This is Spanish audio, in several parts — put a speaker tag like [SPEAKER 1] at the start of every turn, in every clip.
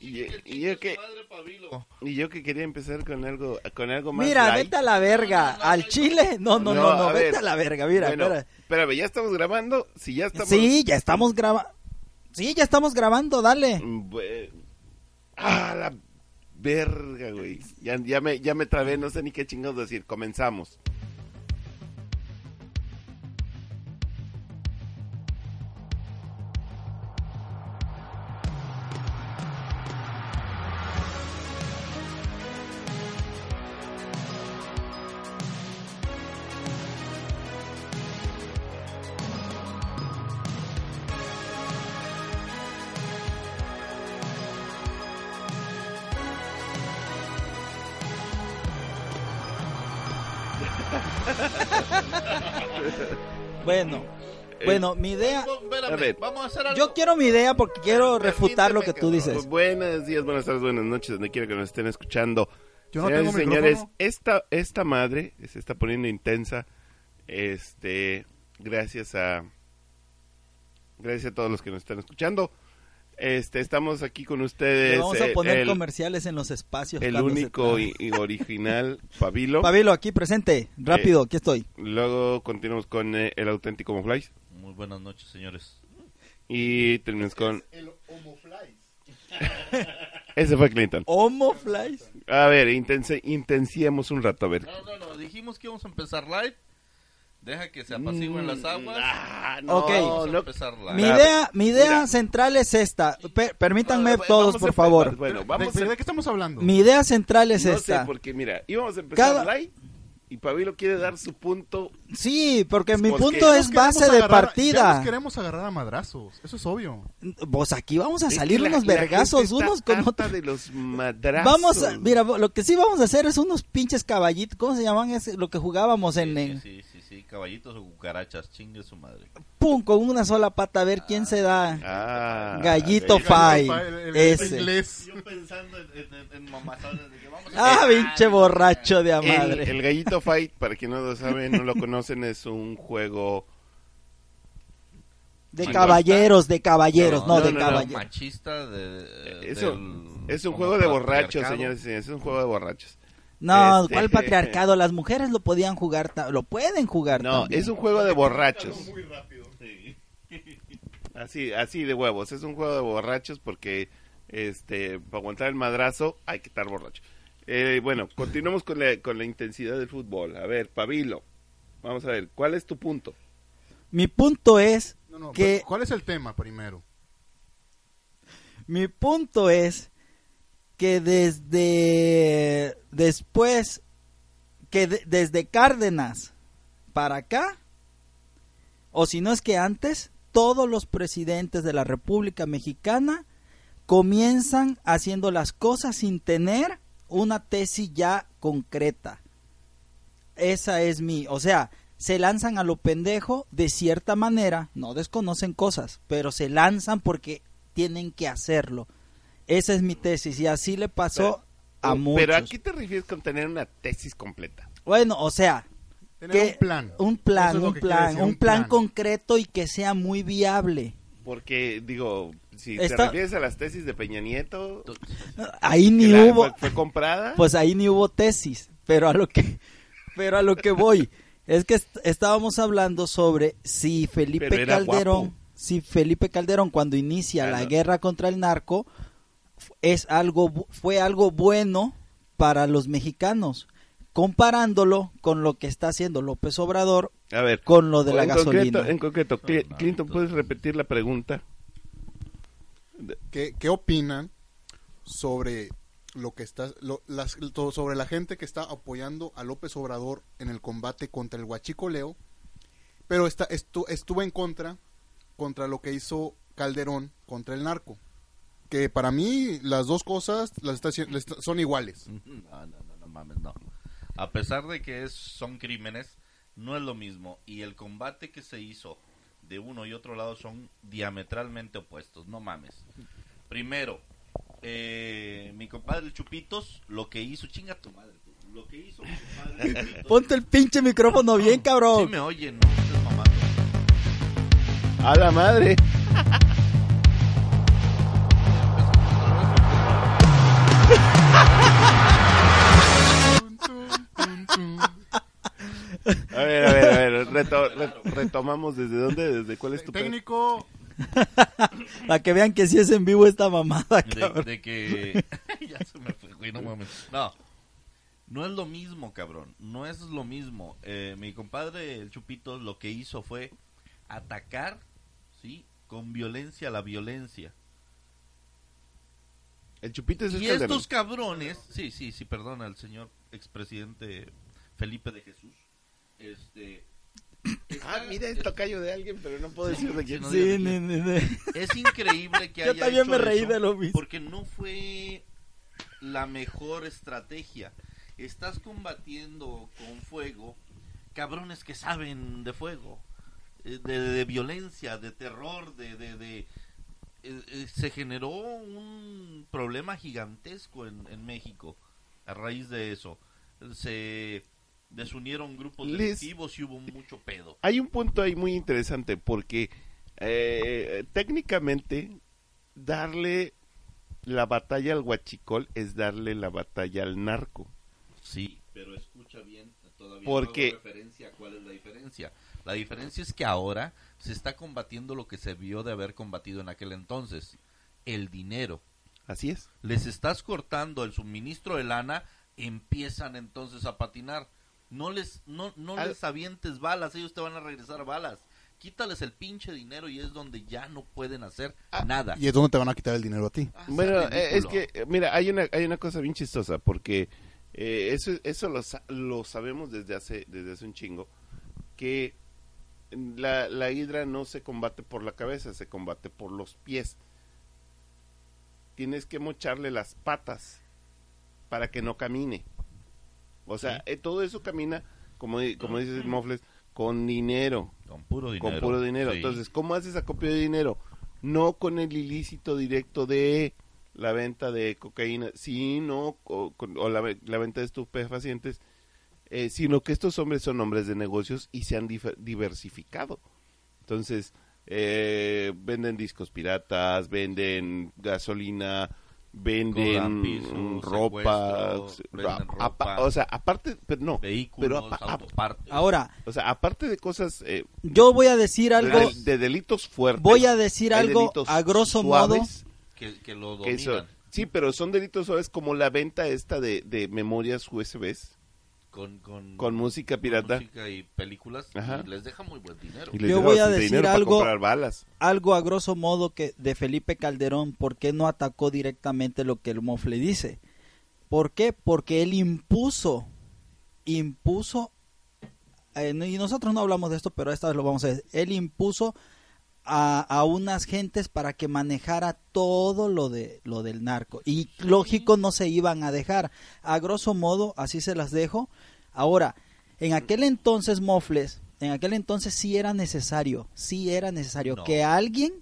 [SPEAKER 1] Y, yo- y yo que y yo que quería empezar con algo con algo más
[SPEAKER 2] Mira,
[SPEAKER 1] light.
[SPEAKER 2] vete a la verga. Al Chile. No, no, no, no.
[SPEAKER 1] a
[SPEAKER 2] vete
[SPEAKER 1] ver.
[SPEAKER 2] a la verga. Mira,
[SPEAKER 1] Bueno,
[SPEAKER 2] espera.
[SPEAKER 1] espérame, ya estamos grabando. Si ya estamos.
[SPEAKER 2] Sí, ya estamos grabando. Sí, ya estamos grabando. Dale.
[SPEAKER 1] Mm, bue- Ah, la verga, güey. Ya, ya, me, ya me trabé, no sé ni qué chingados decir. Comenzamos.
[SPEAKER 2] Bueno,
[SPEAKER 1] Eh,
[SPEAKER 2] bueno, mi idea.
[SPEAKER 1] A ver.
[SPEAKER 3] Vamos a hacer algo.
[SPEAKER 2] Yo quiero mi idea porque quiero refutar lo que tú dices.
[SPEAKER 1] Buenos días, Pues buenas tardes, buenas noches, donde quiera que nos estén escuchando.
[SPEAKER 3] Yo no
[SPEAKER 1] Señoras
[SPEAKER 3] tengo
[SPEAKER 1] y señores,
[SPEAKER 3] micrófono.
[SPEAKER 1] esta, esta madre se está poniendo intensa. Este, gracias a. Gracias a todos los que nos están escuchando. Este, estamos aquí con
[SPEAKER 2] Le
[SPEAKER 1] ustedes.
[SPEAKER 2] vamos a
[SPEAKER 1] eh,
[SPEAKER 2] poner ¿eh?
[SPEAKER 1] el-
[SPEAKER 2] comerciales en los espacios.
[SPEAKER 1] el
[SPEAKER 2] cuando se
[SPEAKER 1] único
[SPEAKER 2] trabe.
[SPEAKER 1] y, y original Pabilo.
[SPEAKER 2] Pabilo, aquí presente. Rápido, aquí estoy.
[SPEAKER 1] Luego continuamos con eh, el auténtico Moflies.
[SPEAKER 3] Muy buenas noches, señores.
[SPEAKER 1] Y terminamos con. El Ese fue Clinton.
[SPEAKER 2] Homo Flies.
[SPEAKER 1] A ver, intense, intensiemos un rato, a ver.
[SPEAKER 3] No, no, no. Dijimos que íbamos a empezar live. Deja que se
[SPEAKER 1] Mm,
[SPEAKER 3] apaciguen las aguas.
[SPEAKER 1] Ah, no,
[SPEAKER 2] Ok.
[SPEAKER 3] Vamos a
[SPEAKER 1] no.
[SPEAKER 3] empezar live.
[SPEAKER 2] Mi
[SPEAKER 1] Mira,
[SPEAKER 2] idea, mi idea
[SPEAKER 1] mira.
[SPEAKER 2] central es esta. Per- permítanme
[SPEAKER 1] Vamos a
[SPEAKER 2] todos,
[SPEAKER 1] empezar-
[SPEAKER 2] por favor.
[SPEAKER 1] Bueno, vamos
[SPEAKER 4] ¿De,
[SPEAKER 1] a
[SPEAKER 4] de qué estamos hablando?
[SPEAKER 2] Mi idea central es
[SPEAKER 1] No
[SPEAKER 2] esta.
[SPEAKER 1] sé, porque mira, íbamos a empezar
[SPEAKER 2] Cada-
[SPEAKER 1] live y Pabilo quiere dar su punto.
[SPEAKER 2] Sí, porque
[SPEAKER 1] Es
[SPEAKER 2] mi
[SPEAKER 1] porque
[SPEAKER 2] punto
[SPEAKER 1] no
[SPEAKER 2] es
[SPEAKER 4] Queremos
[SPEAKER 2] base de
[SPEAKER 4] agarrar- Ya
[SPEAKER 2] partida.
[SPEAKER 4] nos queremos agarrar a madrazos, eso es obvio.
[SPEAKER 2] Pues aquí vamos a
[SPEAKER 1] Es
[SPEAKER 2] salir
[SPEAKER 1] que la-
[SPEAKER 2] unos
[SPEAKER 1] la
[SPEAKER 2] vergazos
[SPEAKER 1] gente está
[SPEAKER 2] unos con
[SPEAKER 1] harta
[SPEAKER 2] otros.
[SPEAKER 1] de los madrazos.
[SPEAKER 2] Vamos a, mira, lo que sí vamos a hacer es unos pinches caballitos, ¿cómo se llaman? Es lo que jugábamos en
[SPEAKER 3] Sí,
[SPEAKER 2] el
[SPEAKER 3] sí, sí, sí, caballitos o cucarachas, chingue su madre.
[SPEAKER 2] pum con una sola pata a ver quién se da.
[SPEAKER 1] Ah,
[SPEAKER 2] Gallito
[SPEAKER 1] ok.
[SPEAKER 2] Fai,
[SPEAKER 4] El- el- el
[SPEAKER 2] ese.
[SPEAKER 4] inglés.
[SPEAKER 3] Yo pensando en, en, en mamazones de que vamos
[SPEAKER 2] Ah, pinche borracho de a
[SPEAKER 1] El-
[SPEAKER 2] madre.
[SPEAKER 1] El, Gallito Fight, para quienes no lo saben, no lo conocen, es un juego.
[SPEAKER 2] de
[SPEAKER 1] Machista.
[SPEAKER 2] caballeros, de caballeros, no,
[SPEAKER 1] No,
[SPEAKER 2] de
[SPEAKER 1] no, no,
[SPEAKER 2] caballeros.
[SPEAKER 3] Machista de.
[SPEAKER 1] Es un, es un juego de borrachos, señores y señores. Es un juego de borrachos.
[SPEAKER 2] No,
[SPEAKER 1] Este-
[SPEAKER 2] ¿cuál patriarcado? Las mujeres lo podían jugar, ta- lo pueden jugar.
[SPEAKER 1] No,
[SPEAKER 2] también.
[SPEAKER 1] es un juego de borrachos. Así, así de huevos. Es un juego de borrachos porque este, para aguantar el madrazo hay que estar borracho. Eh, bueno, continuamos con la, con la intensidad del fútbol. A ver, Pabilo, vamos a ver, ¿cuál es tu punto?
[SPEAKER 2] Mi punto es
[SPEAKER 4] No, no,
[SPEAKER 2] que
[SPEAKER 4] pero ¿Cuál es el tema primero?
[SPEAKER 2] Mi punto es que desde después, que de- desde Cárdenas para acá, o si no es que antes, todos los presidentes de la República Mexicana comienzan haciendo las cosas sin tener una tesis ya concreta. Esa es mi, o sea, se lanzan a lo pendejo de cierta manera, no desconocen cosas, pero se lanzan porque tienen que hacerlo. Esa es mi tesis y así le pasó a muchos.
[SPEAKER 1] Oh, Pero ¿a qué te refieres con tener una tesis completa?
[SPEAKER 2] Bueno, o sea,
[SPEAKER 4] Tener
[SPEAKER 2] que-
[SPEAKER 4] un plan.
[SPEAKER 2] un plan,
[SPEAKER 4] Eso es lo
[SPEAKER 2] un
[SPEAKER 4] que
[SPEAKER 2] plan,
[SPEAKER 4] quiere decir,
[SPEAKER 2] un plan concreto y que sea muy viable.
[SPEAKER 1] Porque, digo, si te
[SPEAKER 2] Esta-
[SPEAKER 1] refieres a las tesis de Peña Nieto,
[SPEAKER 2] Ahí
[SPEAKER 1] que
[SPEAKER 2] ni
[SPEAKER 1] la- ¿eh?
[SPEAKER 2] hubo,
[SPEAKER 1] fue, fue comprada.
[SPEAKER 2] pues ahí ni hubo tesis, pero a lo que pero a lo que voy es que est- estábamos hablando sobre si
[SPEAKER 1] Pero
[SPEAKER 2] Felipe
[SPEAKER 1] era
[SPEAKER 2] Calderón,
[SPEAKER 1] guapo.
[SPEAKER 2] si Felipe Calderón cuando inicia la
[SPEAKER 1] Claro.
[SPEAKER 2] guerra contra el narco fu- es algo bu- fue algo bueno para los mexicanos, comparándolo con lo que está haciendo López Obrador
[SPEAKER 1] a ver,
[SPEAKER 2] con lo de la
[SPEAKER 1] en
[SPEAKER 2] gasolina.
[SPEAKER 1] Concreto, en concreto, Cli-
[SPEAKER 3] Sonando.
[SPEAKER 1] Clinton, ¿puedes repetir la pregunta?
[SPEAKER 4] ¿Qué, qué opinan sobre lo que está lo- las- to- sobre la gente que está apoyando a López Obrador en el combate contra el huachicoleo, pero está, estu- estuvo en contra contra lo que hizo Calderón contra el narco? Que para mí las dos cosas las está haci- le está- son iguales.
[SPEAKER 3] Mm, No, no, no, no mames, no. A pesar de que es, son crímenes, no es lo mismo. Y el combate que se hizo de uno y otro lado son diametralmente opuestos, no mames. Primero, eh, mi compadre Chupitos, lo que hizo, chinga tu madre, tú. lo que hizo mi compadre Chupitos.
[SPEAKER 2] Ponte el pinche micrófono bien,
[SPEAKER 3] Sí
[SPEAKER 2] cabrón.
[SPEAKER 3] me oyen, no estés mamando.
[SPEAKER 1] ¡A la madre!
[SPEAKER 3] Otra vez,
[SPEAKER 1] retomamos desde dónde, desde cuál es tu pe-
[SPEAKER 4] Técnico.
[SPEAKER 2] Para que vean que si es en vivo esta mamada,
[SPEAKER 3] de,
[SPEAKER 2] cabrón.
[SPEAKER 3] de que ya se me fue, güey, no mames. No. No es lo mismo, cabrón. No es lo mismo. Eh, mi compadre el Chupito lo que hizo fue atacar, ¿sí? Con violencia la violencia.
[SPEAKER 1] El chupito es este el
[SPEAKER 3] Y
[SPEAKER 1] Calderón.
[SPEAKER 3] estos cabrones, sí, sí, sí, perdona, el señor expresidente Felipe de Jesús. Este
[SPEAKER 1] Ah, mira, es tocayo de alguien, pero no puedo decir de quién.
[SPEAKER 3] no
[SPEAKER 2] Sí,
[SPEAKER 3] digas de
[SPEAKER 2] ni- ni- ni-
[SPEAKER 3] Es increíble que
[SPEAKER 2] Yo
[SPEAKER 3] haya
[SPEAKER 2] también
[SPEAKER 3] hecho
[SPEAKER 2] me reí
[SPEAKER 3] eso,
[SPEAKER 2] de lo mismo.
[SPEAKER 3] Porque no fue la mejor estrategia. Estás combatiendo con fuego cabrones que saben de fuego, eh, de, de violencia, de terror, de... de, de- eh, eh, se generó un problema gigantesco en, en México a raíz de eso. Se desunieron grupos
[SPEAKER 1] Liz.
[SPEAKER 3] delictivos y hubo mucho pedo.
[SPEAKER 1] Hay un punto ahí muy interesante porque eh, técnicamente darle la batalla al guachicol es darle la batalla al narco.
[SPEAKER 3] Sí, pero escucha bien, todavía
[SPEAKER 1] Porque-
[SPEAKER 3] no hago referencia a cuál es la diferencia. La diferencia es que ahora se está combatiendo lo que se vio de haber combatido en aquel entonces, el dinero.
[SPEAKER 1] Así es.
[SPEAKER 3] Les estás cortando el suministro de lana, empiezan entonces a patinar. No les no no
[SPEAKER 1] Al-
[SPEAKER 3] les avientes balas, ellos te van a regresar balas. Quítales el pinche dinero y es donde ya no pueden hacer nada.
[SPEAKER 4] Y es donde te van a quitar el dinero a ti.
[SPEAKER 3] Ah, sea
[SPEAKER 1] Ah, Bueno, eh, es
[SPEAKER 3] ridículo.
[SPEAKER 1] que, eh, mira, hay una, hay una cosa bien chistosa, porque eh, eso, eso lo, sa- lo sabemos desde hace, desde hace un chingo, que la, la hidra no se combate por la cabeza, se combate por los pies. Tienes que mocharle las patas para que no camine. O sea, eh, todo eso camina, como, di- como dices Mofles, con dinero,
[SPEAKER 3] con puro dinero.
[SPEAKER 1] con puro dinero.
[SPEAKER 3] sí.
[SPEAKER 1] Entonces, ¿cómo haces acopio de dinero? No con el ilícito directo de la venta de cocaína, sino o, con- o la, ve- la venta de estupefacientes, eh, sino que estos hombres son hombres de negocios y se han difer- diversificado. Entonces, eh, venden discos piratas, venden gasolina, venden
[SPEAKER 3] Corrampis,
[SPEAKER 1] mm,
[SPEAKER 3] un
[SPEAKER 1] ropa,
[SPEAKER 3] secuestro,
[SPEAKER 1] ra-
[SPEAKER 3] venden
[SPEAKER 1] apa-
[SPEAKER 3] ropa.
[SPEAKER 1] o sea, aparte, pero no, pero ah,
[SPEAKER 3] vehículos,
[SPEAKER 1] apa- a-
[SPEAKER 3] autopartes.
[SPEAKER 2] Ahora,
[SPEAKER 1] o sea, aparte de cosas eh,
[SPEAKER 2] yo voy a decir algo.
[SPEAKER 1] de, de delitos fuertes.
[SPEAKER 2] Voy a decir
[SPEAKER 1] Hay
[SPEAKER 2] algo
[SPEAKER 1] delitos
[SPEAKER 2] a grosso
[SPEAKER 1] suaves
[SPEAKER 3] que, que lo
[SPEAKER 1] que son-
[SPEAKER 3] dominan
[SPEAKER 1] sí, pero son delitos suaves como la venta esta de, de memorias USBs
[SPEAKER 3] con, con,
[SPEAKER 1] con música
[SPEAKER 4] Ah,
[SPEAKER 1] pirata.
[SPEAKER 3] música y películas
[SPEAKER 1] Ajá.
[SPEAKER 3] y les deja muy buen dinero.
[SPEAKER 1] Y les
[SPEAKER 2] Yo
[SPEAKER 1] llega
[SPEAKER 2] voy a
[SPEAKER 1] bastante
[SPEAKER 2] decir
[SPEAKER 1] dinero para
[SPEAKER 2] algo-
[SPEAKER 1] comprar balas.
[SPEAKER 2] algo a grosso modo que de Felipe Calderón, ¿por qué no atacó directamente lo que el Mofle dice? ¿Por qué? Porque él impuso, impuso, eh, no- y nosotros no hablamos de esto, pero esta vez lo vamos a decir, él impuso a, a unas gentes para que manejara todo lo de lo del narco y lógico no se iban a dejar a grosso modo así se las dejo ahora en aquel entonces mofles en aquel entonces sí era necesario sí era necesario
[SPEAKER 3] No.
[SPEAKER 2] que alguien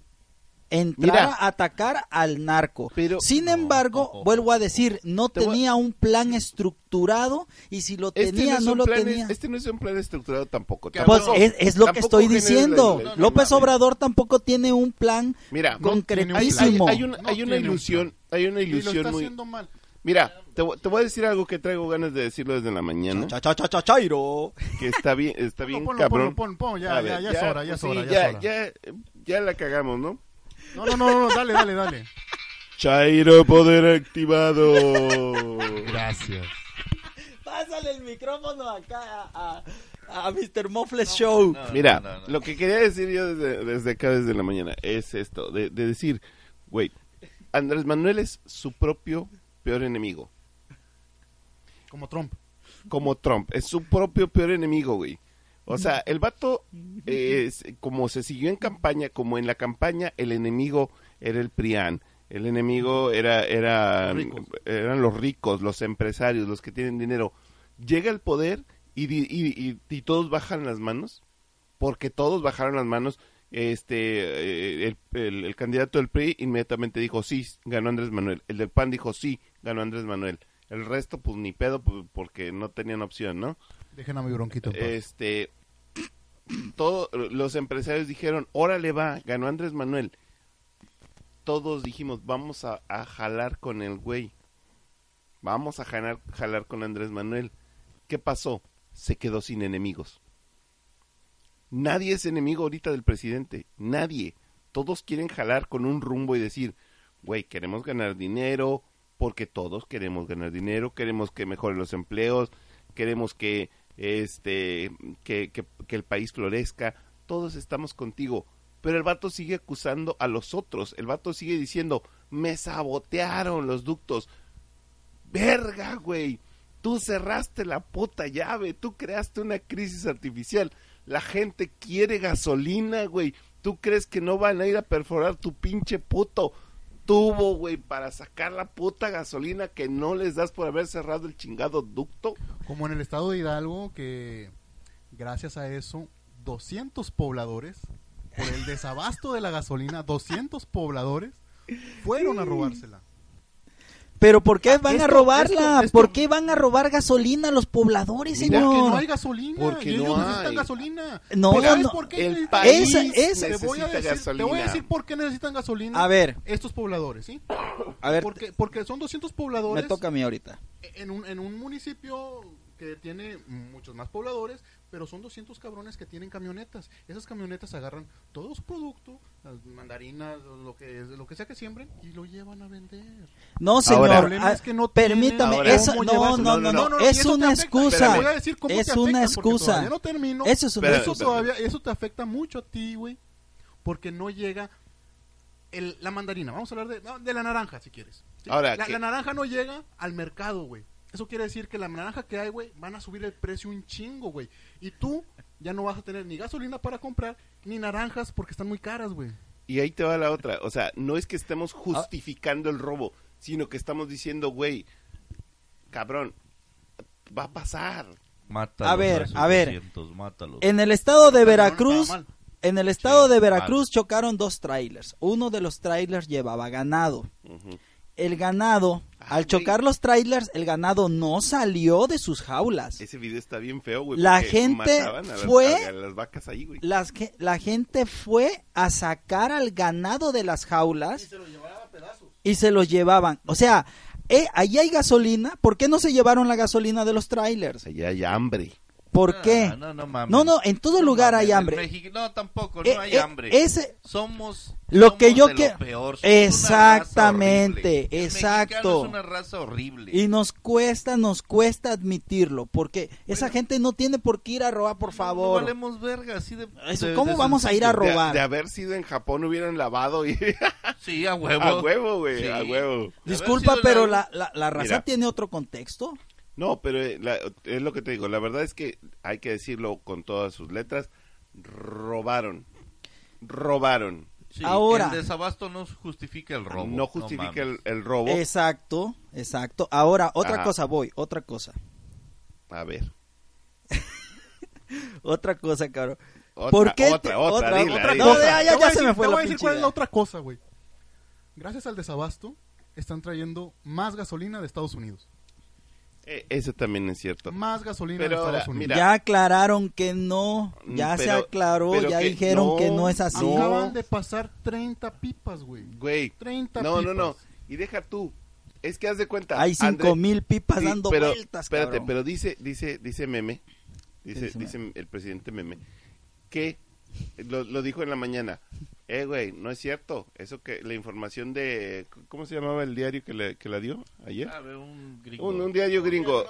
[SPEAKER 2] entrara
[SPEAKER 1] Mira.
[SPEAKER 2] a atacar al narco.
[SPEAKER 1] Pero-
[SPEAKER 2] Sin
[SPEAKER 3] No,
[SPEAKER 2] embargo,
[SPEAKER 3] ojo,
[SPEAKER 2] vuelvo a decir, no
[SPEAKER 1] Te voy a-
[SPEAKER 2] tenía un plan estructurado y si lo
[SPEAKER 1] Este,
[SPEAKER 2] tenía,
[SPEAKER 1] no es
[SPEAKER 2] no
[SPEAKER 1] un
[SPEAKER 2] lo
[SPEAKER 1] plan,
[SPEAKER 2] tenía.
[SPEAKER 1] este no es un plan estructurado tampoco.
[SPEAKER 2] Pues
[SPEAKER 1] Tampoco-
[SPEAKER 2] es, es lo que
[SPEAKER 1] tampoco
[SPEAKER 2] estoy
[SPEAKER 1] genera
[SPEAKER 2] diciendo.
[SPEAKER 1] la- la- la-
[SPEAKER 2] López
[SPEAKER 1] la-
[SPEAKER 2] Obrador tampoco tiene un plan
[SPEAKER 1] Mira, no
[SPEAKER 4] tiene un
[SPEAKER 1] hay,
[SPEAKER 4] plan.
[SPEAKER 1] hay-
[SPEAKER 2] concretísimo.
[SPEAKER 1] hay una,
[SPEAKER 4] No
[SPEAKER 1] hay una
[SPEAKER 4] tiene un
[SPEAKER 1] ilusión,
[SPEAKER 4] plan.
[SPEAKER 1] hay una
[SPEAKER 4] Y lo
[SPEAKER 1] ilusión
[SPEAKER 4] está
[SPEAKER 1] muy...
[SPEAKER 4] haciendo mal.
[SPEAKER 1] Mira, te, vo- te voy a decir algo que traigo ganas de decirlo desde la mañana,
[SPEAKER 2] Cha, cha, cha, cha, chairo.
[SPEAKER 1] que está bien, está bien
[SPEAKER 4] Ponlo, ponlo,
[SPEAKER 1] cabrón.
[SPEAKER 4] ponlo, ponlo, ponlo,
[SPEAKER 1] A
[SPEAKER 4] ya,
[SPEAKER 1] ver,
[SPEAKER 4] ya, ya es hora, ya es
[SPEAKER 1] sí,
[SPEAKER 4] hora, ya,
[SPEAKER 1] ya,
[SPEAKER 4] es hora.
[SPEAKER 1] ya, eh, ya la cagamos, ¿no?
[SPEAKER 4] No, no, no, no, dale, dale, dale.
[SPEAKER 1] Chairo poder activado.
[SPEAKER 4] Gracias.
[SPEAKER 2] Pásale el micrófono acá a, a, a Mr. Mofles Show.
[SPEAKER 3] No,
[SPEAKER 1] Mira,
[SPEAKER 3] no, no, no.
[SPEAKER 1] lo que quería decir yo desde, desde acá, desde la mañana, es esto, de, de decir, güey, Andrés Manuel es su propio peor enemigo,
[SPEAKER 4] Como Trump.
[SPEAKER 1] como Trump, es su propio peor enemigo, güey. O sea, el vato, eh, es- como se siguió en campaña, como en la campaña el enemigo era el PRIAN, el enemigo era, era,
[SPEAKER 4] Ricos.
[SPEAKER 1] eran los ricos, los empresarios, los que tienen dinero. Llega el poder y, di- y- y- y todos bajan las manos porque todos bajaron las manos. Este, eh, el, el- el candidato del PRI inmediatamente dijo sí, ganó Andrés Manuel. El del PAN dijo sí, ganó Andrés Manuel. El resto, pues ni pedo, pu- porque no tenían opción, ¿no?
[SPEAKER 4] Dejen a mi bronquito. en paz.
[SPEAKER 1] Este, todos los empresarios dijeron, órale va, ganó Andrés Manuel. Todos dijimos, vamos a, a jalar con el güey. Vamos a jalar, jalar con Andrés Manuel. ¿Qué pasó? Se quedó sin enemigos. Nadie es enemigo ahorita del presidente, nadie. Todos quieren jalar con un rumbo y decir, güey, queremos ganar dinero, porque todos queremos ganar dinero, queremos que mejoren los empleos, queremos que este que, que, que el país florezca, todos estamos contigo. Pero el vato sigue acusando a los otros, el vato sigue diciendo, me sabotearon los ductos. Verga, güey, tú cerraste la puta llave, tú creaste una crisis artificial, la gente quiere gasolina, güey, tú crees que no van a ir a perforar tu pinche puto tubo, güey, para sacar la puta gasolina que no les das por haber cerrado el chingado ducto.
[SPEAKER 4] Como en el estado de Hidalgo, que gracias a eso, 200 pobladores, por el desabasto de la gasolina, 200 pobladores fueron a robársela.
[SPEAKER 2] Pero ¿por
[SPEAKER 1] Ah,
[SPEAKER 2] qué van a
[SPEAKER 4] esto-
[SPEAKER 2] robarla?
[SPEAKER 4] esto- esto-
[SPEAKER 2] ¿Por qué van a robar gasolina a los pobladores,
[SPEAKER 1] Mira,
[SPEAKER 4] Porque
[SPEAKER 2] señor?
[SPEAKER 4] no hay gasolina.
[SPEAKER 1] Porque
[SPEAKER 4] y
[SPEAKER 1] no
[SPEAKER 4] ellos
[SPEAKER 1] hay.
[SPEAKER 4] necesitan gasolina.
[SPEAKER 2] No,
[SPEAKER 4] ¿Pero sabes
[SPEAKER 2] no,
[SPEAKER 4] por qué
[SPEAKER 1] el
[SPEAKER 4] necesitan-
[SPEAKER 1] país
[SPEAKER 2] Esa- esa-
[SPEAKER 4] Te voy a
[SPEAKER 1] necesita
[SPEAKER 4] decir, Te voy a
[SPEAKER 1] gasolina.
[SPEAKER 4] decir por qué necesitan gasolina.
[SPEAKER 2] A ver.
[SPEAKER 4] Estos pobladores, ¿sí?
[SPEAKER 2] A ver,
[SPEAKER 4] porque, porque son 200
[SPEAKER 2] me
[SPEAKER 4] pobladores
[SPEAKER 2] toca a mí ahorita.
[SPEAKER 4] en, un, en un municipio que tiene muchos más pobladores, pero son 200 cabrones que tienen camionetas. Esas camionetas agarran todo su producto, las mandarinas, lo que, es- lo que sea que siembren, y lo llevan a vender.
[SPEAKER 2] No, señor.
[SPEAKER 1] Ahora-
[SPEAKER 2] ah,
[SPEAKER 1] El
[SPEAKER 4] problema es que no
[SPEAKER 2] permítame,
[SPEAKER 1] tienen
[SPEAKER 2] eso-
[SPEAKER 4] cómo
[SPEAKER 2] no,
[SPEAKER 4] llevar-
[SPEAKER 2] no, no,
[SPEAKER 1] no,
[SPEAKER 2] no,
[SPEAKER 1] no,
[SPEAKER 4] y
[SPEAKER 2] es
[SPEAKER 4] eso te
[SPEAKER 2] una
[SPEAKER 4] afecta.
[SPEAKER 2] excusa.
[SPEAKER 4] Te voy a decir cómo
[SPEAKER 2] Es
[SPEAKER 4] te afecta,
[SPEAKER 2] una
[SPEAKER 4] porque
[SPEAKER 2] excusa.
[SPEAKER 4] todavía no termino.
[SPEAKER 2] Eso es una
[SPEAKER 1] Espérame,
[SPEAKER 4] Eso
[SPEAKER 1] espérame.
[SPEAKER 4] todavía, eso te afecta mucho a ti, güey, porque no llega el- la mandarina. Vamos a hablar de, no, de la naranja, si quieres. ¿sí?
[SPEAKER 1] Ahora,
[SPEAKER 4] la,
[SPEAKER 1] que-
[SPEAKER 4] la naranja no llega al mercado, güey. Eso quiere decir que la naranja que hay, güey, van a subir el precio un chingo, güey. Y tú ya no vas a tener ni gasolina para comprar, ni naranjas porque están muy caras, güey.
[SPEAKER 1] Y ahí te va la otra. O sea, no es que estemos
[SPEAKER 2] Ah.
[SPEAKER 1] justificando el robo, sino que estamos diciendo, güey, cabrón, va a pasar.
[SPEAKER 3] Mátalos
[SPEAKER 2] A ver,
[SPEAKER 3] esos
[SPEAKER 2] a ver.
[SPEAKER 3] 200, mátalos.
[SPEAKER 2] En el estado de
[SPEAKER 4] Pero no
[SPEAKER 2] Veracruz,
[SPEAKER 4] estaba mal.
[SPEAKER 2] en el estado
[SPEAKER 3] Sí,
[SPEAKER 2] de Veracruz chocaron dos trailers. Uno de los trailers llevaba ganado.
[SPEAKER 1] Ujú.
[SPEAKER 2] El ganado,
[SPEAKER 1] Ah,
[SPEAKER 2] al
[SPEAKER 1] güey.
[SPEAKER 2] chocar los trailers, el ganado no salió de sus jaulas.
[SPEAKER 1] Ese video está bien feo, güey.
[SPEAKER 2] La
[SPEAKER 1] porque
[SPEAKER 2] gente
[SPEAKER 1] mataban a las-
[SPEAKER 2] fue-
[SPEAKER 1] a las vacas ahí, güey.
[SPEAKER 2] Las que, la gente fue a sacar al ganado de las jaulas
[SPEAKER 4] lo llevaban a pedazos.
[SPEAKER 2] y se los llevaban. O sea, eh, ahí hay gasolina. ¿Por qué no se llevaron la gasolina de los trailers?
[SPEAKER 1] Allá hay hambre.
[SPEAKER 2] ¿Por qué?
[SPEAKER 3] Ah, No, no, mames.
[SPEAKER 2] No, no, en todo lugar hay
[SPEAKER 3] mames,
[SPEAKER 2] hambre.
[SPEAKER 3] en México- no, tampoco,
[SPEAKER 2] Eh,
[SPEAKER 3] no hay
[SPEAKER 2] eh,
[SPEAKER 3] hambre.
[SPEAKER 2] ese-
[SPEAKER 3] somos
[SPEAKER 2] Lo
[SPEAKER 3] somos
[SPEAKER 2] que yo
[SPEAKER 3] de
[SPEAKER 2] que-
[SPEAKER 3] lo peor, somos
[SPEAKER 2] Exactamente,
[SPEAKER 3] una raza horrible. El
[SPEAKER 2] exacto.
[SPEAKER 3] mexicano es una raza horrible.
[SPEAKER 2] Y nos cuesta, nos cuesta admitirlo, porque esa gente no tiene por qué ir a robar, por favor.
[SPEAKER 3] No valemos verga, así de,
[SPEAKER 2] Eso,
[SPEAKER 3] de-
[SPEAKER 2] ¿Cómo
[SPEAKER 3] de
[SPEAKER 2] vamos a ir a
[SPEAKER 3] sencillo.
[SPEAKER 1] De,
[SPEAKER 2] robar?
[SPEAKER 1] de haber sido en Japón hubieran lavado y
[SPEAKER 3] Sí, a huevo.
[SPEAKER 1] a huevo, güey,
[SPEAKER 3] Sí.
[SPEAKER 1] a huevo.
[SPEAKER 2] Disculpa,
[SPEAKER 3] Haber sido
[SPEAKER 2] pero
[SPEAKER 3] la-
[SPEAKER 2] la, la, la raza
[SPEAKER 1] Mira.
[SPEAKER 2] tiene otro contexto.
[SPEAKER 1] No, pero eh, la- es lo que te digo. La verdad es que hay que decirlo con todas sus letras. Robaron. Robaron.
[SPEAKER 3] Sí,
[SPEAKER 2] Ahora-
[SPEAKER 3] El desabasto no justifica el robo.
[SPEAKER 1] no justifica
[SPEAKER 3] mames.
[SPEAKER 1] el, el robo.
[SPEAKER 2] Exacto, exacto. Ahora, otra
[SPEAKER 1] Ajá.
[SPEAKER 2] cosa, voy, otra cosa.
[SPEAKER 1] A ver.
[SPEAKER 2] Otra cosa, cabrón.
[SPEAKER 1] Otra,
[SPEAKER 2] ¿Por qué
[SPEAKER 1] otra,
[SPEAKER 2] te-
[SPEAKER 1] otra, dila,
[SPEAKER 2] otra
[SPEAKER 1] dila.
[SPEAKER 2] cosa?
[SPEAKER 1] No,
[SPEAKER 2] ya, ya,
[SPEAKER 4] Te voy
[SPEAKER 2] ya
[SPEAKER 4] a
[SPEAKER 2] se
[SPEAKER 4] decir-
[SPEAKER 2] me fue
[SPEAKER 4] te
[SPEAKER 2] la
[SPEAKER 4] voy a decir
[SPEAKER 2] pinche
[SPEAKER 4] cuál es
[SPEAKER 2] idea.
[SPEAKER 4] la otra cosa, güey. Gracias al desabasto, están trayendo más gasolina de Estados Unidos.
[SPEAKER 1] Eh, eso también es cierto.
[SPEAKER 4] Más gasolina
[SPEAKER 1] Pero
[SPEAKER 4] de Estados
[SPEAKER 1] ahora,
[SPEAKER 4] Unidos.
[SPEAKER 1] Mira.
[SPEAKER 2] Ya aclararon que no, ya se
[SPEAKER 1] Pero-
[SPEAKER 2] aclaró,
[SPEAKER 1] pero
[SPEAKER 2] ya
[SPEAKER 1] que
[SPEAKER 2] dijeron
[SPEAKER 1] no,
[SPEAKER 2] que no es así.
[SPEAKER 1] no.
[SPEAKER 4] Acaban de pasar 30 pipas, güey.
[SPEAKER 1] Güey.
[SPEAKER 4] 30
[SPEAKER 1] no, no,
[SPEAKER 4] pipas.
[SPEAKER 1] no. Y deja tú. Es que haz de cuenta.
[SPEAKER 2] Hay
[SPEAKER 1] André-
[SPEAKER 2] cinco mil pipas
[SPEAKER 1] Sí,
[SPEAKER 2] dando
[SPEAKER 1] pero,
[SPEAKER 2] vueltas,
[SPEAKER 1] Espérate,
[SPEAKER 2] cabrón.
[SPEAKER 1] pero dice, dice, dice Meme, dice,
[SPEAKER 2] dice
[SPEAKER 1] dice el presidente Meme, que lo, lo dijo en la mañana. Eh, güey, no es cierto. Eso que la información de. ¿Cómo se llamaba el diario que, le- que la dio ayer?
[SPEAKER 3] A ver, un Ah, gringo.
[SPEAKER 1] eh. Un, un diario gringo.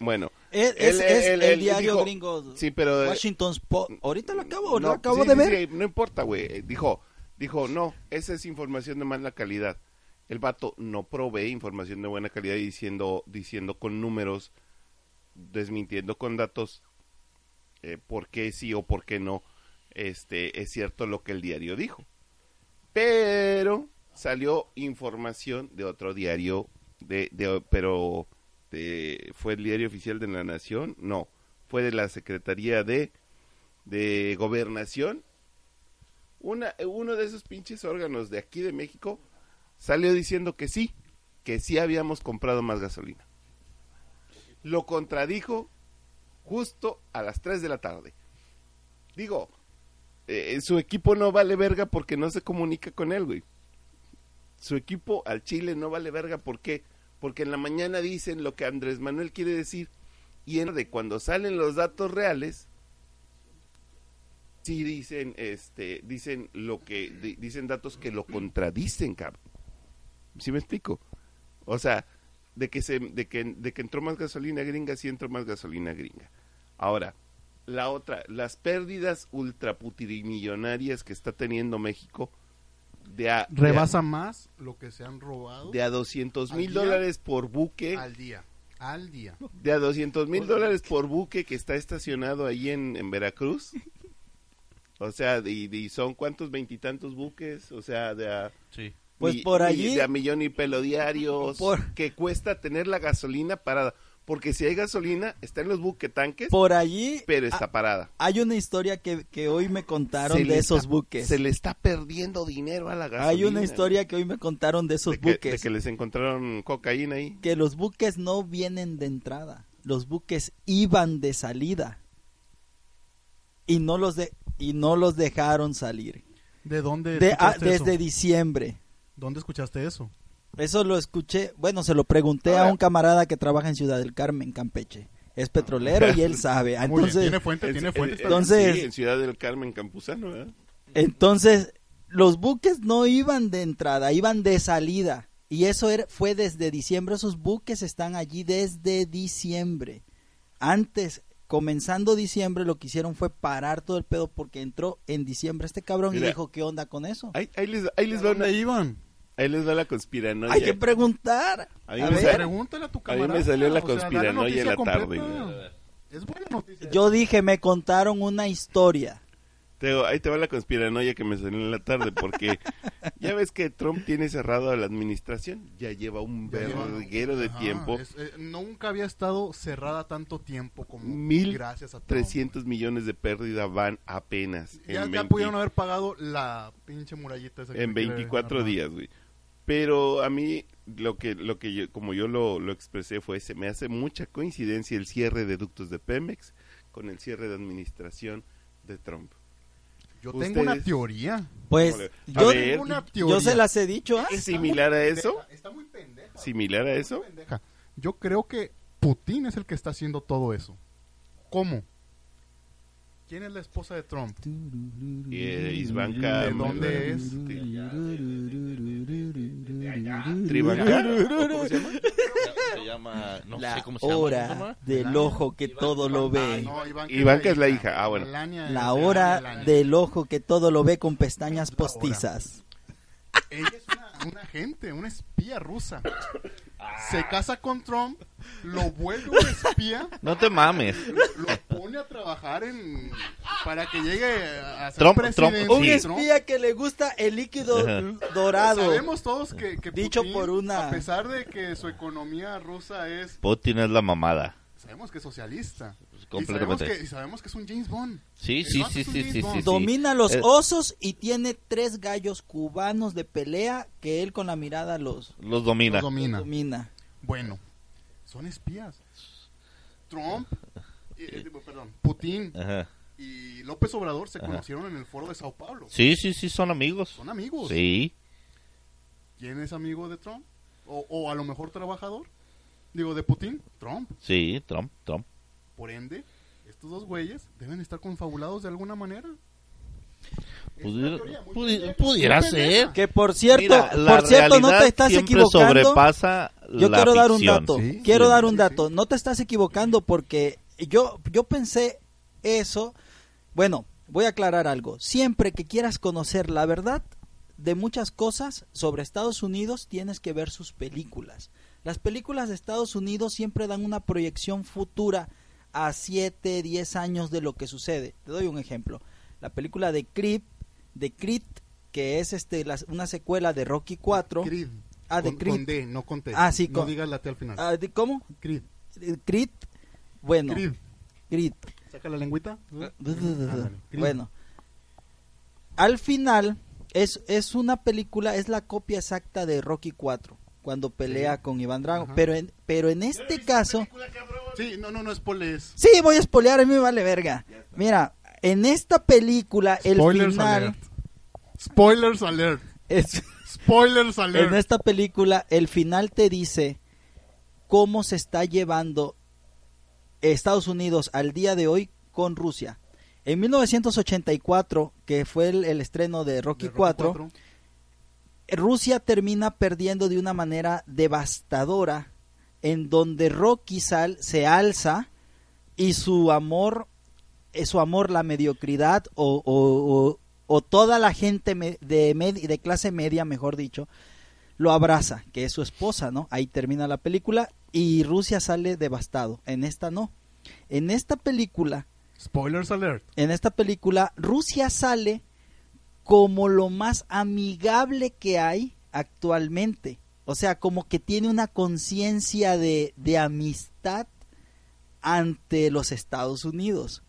[SPEAKER 1] Bueno.
[SPEAKER 2] Es,
[SPEAKER 1] él-
[SPEAKER 2] es- es
[SPEAKER 1] él-
[SPEAKER 2] el
[SPEAKER 1] él
[SPEAKER 2] diario
[SPEAKER 1] dijo-
[SPEAKER 2] gringo.
[SPEAKER 1] Sí, pero. eh,
[SPEAKER 2] Washington Post. Ahorita lo acabo, lo
[SPEAKER 1] no, pues
[SPEAKER 2] acabo
[SPEAKER 1] sí,
[SPEAKER 2] de
[SPEAKER 1] sí,
[SPEAKER 2] ver.
[SPEAKER 1] sí, no importa, güey. Eh, Dijo, dijo, no, esa es información de mala calidad. El vato no provee información de buena calidad y diciendo, diciendo con números, desmintiendo con datos, eh, por qué sí o por qué no este, es cierto lo que el diario dijo. Pero salió información de otro diario, de, de- pero de- fue el diario oficial de la Nación, no, fue de la Secretaría de, de Gobernación. Una, uno de esos pinches órganos de aquí de México salió diciendo que sí, que sí habíamos comprado más gasolina. Lo contradijo justo a las 3 de la tarde. Digo, eh, su equipo no vale verga porque no se comunica con él, güey. Su equipo al Chile no vale verga ¿por qué? porque en la mañana dicen lo que Andrés Manuel quiere decir y en de cuando salen los datos reales sí dicen, este, dicen lo que, di- dicen datos que lo contradicen, cabrón. ¿Sí me explico? O sea, de que, se, de, que, de que entró más gasolina gringa, sí entró más gasolina gringa. Ahora, la otra, las pérdidas ultraputirimillonarias que está teniendo México de a, de a-
[SPEAKER 4] Rebasa más lo que se han robado
[SPEAKER 1] de a 200 mil
[SPEAKER 4] Al día.
[SPEAKER 1] dólares por buque,
[SPEAKER 4] al día. Al día.
[SPEAKER 1] de a 200 mil dólares por buque que está estacionado ahí en, en Veracruz. O sea, y, y son cuántos veintitantos buques, o sea, de a...
[SPEAKER 3] Sí.
[SPEAKER 2] Pues
[SPEAKER 1] mi-
[SPEAKER 2] por
[SPEAKER 1] mi-
[SPEAKER 2] allí-
[SPEAKER 1] De a millón y pelo diarios.
[SPEAKER 2] Por-
[SPEAKER 1] Que cuesta tener la gasolina parada. Porque si hay gasolina, está en los buquetanques,
[SPEAKER 2] Por allí
[SPEAKER 1] pero
[SPEAKER 2] ha-
[SPEAKER 1] está parada.
[SPEAKER 2] hay una historia que, que hoy me contaron
[SPEAKER 1] Se le
[SPEAKER 2] de esos
[SPEAKER 1] está-
[SPEAKER 2] buques.
[SPEAKER 1] Se le está perdiendo dinero a la gasolina.
[SPEAKER 2] Hay una historia que hoy me contaron de esos
[SPEAKER 1] de que, de
[SPEAKER 2] buques.
[SPEAKER 1] que les encontraron cocaína ahí.
[SPEAKER 2] que los buques no vienen de entrada, los buques iban de salida y no los de y no los dejaron salir.
[SPEAKER 5] ¿De dónde
[SPEAKER 2] De- ah,
[SPEAKER 5] escuchaste
[SPEAKER 2] desde
[SPEAKER 5] eso?
[SPEAKER 2] diciembre.
[SPEAKER 5] ¿Dónde escuchaste eso?
[SPEAKER 2] Eso lo escuché, bueno, se lo pregunté a
[SPEAKER 1] Ahora-
[SPEAKER 2] un camarada que trabaja en Ciudad del Carmen, Campeche. Es petrolero y él sabe. Ah,
[SPEAKER 5] Muy bien,
[SPEAKER 2] Entonces,
[SPEAKER 5] tiene fuente,
[SPEAKER 1] En-
[SPEAKER 5] tiene
[SPEAKER 1] en-
[SPEAKER 5] fuente.
[SPEAKER 1] en-
[SPEAKER 2] Entonces-
[SPEAKER 1] sí, en Ciudad del Carmen, Campuzano, ¿verdad?
[SPEAKER 2] entonces los buques no iban de entrada, iban de salida. Y eso era- fue desde diciembre. Esos buques están allí desde diciembre. Antes, comenzando diciembre, lo que hicieron fue parar todo el pedo porque entró en diciembre este cabrón
[SPEAKER 1] Mira.
[SPEAKER 2] y dijo, ¿qué onda con eso?
[SPEAKER 1] Ahí, ahí les, ahí les va una-
[SPEAKER 4] ¿Dónde iban?
[SPEAKER 1] ahí les va la conspiranoia.
[SPEAKER 2] Hay que preguntar.
[SPEAKER 1] A mí
[SPEAKER 2] A
[SPEAKER 1] me
[SPEAKER 2] ver.
[SPEAKER 1] sale-
[SPEAKER 4] Pues Pregúntale a tu
[SPEAKER 1] A mí me
[SPEAKER 4] camarada.
[SPEAKER 1] salió la
[SPEAKER 4] o sea, da
[SPEAKER 1] conspiranoia en la
[SPEAKER 4] noticia
[SPEAKER 1] tarde,
[SPEAKER 4] completa.
[SPEAKER 1] güey.
[SPEAKER 4] Es buena noticia.
[SPEAKER 2] Yo dije, me contaron una historia.
[SPEAKER 1] Te digo, ahí te va la conspiranoia que me salió en la tarde, porque ya ves que Trump tiene cerrado a la administración, ya lleva un
[SPEAKER 4] Ya lleva-
[SPEAKER 1] verguero de
[SPEAKER 4] Ajá,
[SPEAKER 1] tiempo,
[SPEAKER 4] es- eh, nunca había estado cerrada tanto tiempo como
[SPEAKER 1] Mil
[SPEAKER 4] gracias a Trump.
[SPEAKER 1] 300 millones de pérdida van apenas en,
[SPEAKER 4] Ya, ya
[SPEAKER 1] 20
[SPEAKER 4] pudieron haber pagado la pinche murallita esa que
[SPEAKER 1] en
[SPEAKER 4] quiere
[SPEAKER 1] 24
[SPEAKER 4] armar.
[SPEAKER 1] días, güey. Pero a mí, lo que, lo que yo, como yo lo, lo expresé fue, se me hace mucha coincidencia el cierre de ductos de Pemex con el cierre de administración de Trump.
[SPEAKER 4] Yo tengo una
[SPEAKER 1] Ustedes-
[SPEAKER 4] teoría.
[SPEAKER 2] Pues
[SPEAKER 1] Híjole. A
[SPEAKER 2] yo,
[SPEAKER 1] ver.
[SPEAKER 4] Tengo una teoría.
[SPEAKER 2] yo se las he dicho. ¿ah?
[SPEAKER 1] ¿Es similar a eso?
[SPEAKER 4] Está, muy pendeja.
[SPEAKER 1] ¿Similar a eso?
[SPEAKER 4] muy pendeja. Yo creo que Putin es el que está haciendo todo eso. ¿Cómo? ¿Quién es la esposa de Trump?
[SPEAKER 1] Eh, Isbanca, este,
[SPEAKER 4] ¿De dónde es?
[SPEAKER 1] Tribanca, ¿o cómo se llama?
[SPEAKER 3] Se llama, no
[SPEAKER 2] la
[SPEAKER 3] sé cómo se llama. ¿cómo se
[SPEAKER 2] hora
[SPEAKER 3] llama?
[SPEAKER 2] del ojo que todo lo ve.
[SPEAKER 4] Ah, No, eh, Ivanka
[SPEAKER 1] Ivanka es la hija. Ah, bueno.
[SPEAKER 4] Melania es
[SPEAKER 2] La hora
[SPEAKER 4] Melania.
[SPEAKER 2] del ojo que todo lo ve con pestañas
[SPEAKER 4] La hora.
[SPEAKER 2] postizas.
[SPEAKER 4] Ella es una, una agente, una espía rusa. Se casa con Trump, lo vuelve un espía,
[SPEAKER 3] No te mames.
[SPEAKER 4] lo pone a trabajar en para que llegue a ser
[SPEAKER 3] Trump-
[SPEAKER 4] presidente.
[SPEAKER 3] Trump-
[SPEAKER 2] Un
[SPEAKER 3] Sí.
[SPEAKER 2] espía que le gusta el líquido
[SPEAKER 3] Ajá.
[SPEAKER 2] dorado.
[SPEAKER 4] Pues Sabemos todos que, que
[SPEAKER 2] Dicho
[SPEAKER 4] Putin,
[SPEAKER 2] por una-
[SPEAKER 4] a pesar de que su economía rusa es,
[SPEAKER 3] Putin es la mamada. Pues,
[SPEAKER 4] sabemos que es socialista.
[SPEAKER 3] completamente.
[SPEAKER 4] Y sabemos que, y sabemos que es un James Bond.
[SPEAKER 3] Sí,
[SPEAKER 4] El
[SPEAKER 3] sí,
[SPEAKER 4] vato
[SPEAKER 3] sí,
[SPEAKER 4] es un
[SPEAKER 3] sí,
[SPEAKER 4] James
[SPEAKER 3] sí,
[SPEAKER 4] Bond.
[SPEAKER 3] sí, sí.
[SPEAKER 2] Domina los
[SPEAKER 3] Eh.
[SPEAKER 2] osos y tiene tres gallos cubanos de pelea que él con la mirada los
[SPEAKER 3] Los domina.
[SPEAKER 4] Los domina.
[SPEAKER 2] domina.
[SPEAKER 4] Bueno, son espías. Trump, eh, eh, perdón, Putin
[SPEAKER 3] Ajá.
[SPEAKER 4] y López Obrador se
[SPEAKER 3] Ajá.
[SPEAKER 4] conocieron en el foro de Sao Paulo.
[SPEAKER 3] Sí, sí, sí, son amigos.
[SPEAKER 4] Son amigos.
[SPEAKER 3] Sí.
[SPEAKER 4] ¿Quién es amigo de Trump? O, o a lo mejor trabajador. Digo, de Putin, Trump.
[SPEAKER 3] Sí, Trump, Trump.
[SPEAKER 4] Por ende, estos dos güeyes deben estar confabulados de alguna manera. Es una
[SPEAKER 3] Pudiera,
[SPEAKER 4] teoría muy
[SPEAKER 3] pudi-
[SPEAKER 4] pendeja,
[SPEAKER 3] pudiera
[SPEAKER 4] muy pendeja.
[SPEAKER 3] ser.
[SPEAKER 2] Que por cierto,
[SPEAKER 3] Eh, Mira, la
[SPEAKER 2] por cierto, no
[SPEAKER 3] realidad
[SPEAKER 2] te estás
[SPEAKER 3] siempre
[SPEAKER 2] equivocando.
[SPEAKER 3] sobrepasa
[SPEAKER 2] Yo
[SPEAKER 3] la
[SPEAKER 2] quiero dar un
[SPEAKER 3] ficción.
[SPEAKER 2] dato.
[SPEAKER 4] Sí,
[SPEAKER 2] quiero
[SPEAKER 4] sí,
[SPEAKER 2] dar
[SPEAKER 4] sí,
[SPEAKER 2] un
[SPEAKER 4] sí.
[SPEAKER 2] dato. No te estás equivocando porque yo, yo pensé eso. Bueno, voy a aclarar algo. Siempre que quieras conocer la verdad de muchas cosas sobre Estados Unidos, tienes que ver sus películas. Las películas de Estados Unidos siempre dan una proyección futura a 7, 10 años de lo que sucede. Te doy un ejemplo. La película de Creep, de Creed, que es este, las- una secuela de Rocky 4.
[SPEAKER 4] Creed.
[SPEAKER 2] Ah, de
[SPEAKER 4] Con-
[SPEAKER 2] Creed.
[SPEAKER 4] Con D, no con T.
[SPEAKER 2] Ah, sí,
[SPEAKER 4] no
[SPEAKER 2] con-
[SPEAKER 4] digas la T al final.
[SPEAKER 2] Ah, ¿de- ¿Cómo?
[SPEAKER 4] Creed.
[SPEAKER 2] Eh, Creed, bueno,
[SPEAKER 4] Creed.
[SPEAKER 2] Creed.
[SPEAKER 4] Saca la lengüita.
[SPEAKER 2] Ah,
[SPEAKER 4] Ándale, Creed.
[SPEAKER 2] Bueno, al final es, es una película, es la copia exacta de Rocky 4 cuando pelea con Iván Drago,
[SPEAKER 4] Ajá.
[SPEAKER 2] pero en, pero en este caso,
[SPEAKER 4] Sí, no, no, no, spoilers.
[SPEAKER 2] sí, voy a espolear, a mí me vale verga. Mira, en esta película el
[SPEAKER 4] Spoilers
[SPEAKER 2] final
[SPEAKER 4] alert. Spoilers alert.
[SPEAKER 2] es-
[SPEAKER 4] Spoilers
[SPEAKER 2] en
[SPEAKER 4] alert.
[SPEAKER 2] esta película el final te dice cómo se está llevando Estados Unidos al día de hoy con Rusia. En 1984, que fue el, el estreno de Rocky,
[SPEAKER 4] de Rocky
[SPEAKER 2] 4,
[SPEAKER 4] IV.
[SPEAKER 2] Rusia termina perdiendo de una manera devastadora, en donde Rocky sal- se alza y su amor, eh, su amor, la mediocridad o, o- o- o toda la gente me- de, med- de clase media, mejor dicho, lo abraza, que es su esposa, ¿no? Ahí termina la película y Rusia sale devastado. En esta no. En esta película
[SPEAKER 5] Spoilers alert.
[SPEAKER 2] en esta película, Rusia sale como lo más amigable que hay actualmente. O sea, como que tiene una conciencia de, de amistad ante los Estados Unidos.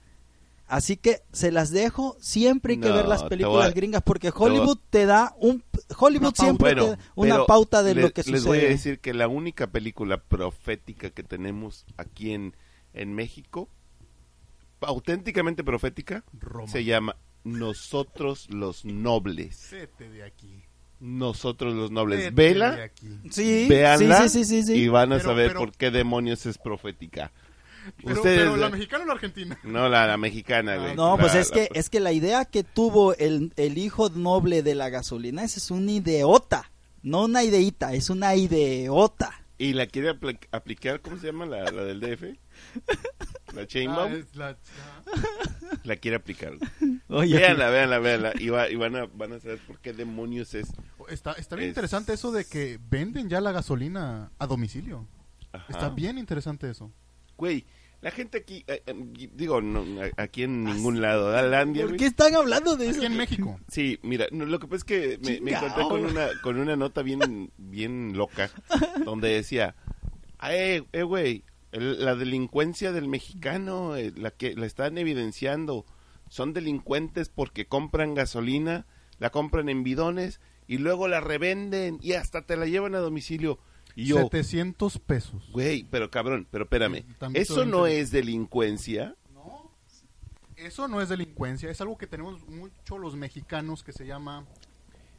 [SPEAKER 2] Así que se las dejo. Siempre hay que
[SPEAKER 1] No,
[SPEAKER 2] ver las
[SPEAKER 1] te
[SPEAKER 2] películas
[SPEAKER 1] voy a-
[SPEAKER 2] gringas porque
[SPEAKER 1] voy a-
[SPEAKER 2] Hollywood te da un Hollywood
[SPEAKER 5] pauta.
[SPEAKER 2] siempre
[SPEAKER 1] Bueno,
[SPEAKER 2] te da una
[SPEAKER 1] pero
[SPEAKER 2] pauta de
[SPEAKER 1] le-
[SPEAKER 2] lo que
[SPEAKER 1] Les voy a
[SPEAKER 2] sucede.
[SPEAKER 1] decir que la única película profética que tenemos aquí en, en México, auténticamente profética,
[SPEAKER 5] Roma.
[SPEAKER 1] se llama Nosotros los Nobles.
[SPEAKER 5] Vete de aquí.
[SPEAKER 1] Nosotros los Nobles.
[SPEAKER 5] Vete de
[SPEAKER 1] Vela,
[SPEAKER 5] aquí.
[SPEAKER 2] Sí,
[SPEAKER 1] véanla
[SPEAKER 2] sí, sí, sí, sí, sí.
[SPEAKER 1] y van a
[SPEAKER 4] Este Pero-
[SPEAKER 1] saber
[SPEAKER 4] pero-
[SPEAKER 1] por qué demonios es profética.
[SPEAKER 4] Pero,
[SPEAKER 1] Ustedes-
[SPEAKER 4] pero la Ah, mexicana o la argentina.
[SPEAKER 1] No, la, la mexicana, güey.
[SPEAKER 2] No,
[SPEAKER 1] La-
[SPEAKER 2] pues es
[SPEAKER 1] la-
[SPEAKER 2] que, es que la idea que tuvo el, el hijo noble de la gasolina, ese es un ideota. No una ideita, es una ideota.
[SPEAKER 1] ¿Y la quiere apl- aplicar, cómo se llama la, la del DF? La
[SPEAKER 4] Ah,
[SPEAKER 1] Chainbaum.
[SPEAKER 4] es la- ah.
[SPEAKER 1] La quiere aplicar.
[SPEAKER 2] Oye,
[SPEAKER 1] Véanla, véanla, véanla. Y, va- y van, a, van a saber por qué demonios es.
[SPEAKER 4] Está, está bien
[SPEAKER 1] Es-
[SPEAKER 4] interesante eso de que venden ya la gasolina a domicilio.
[SPEAKER 1] Ajá.
[SPEAKER 4] Está bien interesante eso.
[SPEAKER 1] Güey, la gente aquí, eh, eh, digo, no, a- aquí en ningún lado, Dalandia,
[SPEAKER 2] Ah, ¿por
[SPEAKER 1] güey.
[SPEAKER 2] qué están hablando de eso?
[SPEAKER 4] Aquí en México.
[SPEAKER 1] Sí, mira, no, lo que pasa es que me, me
[SPEAKER 2] Chingao.
[SPEAKER 1] encontré con una, con una nota bien, bien loca, donde decía, eh, eh, güey, el- la delincuencia del mexicano, eh, la que la están evidenciando, son delincuentes porque compran gasolina, la compran en bidones y luego la revenden y hasta te la llevan a domicilio. Y yo,
[SPEAKER 4] 700 pesos.
[SPEAKER 1] güey, pero cabrón, pero espérame,
[SPEAKER 4] Sí, Mm, también
[SPEAKER 1] ¿eso
[SPEAKER 4] soy
[SPEAKER 1] no
[SPEAKER 4] inter-
[SPEAKER 1] es delincuencia?
[SPEAKER 4] No, eso no es delincuencia, es algo que tenemos mucho los mexicanos que se llama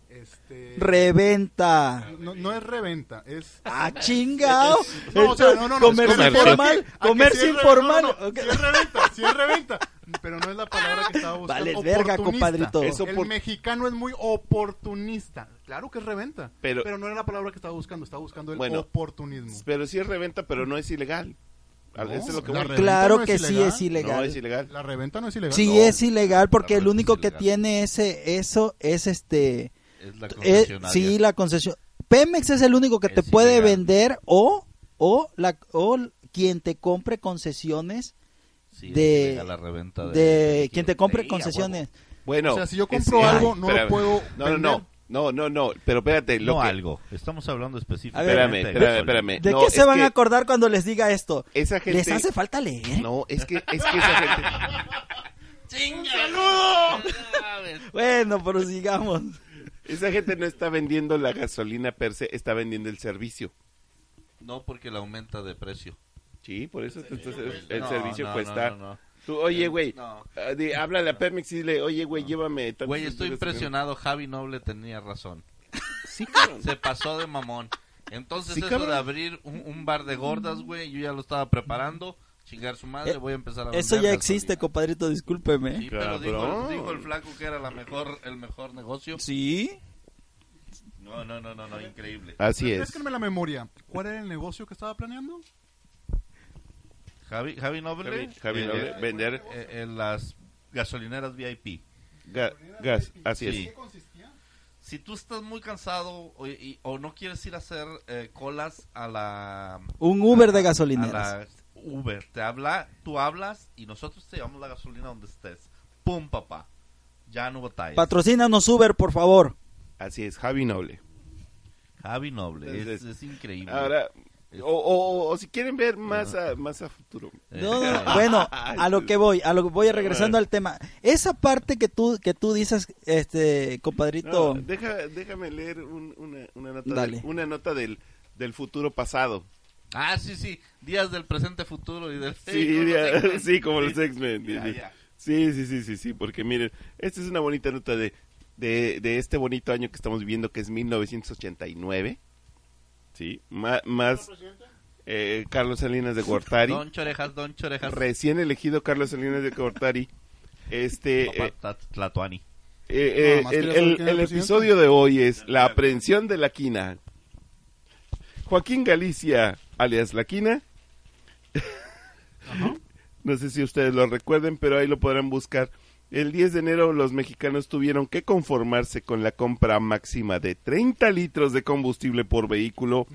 [SPEAKER 4] este
[SPEAKER 2] Reventa.
[SPEAKER 4] no, no es reventa, es
[SPEAKER 2] Ah, chingao.
[SPEAKER 4] no, o sea, no, no, no,
[SPEAKER 2] comercio
[SPEAKER 4] espérate,
[SPEAKER 2] informal,
[SPEAKER 4] a que- a que
[SPEAKER 2] comercio
[SPEAKER 4] sí es re-
[SPEAKER 2] informal.
[SPEAKER 4] no, no, no,
[SPEAKER 2] Ok.
[SPEAKER 4] sí es reventa, sí es reventa, pero no es la palabra que estaba buscando.
[SPEAKER 2] Vales verga,
[SPEAKER 4] oportunista.
[SPEAKER 2] compadrito.
[SPEAKER 1] Es opor-
[SPEAKER 4] El mexicano es muy oportunista. Claro que es reventa,
[SPEAKER 1] Pero-
[SPEAKER 4] pero, no era la palabra que estaba buscando, estaba buscando el
[SPEAKER 1] Bueno.
[SPEAKER 4] oportunismo.
[SPEAKER 1] Pero sí es reventa, pero no es ilegal. Al-
[SPEAKER 4] No,
[SPEAKER 1] eso es lo que
[SPEAKER 4] la
[SPEAKER 1] voy.
[SPEAKER 4] reventa
[SPEAKER 2] Claro
[SPEAKER 4] no es
[SPEAKER 2] que sí
[SPEAKER 4] ilegal.
[SPEAKER 2] es ilegal.
[SPEAKER 1] No es ilegal.
[SPEAKER 4] La reventa no es ilegal.
[SPEAKER 2] Sí
[SPEAKER 4] No.
[SPEAKER 2] es ilegal porque
[SPEAKER 3] La
[SPEAKER 2] el único
[SPEAKER 3] reventa
[SPEAKER 2] que
[SPEAKER 3] es ilegal.
[SPEAKER 2] tiene ese eso es este
[SPEAKER 3] Es la
[SPEAKER 2] Eh,
[SPEAKER 3] concesionaria.
[SPEAKER 2] sí, la concesión. Pemex es el único que te
[SPEAKER 3] Es
[SPEAKER 2] puede
[SPEAKER 3] ilegal.
[SPEAKER 2] vender o, o, la, o quien te compre concesiones
[SPEAKER 3] Sí, es
[SPEAKER 2] de-
[SPEAKER 3] ilegal la reventa
[SPEAKER 2] de,
[SPEAKER 3] de, de
[SPEAKER 2] quien te compre
[SPEAKER 3] Sí, a
[SPEAKER 2] concesiones.
[SPEAKER 1] Bueno,
[SPEAKER 4] O sea, si yo
[SPEAKER 1] es-
[SPEAKER 4] compro
[SPEAKER 1] ay,
[SPEAKER 4] algo, no lo puedo
[SPEAKER 1] No, no, no,
[SPEAKER 4] vender.
[SPEAKER 1] no, no, no, pero espérate,
[SPEAKER 3] huevo.
[SPEAKER 1] lo
[SPEAKER 3] No
[SPEAKER 1] que-
[SPEAKER 3] algo. Estamos hablando específicamente.
[SPEAKER 1] Espérame,
[SPEAKER 3] de
[SPEAKER 1] espérame,
[SPEAKER 3] gasolina.
[SPEAKER 1] espérame.
[SPEAKER 2] ¿De
[SPEAKER 1] No,
[SPEAKER 2] qué se
[SPEAKER 1] es
[SPEAKER 2] van a
[SPEAKER 1] que
[SPEAKER 2] acordar cuando les diga esto?
[SPEAKER 1] Esa gente
[SPEAKER 2] ¿Les hace falta leer?
[SPEAKER 1] No, es que es que esa gente
[SPEAKER 2] Bueno, pero sigamos.
[SPEAKER 1] esa gente no está vendiendo la gasolina per se, está vendiendo el servicio.
[SPEAKER 3] No, porque la aumenta de precio.
[SPEAKER 1] Sí, por eso te- entonces, el,
[SPEAKER 3] No,
[SPEAKER 1] servicio
[SPEAKER 3] no,
[SPEAKER 1] cuesta.
[SPEAKER 3] no, no, no.
[SPEAKER 1] Tú, oye, güey,
[SPEAKER 3] No.
[SPEAKER 1] ah, di- háblale a Pemex y dile, oye, güey, llévame. tantos
[SPEAKER 3] Güey,
[SPEAKER 1] litros
[SPEAKER 3] estoy
[SPEAKER 1] de gasolina.
[SPEAKER 3] impresionado. Javi Noble tenía razón.
[SPEAKER 1] Sí, cabrón.
[SPEAKER 3] Se pasó de mamón. Entonces,
[SPEAKER 1] Sí,
[SPEAKER 3] eso
[SPEAKER 1] cabrón.
[SPEAKER 3] de abrir un, un bar de gordas, güey, yo ya lo estaba preparando. Chingar su madre,
[SPEAKER 2] Eh,
[SPEAKER 3] voy a empezar a
[SPEAKER 2] Eso
[SPEAKER 3] vender
[SPEAKER 2] ya existe,
[SPEAKER 3] gasolina.
[SPEAKER 2] compadrito, discúlpeme.
[SPEAKER 3] Sí, pero dijo,
[SPEAKER 1] Cabrón.
[SPEAKER 3] dijo el flaco que era la mejor, el mejor negocio.
[SPEAKER 2] Sí.
[SPEAKER 3] No, no, no, no, no, increíble.
[SPEAKER 1] Así es.
[SPEAKER 4] Refresquenme la memoria. ¿Cuál era el negocio que estaba planeando?
[SPEAKER 3] Javi, Javi Noble.
[SPEAKER 1] Javi, Javi,
[SPEAKER 3] eh,
[SPEAKER 1] Noble,
[SPEAKER 3] eh,
[SPEAKER 1] vender
[SPEAKER 3] eh, eh, las gasolineras VIP.
[SPEAKER 1] ga- gas, así
[SPEAKER 3] Sí.
[SPEAKER 1] es.
[SPEAKER 4] ¿Qué consistía?
[SPEAKER 3] Si tú estás muy cansado o, y- o no quieres ir a hacer eh, colas a la...
[SPEAKER 2] Un Uber
[SPEAKER 3] a-
[SPEAKER 2] de
[SPEAKER 3] a-
[SPEAKER 2] gasolineras.
[SPEAKER 3] a la Uber. Te habla, tú hablas y nosotros te llevamos la gasolina donde estés. Pum, papá. Ya no batallas.
[SPEAKER 2] Patrocínanos Uber, por favor.
[SPEAKER 1] Así es, Javi Noble.
[SPEAKER 3] Javi Noble. Es,
[SPEAKER 1] Entonces,
[SPEAKER 3] es increíble.
[SPEAKER 1] Ahora, o, o- o si quieren ver más a, más a futuro.
[SPEAKER 3] Eh,
[SPEAKER 2] No, no, no. bueno, a lo que voy, a lo que voy regresando al tema. Esa parte que tú que tú dices, este compadrito,
[SPEAKER 1] No, deja- déjame leer un- una, una nota,
[SPEAKER 2] Dale.
[SPEAKER 1] del, una nota del, del futuro pasado.
[SPEAKER 3] Ah, sí, sí. Días del presente, futuro y del...
[SPEAKER 1] Sí,
[SPEAKER 3] no
[SPEAKER 1] ya-
[SPEAKER 3] sé.
[SPEAKER 1] sí, como los X-Men.
[SPEAKER 3] Ya, ya.
[SPEAKER 1] Sí, sí, sí, sí, sí, porque miren, esta es una bonita nota de, de, de este bonito año que estamos viviendo, que es 1989. Sí, ma- más eh, Carlos Salinas de Gortari.
[SPEAKER 3] Don Chorejas, Don Chorejas.
[SPEAKER 1] Recién elegido Carlos Salinas de Cortari Este,
[SPEAKER 3] Papá
[SPEAKER 1] eh,
[SPEAKER 3] Tat- Tlatoani.
[SPEAKER 1] eh, eh,
[SPEAKER 4] Nada más
[SPEAKER 1] el,
[SPEAKER 4] quería saber
[SPEAKER 1] el-
[SPEAKER 4] quién era
[SPEAKER 1] el
[SPEAKER 4] el presidente.
[SPEAKER 1] episodio de hoy es La aprehensión de la quina. Joaquín Galicia, alias La Quina. No sé si ustedes lo recuerden, pero ahí lo podrán buscar. El 10 de enero los mexicanos tuvieron que conformarse con la compra máxima de 30 litros de combustible por vehículo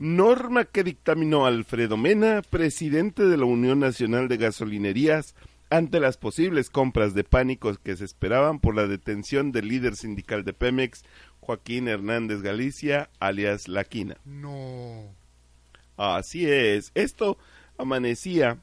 [SPEAKER 1] Norma que dictaminó Alfredo Mena, presidente de la Unión Nacional de Gasolinerías, ante las posibles compras de pánicos que se esperaban por la detención del líder sindical de Pemex, Joaquín Hernández Galicia, alias La Quina.
[SPEAKER 4] No.
[SPEAKER 1] Así es, esto amanecía.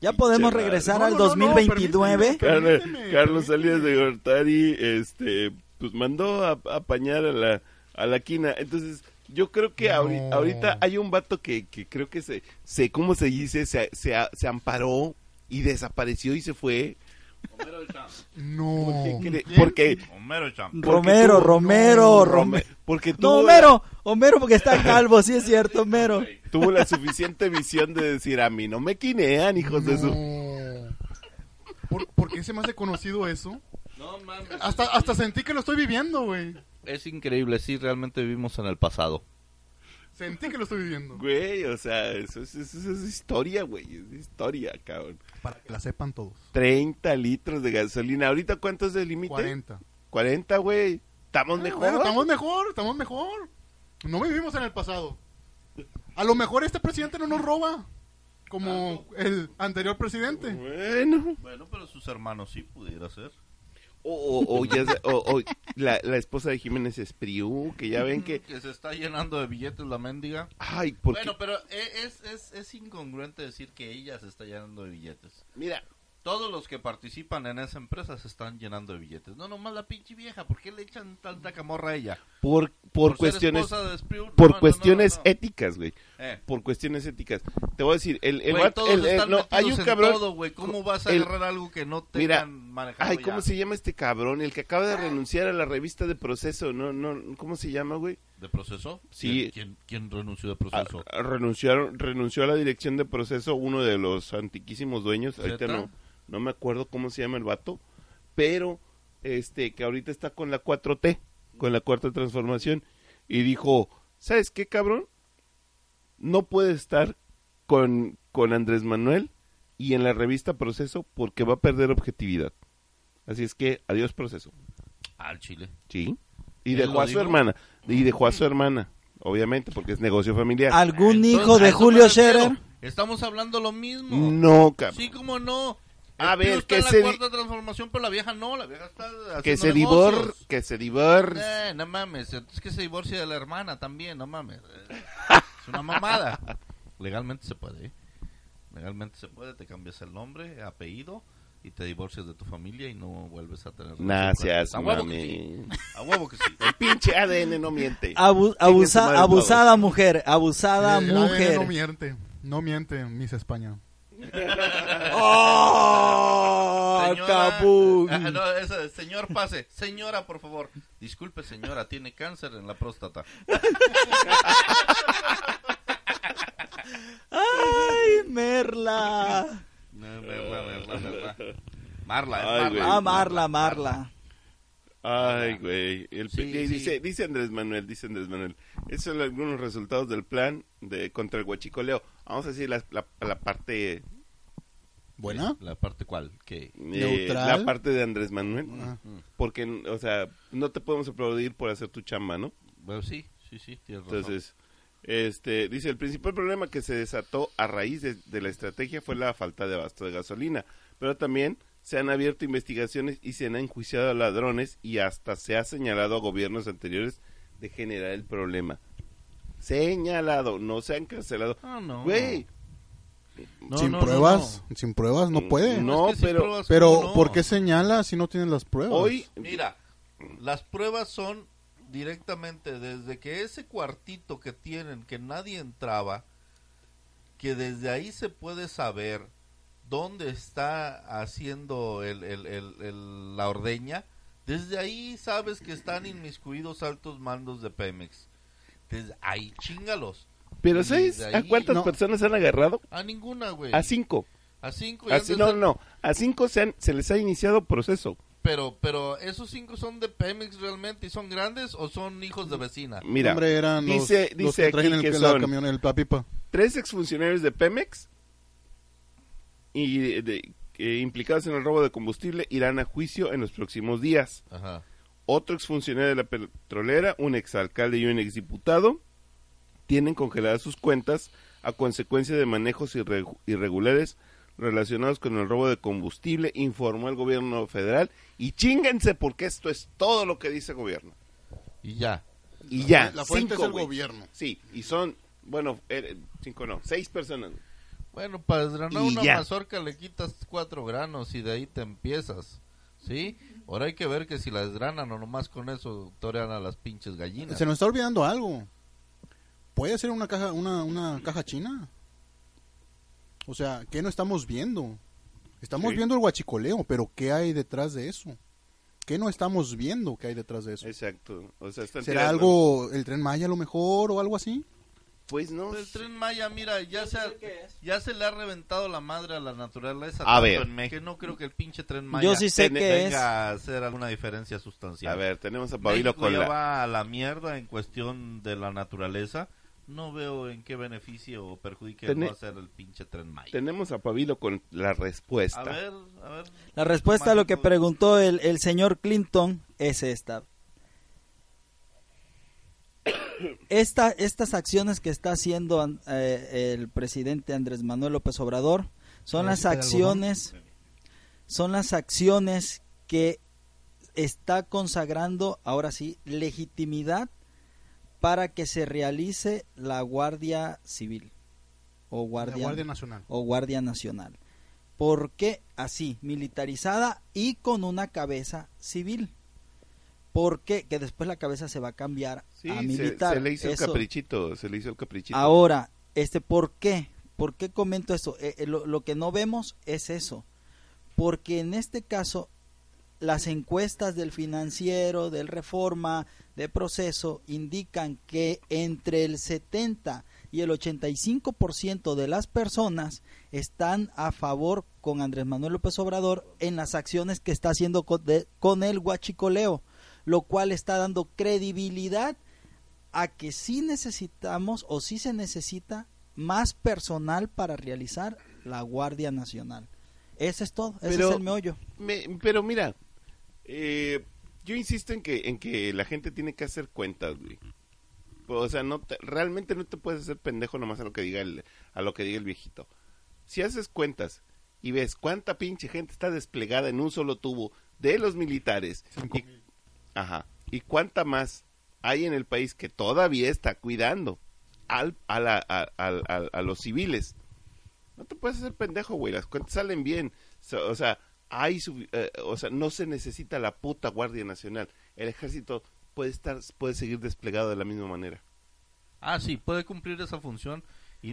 [SPEAKER 2] Ya podemos
[SPEAKER 1] Pinche
[SPEAKER 2] regresar
[SPEAKER 4] madre.
[SPEAKER 2] al
[SPEAKER 4] No, no, no,
[SPEAKER 2] 2029.
[SPEAKER 4] permíteme,
[SPEAKER 1] Carlos,
[SPEAKER 4] Permíteme,
[SPEAKER 1] Carlos
[SPEAKER 4] permíteme.
[SPEAKER 1] Salinas de Gortari este, pues mandó a, a apañar a la, a la quina. Entonces, yo creo que ahori-
[SPEAKER 4] No.
[SPEAKER 1] ahorita hay un vato que, que creo que se, se, ¿cómo se dice? Se, se, se amparó y desapareció y se fue.
[SPEAKER 3] Homero Champ.
[SPEAKER 4] No.
[SPEAKER 1] Porque, porque,
[SPEAKER 3] Homero Champ.
[SPEAKER 1] porque
[SPEAKER 2] Romero,
[SPEAKER 1] tuvo-
[SPEAKER 2] Romero,
[SPEAKER 1] no,
[SPEAKER 2] Romero.
[SPEAKER 1] Porque tuvo,
[SPEAKER 2] No, Homero, Homero porque está calvo, sí es cierto, Homero.
[SPEAKER 1] La, tuvo la suficiente visión de decir, a mí no me quinean, hijos de su...
[SPEAKER 4] No. ¿Por, por qué se me hace conocido eso?
[SPEAKER 3] No mames.
[SPEAKER 4] Hasta, hasta sentí que lo estoy viviendo, güey.
[SPEAKER 3] Es increíble, sí, realmente vivimos en el pasado.
[SPEAKER 4] Sentí que lo estoy viviendo.
[SPEAKER 1] Güey, o sea, eso, es- eso es- eso es historia, güey, es historia, cabrón.
[SPEAKER 4] Para que la sepan todos.
[SPEAKER 1] 30 litros de gasolina. ¿Ahorita cuánto es el límite?
[SPEAKER 4] 40.
[SPEAKER 1] 40, güey. Estamos
[SPEAKER 4] Ah,
[SPEAKER 1] mejor.
[SPEAKER 4] bueno, estamos mejor, estamos mejor. No vivimos en el pasado. A lo mejor este presidente no nos roba. Como el anterior presidente.
[SPEAKER 1] Bueno.
[SPEAKER 3] Bueno, pero sus hermanos sí pudiera ser.
[SPEAKER 1] O, o- o ya se- o- o la, la esposa de Jiménez Espriu, que ya ven que...
[SPEAKER 3] Mm, Que se está llenando de billetes la mendiga.
[SPEAKER 1] Ay, porque...
[SPEAKER 3] Bueno, pero e- es, es, es incongruente decir que ella se está llenando de billetes.
[SPEAKER 1] Mira,
[SPEAKER 3] Todos los que participan en esa empresa se están llenando de billetes. No, nomás la pinche vieja. ¿Por qué le echan tanta camorra a ella?
[SPEAKER 1] por, por,
[SPEAKER 3] ser
[SPEAKER 1] cuestiones...
[SPEAKER 3] esposa de Spriu-
[SPEAKER 1] Por
[SPEAKER 3] No, no, no,
[SPEAKER 1] cuestiones
[SPEAKER 3] no.
[SPEAKER 1] éticas, güey.
[SPEAKER 3] Eh.
[SPEAKER 1] Por cuestiones éticas. Te voy a decir, el... el,
[SPEAKER 3] Güey,
[SPEAKER 1] vato-
[SPEAKER 3] todos
[SPEAKER 1] el- el-
[SPEAKER 3] están
[SPEAKER 1] no, hay un
[SPEAKER 3] metidos en
[SPEAKER 1] cabrón...
[SPEAKER 3] todo, güey. ¿Cómo vas a
[SPEAKER 1] el-
[SPEAKER 3] agarrar algo que no te
[SPEAKER 1] Mira,
[SPEAKER 3] manejado
[SPEAKER 1] Ay,
[SPEAKER 3] ya?
[SPEAKER 1] ¿cómo se llama este cabrón? El que acaba de renunciar a la revista de proceso, ¿no? no ¿Cómo se llama, güey?
[SPEAKER 3] ¿De proceso?
[SPEAKER 1] Sí.
[SPEAKER 3] ¿Quién, quién renunció de
[SPEAKER 1] A-
[SPEAKER 3] proceso?
[SPEAKER 1] a- Ah, renunciaron, renunció a la dirección de proceso uno de los antiquísimos dueños, ahorita
[SPEAKER 3] ¿Neta?
[SPEAKER 1] no, no me acuerdo cómo se llama el vato, pero este que ahorita está con la 4T, con la cuarta transformación, y dijo, ¿sabes qué cabrón? No puede estar con, con Andrés Manuel y en la revista Proceso porque va a perder objetividad. Así es que, adiós proceso. Ah,
[SPEAKER 3] Al Chile.
[SPEAKER 1] Sí. Y
[SPEAKER 3] ¿Él
[SPEAKER 1] dejó
[SPEAKER 3] lo
[SPEAKER 1] a su
[SPEAKER 3] dijo?
[SPEAKER 1] hermana, y dejó a su hermana, obviamente, porque es negocio familiar.
[SPEAKER 2] ¿Algún
[SPEAKER 3] Entonces,
[SPEAKER 2] hijo
[SPEAKER 3] a
[SPEAKER 2] de
[SPEAKER 3] eso
[SPEAKER 2] Julio
[SPEAKER 3] me refiero.
[SPEAKER 2] Scherer?
[SPEAKER 3] Estamos hablando lo mismo.
[SPEAKER 1] No, cabrón.
[SPEAKER 3] Sí, cómo no.
[SPEAKER 1] Mm. A
[SPEAKER 3] El tío
[SPEAKER 1] ver,
[SPEAKER 3] está
[SPEAKER 1] que
[SPEAKER 3] en la
[SPEAKER 1] se di-
[SPEAKER 3] cuarta transformación, pero la vieja no, la vieja está haciendo
[SPEAKER 1] que se
[SPEAKER 3] negocios.
[SPEAKER 1] divor, que se divor.
[SPEAKER 3] pues. Eh, no mames, es que se divorcia de la hermana también, no mames. Eh, Es una mamada. Legalmente se puede. ¿eh? Legalmente se puede, te cambias el nombre, apellido y te divorcias de tu familia y no vuelves a tener
[SPEAKER 1] Gracias,
[SPEAKER 3] A huevo que sí.
[SPEAKER 1] mami.
[SPEAKER 3] A huevo que sí.
[SPEAKER 1] El pinche ADN no miente.
[SPEAKER 2] Abu-
[SPEAKER 1] Chingue su
[SPEAKER 2] abusa-
[SPEAKER 1] madre
[SPEAKER 2] abusada mujer, abusada
[SPEAKER 4] El ADN No
[SPEAKER 2] mujer.
[SPEAKER 4] miente. No miente, Miss España.
[SPEAKER 2] ¡Oh,
[SPEAKER 3] Señora-
[SPEAKER 2] Acapulco!
[SPEAKER 3] Ah, no, esa- señor, pase. Señora, por favor. Disculpe, señora, tiene cáncer en la próstata.
[SPEAKER 2] ¡Ay, Merla!
[SPEAKER 3] No, Merla, Merla, Merla. Marla, es
[SPEAKER 1] Ay, güey.
[SPEAKER 3] Marla.
[SPEAKER 2] Ah, Marla, Marla.
[SPEAKER 1] Ay, güey. El
[SPEAKER 3] Sí,
[SPEAKER 1] pi- y
[SPEAKER 3] sí.
[SPEAKER 1] Dice, dice Andrés Manuel, dice Andrés Manuel. Esos son algunos resultados del plan de contra el huachicoleo. Vamos a decir la, la, la parte eh,
[SPEAKER 4] ¿Buena?
[SPEAKER 3] ¿La parte cuál? ¿Qué?
[SPEAKER 4] Neutral.
[SPEAKER 1] la parte de Andrés Manuel,
[SPEAKER 4] Ah.
[SPEAKER 1] porque o sea, no te podemos aplaudir por hacer tu chamba, ¿no?
[SPEAKER 3] Bueno, sí, sí, sí, tienes razón.
[SPEAKER 1] Entonces, este, dice, el principal problema que se desató a raíz de, de la estrategia fue la falta de abasto de gasolina, pero también se han abierto investigaciones y se han enjuiciado a ladrones y hasta se ha señalado a gobiernos anteriores de generar el problema. Señalado, no se han cancelado.
[SPEAKER 3] Ah, no.
[SPEAKER 1] Güey,
[SPEAKER 3] No,
[SPEAKER 4] sin
[SPEAKER 3] no, no,
[SPEAKER 4] pruebas.
[SPEAKER 3] no. Mm,
[SPEAKER 4] Sin pruebas no puede.
[SPEAKER 1] No,
[SPEAKER 3] Es que si
[SPEAKER 1] pero-
[SPEAKER 3] pruebas,
[SPEAKER 4] Pero,
[SPEAKER 3] ¿cómo no?
[SPEAKER 4] ¿por qué señala si no tienes las pruebas?
[SPEAKER 1] hoy
[SPEAKER 3] Mira,
[SPEAKER 1] Mm.
[SPEAKER 3] las pruebas son directamente desde que ese cuartito que tienen, que nadie entraba, que desde ahí se puede saber dónde está haciendo el- el- el- el- la ordeña, desde ahí sabes que están inmiscuidos altos mandos de Pemex. Desde ahí, chingalos.
[SPEAKER 1] pero
[SPEAKER 3] y
[SPEAKER 1] ¿sabes
[SPEAKER 3] de
[SPEAKER 1] a
[SPEAKER 3] ahí-
[SPEAKER 1] cuántas
[SPEAKER 4] No.
[SPEAKER 1] personas han agarrado?
[SPEAKER 3] A ninguna, güey.
[SPEAKER 1] A cinco.
[SPEAKER 3] A cinco. y
[SPEAKER 1] A
[SPEAKER 3] antes
[SPEAKER 1] ci- no,
[SPEAKER 3] de-
[SPEAKER 1] no, a cinco se, han- se les ha iniciado proceso.
[SPEAKER 3] Pero, pero esos cinco son de Pemex realmente y son grandes o son hijos de vecina.
[SPEAKER 1] Mira,
[SPEAKER 4] Hombre, eran los-
[SPEAKER 1] dice-
[SPEAKER 4] los,
[SPEAKER 1] dice
[SPEAKER 4] que traen
[SPEAKER 1] aquí
[SPEAKER 4] el,
[SPEAKER 1] que
[SPEAKER 4] la
[SPEAKER 1] son-
[SPEAKER 4] camión, el papipa.
[SPEAKER 1] tres exfuncionarios de Pemex y de- de- eh, implicados en el robo de combustible irán a juicio en los próximos días.
[SPEAKER 3] Ajá.
[SPEAKER 1] Otro exfuncionario de la petrolera, un exalcalde y un exdiputado tienen congeladas sus cuentas a consecuencia de manejos irre- irregulares relacionados con el robo de combustible, informó el gobierno federal. Y chínganse porque esto es todo lo que dice el gobierno.
[SPEAKER 3] Y ya.
[SPEAKER 1] Y ya.
[SPEAKER 4] La fuente
[SPEAKER 1] cinco,
[SPEAKER 4] es el
[SPEAKER 1] güey.
[SPEAKER 4] gobierno.
[SPEAKER 1] Sí, y son, bueno, eh, cinco no, seis personas. güey.
[SPEAKER 3] Bueno, para desgranar
[SPEAKER 1] Y
[SPEAKER 3] una
[SPEAKER 1] ya.
[SPEAKER 3] mazorca le quitas cuatro granos y de ahí te empiezas. ¿Sí? Ahora hay que ver que si la desgranan o nomás con eso torean a las pinches gallinas.
[SPEAKER 4] Se nos está olvidando algo. ¿Puede ser una caja, una, una caja china? O sea, ¿qué no estamos viendo? Estamos
[SPEAKER 1] Sí.
[SPEAKER 4] viendo el guachicoleo, pero ¿qué hay detrás de eso? ¿Qué no estamos viendo que hay detrás de eso?
[SPEAKER 1] Exacto. O sea, están
[SPEAKER 4] ¿Será
[SPEAKER 1] tirando-
[SPEAKER 4] algo el tren Maya a lo mejor o algo así?
[SPEAKER 1] Pues no.
[SPEAKER 3] El tren Maya, mira, ya se, ha- ya se le ha reventado la madre a la naturaleza.
[SPEAKER 1] A
[SPEAKER 3] tanto
[SPEAKER 1] ver.
[SPEAKER 3] en México, que no creo que el pinche tren Maya
[SPEAKER 2] Yo sí sé
[SPEAKER 1] Tene-
[SPEAKER 2] que es.
[SPEAKER 3] venga a hacer alguna diferencia
[SPEAKER 1] A
[SPEAKER 3] sustancial.
[SPEAKER 1] ver, tenemos a Pabilo
[SPEAKER 3] México
[SPEAKER 1] con
[SPEAKER 3] ya
[SPEAKER 1] la...
[SPEAKER 3] va a la mierda en cuestión de la naturaleza. No veo en qué beneficio o perjudique
[SPEAKER 1] Tene-
[SPEAKER 3] va a ser el pinche tren Maya.
[SPEAKER 1] Tenemos a Pabilo con la respuesta.
[SPEAKER 3] A ver, a ver.
[SPEAKER 2] La respuesta a lo que preguntó el, el señor Clinton es esta. Esta- estas acciones que está haciendo an- eh, el presidente Andrés Manuel López Obrador son
[SPEAKER 5] Ahora
[SPEAKER 2] las
[SPEAKER 5] sí que hay algodón.
[SPEAKER 2] acciones, son las acciones que está consagrando ahora sí legitimidad para que se realice la Guardia Civil o
[SPEAKER 5] La
[SPEAKER 2] Guardia,
[SPEAKER 5] Guardia Nacional.
[SPEAKER 2] o Guardia Nacional. ¿Por qué así? Militarizada y con una cabeza civil. Porque que después la cabeza se va a cambiar
[SPEAKER 1] Sí,
[SPEAKER 2] a
[SPEAKER 1] se-
[SPEAKER 2] militar.
[SPEAKER 1] se, le hizo
[SPEAKER 2] Eso.
[SPEAKER 1] el caprichito, se le hizo el caprichito.
[SPEAKER 2] Ahora, este, ¿por qué? ¿Por qué comento esto? Eh, eh, lo, lo que no vemos es eso. Porque en este caso, las encuestas del financiero, del reforma, de proceso, indican que entre el 70 y el 85% de las personas están a favor con Andrés Manuel López Obrador en las acciones que está haciendo con, de- con el huachicoleo, lo cual está dando credibilidad a que sí necesitamos o sí se necesita más personal para realizar la Guardia Nacional. Ese es todo, ese
[SPEAKER 1] Pero-
[SPEAKER 2] es el meollo.
[SPEAKER 1] Me- pero mira, eh, yo insisto en que, en que la gente tiene que hacer cuentas, güey. O sea, no te- realmente no te puedes hacer pendejo nomás a lo que diga el, a lo que diga el viejito. Si haces cuentas y ves cuánta pinche gente está desplegada en un solo tubo de los militares y, ajá, y cuánta más hay en el país que todavía está cuidando al, a, la- a- al- al- a los civiles. No te puedes hacer pendejo, güey. Las cuentas salen bien. So- o sea, hay sufi- eh, o sea, no se necesita la puta Guardia Nacional. El ejército puede estar puede seguir desplegado de la misma manera.
[SPEAKER 3] Ah, sí, puede cumplir esa función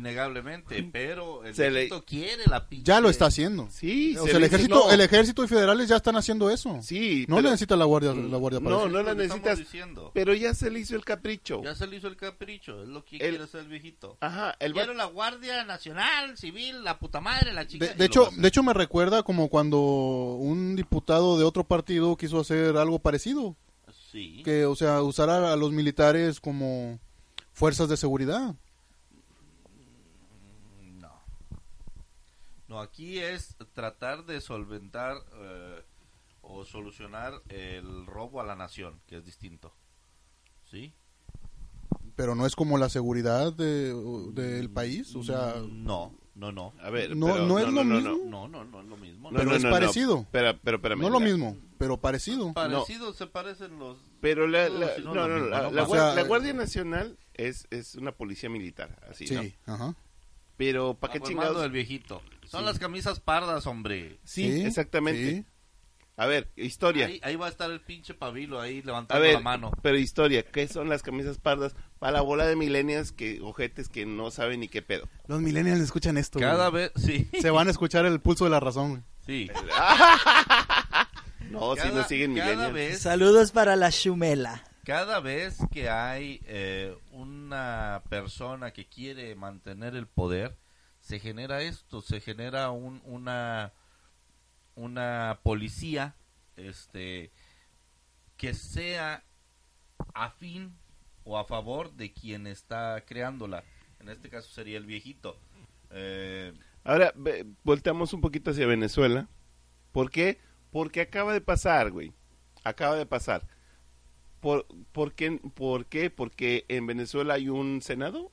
[SPEAKER 3] innegablemente, pero el
[SPEAKER 1] Se le-
[SPEAKER 3] ejército quiere la pinche.
[SPEAKER 4] Ya lo está haciendo.
[SPEAKER 1] Sí,
[SPEAKER 4] o
[SPEAKER 1] se
[SPEAKER 4] sea, el
[SPEAKER 1] le-
[SPEAKER 4] ejército,
[SPEAKER 1] no.
[SPEAKER 4] el ejército y federales ya están haciendo eso.
[SPEAKER 1] Sí,
[SPEAKER 4] no
[SPEAKER 1] pero-
[SPEAKER 4] necesita la guardia, la guardia para
[SPEAKER 1] No,
[SPEAKER 4] eso.
[SPEAKER 1] no la
[SPEAKER 3] Lo que estamos
[SPEAKER 1] necesitas.
[SPEAKER 3] diciendo.
[SPEAKER 1] Pero ya se le hizo el capricho.
[SPEAKER 3] Ya se le hizo el capricho, es lo que
[SPEAKER 1] El-
[SPEAKER 3] quiere hacer el viejito.
[SPEAKER 1] Ajá, el
[SPEAKER 3] Quiero
[SPEAKER 1] vato-
[SPEAKER 3] la Guardia Nacional, Civil, la puta madre, la chica.
[SPEAKER 4] De,
[SPEAKER 3] y
[SPEAKER 4] de
[SPEAKER 3] lo
[SPEAKER 4] hecho,
[SPEAKER 3] hace.
[SPEAKER 4] de hecho me recuerda como cuando un diputado de otro partido quiso hacer algo parecido,
[SPEAKER 3] Sí.
[SPEAKER 4] que o sea, usar a, a los militares como fuerzas de seguridad.
[SPEAKER 3] No. No, aquí es tratar de solventar eh, o solucionar el robo a la nación, que es distinto. ¿Sí?
[SPEAKER 4] Pero no es como la seguridad de- del país, o sea,
[SPEAKER 3] No, no, no.
[SPEAKER 1] A ver,
[SPEAKER 4] No,
[SPEAKER 1] pero-
[SPEAKER 4] no es lo mismo.
[SPEAKER 3] No, no, no es lo mismo.
[SPEAKER 4] Pero es parecido.
[SPEAKER 1] Pero, pero, espérame,
[SPEAKER 4] no lo
[SPEAKER 1] la-
[SPEAKER 4] mismo, pero parecido.
[SPEAKER 3] Ah, Parecidos se parecen los.
[SPEAKER 1] Pero la,
[SPEAKER 3] No,
[SPEAKER 1] la-
[SPEAKER 3] si no,
[SPEAKER 1] no,
[SPEAKER 3] lo
[SPEAKER 1] no,
[SPEAKER 3] mismo,
[SPEAKER 1] la,
[SPEAKER 3] no
[SPEAKER 1] la guar-
[SPEAKER 4] pasa. O sea, eh,
[SPEAKER 1] la Guardia Nacional es, es una policía militar, así,
[SPEAKER 4] Sí,
[SPEAKER 1] ¿no?
[SPEAKER 4] ajá.
[SPEAKER 1] Pero ¿para qué
[SPEAKER 3] Conformando
[SPEAKER 1] chingados?
[SPEAKER 3] del viejito. Son las camisas pardas, hombre.
[SPEAKER 1] Sí, exactamente.
[SPEAKER 4] sí.
[SPEAKER 1] A ver, historia.
[SPEAKER 3] Ahí, ahí va a estar el pinche pabilo ahí
[SPEAKER 1] A
[SPEAKER 3] levantando
[SPEAKER 1] ver,
[SPEAKER 3] la mano.
[SPEAKER 1] pero historia, ¿qué son las camisas pardas para la bola de milenias que ojetes que no saben ni qué pedo?
[SPEAKER 4] Los millennials escuchan esto.
[SPEAKER 3] Cada
[SPEAKER 4] güey.
[SPEAKER 3] vez, sí,
[SPEAKER 4] se van a escuchar el pulso de la razón. güey.
[SPEAKER 3] sí.
[SPEAKER 1] No, si no
[SPEAKER 3] Cada-
[SPEAKER 1] siguen
[SPEAKER 3] cada
[SPEAKER 1] milenias.
[SPEAKER 3] vez
[SPEAKER 2] Saludos para la Shumela.
[SPEAKER 3] Cada vez que hay eh, una persona que quiere mantener el poder, se genera esto, se genera un- una, una policía este, que sea afín o a favor de quien está creándola. En este caso sería el viejito. Eh,
[SPEAKER 1] Ahora, ve- volteamos un poquito hacia Venezuela. ¿Por qué? Porque acaba de pasar, güey. Acaba de pasar. ¿Por, por qué, ¿Por qué? Porque en Venezuela hay un Senado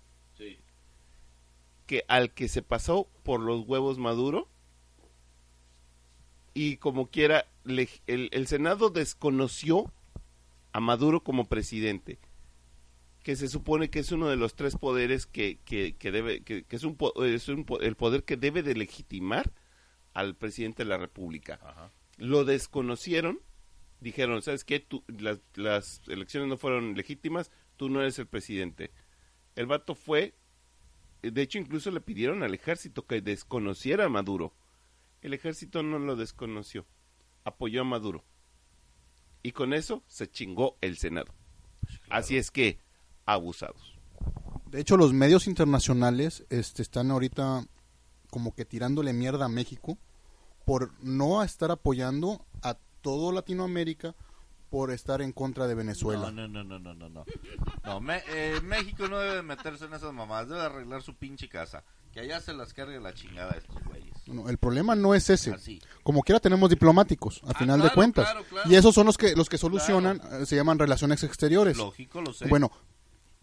[SPEAKER 1] que al que se pasó por los huevos Maduro y como quiera le- el, el Senado desconoció a Maduro como presidente que se supone que es uno de los tres poderes que, que, que debe que, que es un, po- es un po- el poder que debe de legitimar al presidente de la República
[SPEAKER 3] ajá.
[SPEAKER 1] lo desconocieron, dijeron, ¿sabes qué? Tú- las, las elecciones no fueron legítimas, tú no eres el presidente. El vato fue, de hecho incluso le pidieron al ejército que desconociera a Maduro. El ejército no lo desconoció, apoyó a Maduro. Y con eso se chingó el Senado. Así es que, abusados.
[SPEAKER 4] De hecho, los medios internacionales este, están ahorita como que tirándole mierda a México por no estar apoyando a todo Latinoamérica por estar en contra de Venezuela.
[SPEAKER 3] No, no, no, no, no, no. No, No, Me- eh, México no debe meterse en esas mamadas, debe arreglar su pinche casa. Que allá se las cargue la chingada a estos güeyes.
[SPEAKER 4] No, el problema no es ese.
[SPEAKER 3] Así.
[SPEAKER 4] Como quiera tenemos diplomáticos, a
[SPEAKER 3] Ah,
[SPEAKER 4] final de
[SPEAKER 3] claro,
[SPEAKER 4] cuentas.
[SPEAKER 3] claro, claro.
[SPEAKER 4] Y esos son los que los que solucionan, eh, se llaman relaciones exteriores.
[SPEAKER 3] Lógico, lo sé.
[SPEAKER 4] Bueno,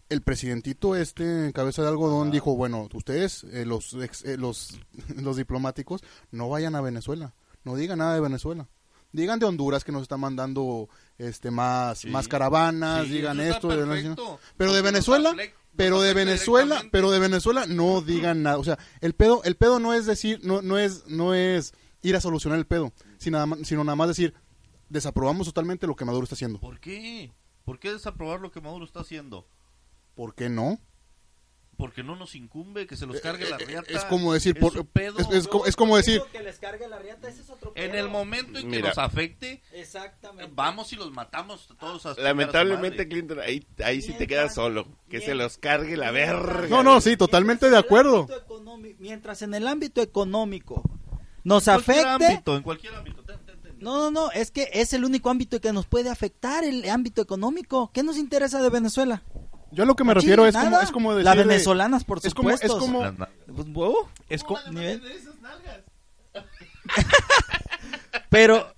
[SPEAKER 4] el presidentito este, cabeza de algodón,
[SPEAKER 3] Ah.
[SPEAKER 4] dijo, bueno, ustedes, eh, los, ex- eh, los, los diplomáticos, no vayan a Venezuela, no digan nada de Venezuela. Digan de Honduras que nos están mandando este más,
[SPEAKER 3] Sí.
[SPEAKER 4] más caravanas,
[SPEAKER 3] Sí,
[SPEAKER 4] digan
[SPEAKER 3] eso está
[SPEAKER 4] esto, de Venezuela.
[SPEAKER 3] perfecto.
[SPEAKER 4] pero
[SPEAKER 3] Porque
[SPEAKER 4] de
[SPEAKER 3] nos
[SPEAKER 4] Venezuela,
[SPEAKER 3] afle-
[SPEAKER 4] pero
[SPEAKER 3] nos
[SPEAKER 4] de
[SPEAKER 3] afecta
[SPEAKER 4] Venezuela,
[SPEAKER 3] directamente.
[SPEAKER 4] pero de Venezuela no digan nada. O sea, el pedo, el pedo no es decir, no, no es, no es ir a solucionar el pedo, sino nada, más- sino nada más decir, desaprobamos totalmente lo que Maduro está haciendo.
[SPEAKER 3] ¿Por qué? ¿Por qué desaprobar lo que Maduro está haciendo?
[SPEAKER 4] ¿Por qué no?
[SPEAKER 3] Porque no nos incumbe que se los cargue la
[SPEAKER 4] Eh, eh,
[SPEAKER 3] riata.
[SPEAKER 4] Es como decir,
[SPEAKER 3] Es
[SPEAKER 4] por-
[SPEAKER 3] su pedo.
[SPEAKER 4] es, es co- es como decir,
[SPEAKER 2] Que les cargue la riata, ese es otro
[SPEAKER 3] En
[SPEAKER 2] pedo.
[SPEAKER 3] el momento en que
[SPEAKER 1] Mira.
[SPEAKER 3] nos afecte,
[SPEAKER 2] Exactamente.
[SPEAKER 3] vamos y los matamos a todos. a chingar a su
[SPEAKER 1] Lamentablemente,
[SPEAKER 3] madre.
[SPEAKER 1] Clinton, ahí, ahí sí te
[SPEAKER 2] Mientras-
[SPEAKER 1] quedas solo. Que se
[SPEAKER 2] mientras-
[SPEAKER 1] los cargue la
[SPEAKER 2] Mientras-
[SPEAKER 1] verga.
[SPEAKER 4] No, no, sí, totalmente
[SPEAKER 2] Mientras
[SPEAKER 4] de acuerdo.
[SPEAKER 2] en el ámbito económico- Mientras en el ámbito económico nos
[SPEAKER 3] En cualquier
[SPEAKER 2] afecte.
[SPEAKER 3] ámbito, en cualquier ámbito. Ten, ten, ten.
[SPEAKER 2] No, no, no, es que es el único ámbito que nos puede afectar, el ámbito económico. ¿Qué nos interesa de Venezuela?
[SPEAKER 4] yo a lo que me
[SPEAKER 2] No
[SPEAKER 4] refiero es
[SPEAKER 2] chingue
[SPEAKER 4] como,
[SPEAKER 2] nada.
[SPEAKER 4] es como
[SPEAKER 2] Las
[SPEAKER 4] decir... de-
[SPEAKER 2] venezolanas, por
[SPEAKER 4] es como- es
[SPEAKER 2] supuesto.
[SPEAKER 4] como-
[SPEAKER 3] Las na-
[SPEAKER 2] Pues, huevo.
[SPEAKER 5] Es co-
[SPEAKER 2] Nivel.
[SPEAKER 1] de esas nalgas?
[SPEAKER 2] Pero,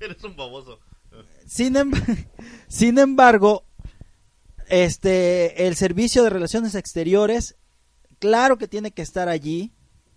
[SPEAKER 3] Eres un baboso.
[SPEAKER 2] sin, em- sin embargo, este, el servicio de relaciones exteriores, claro que tiene que estar allí,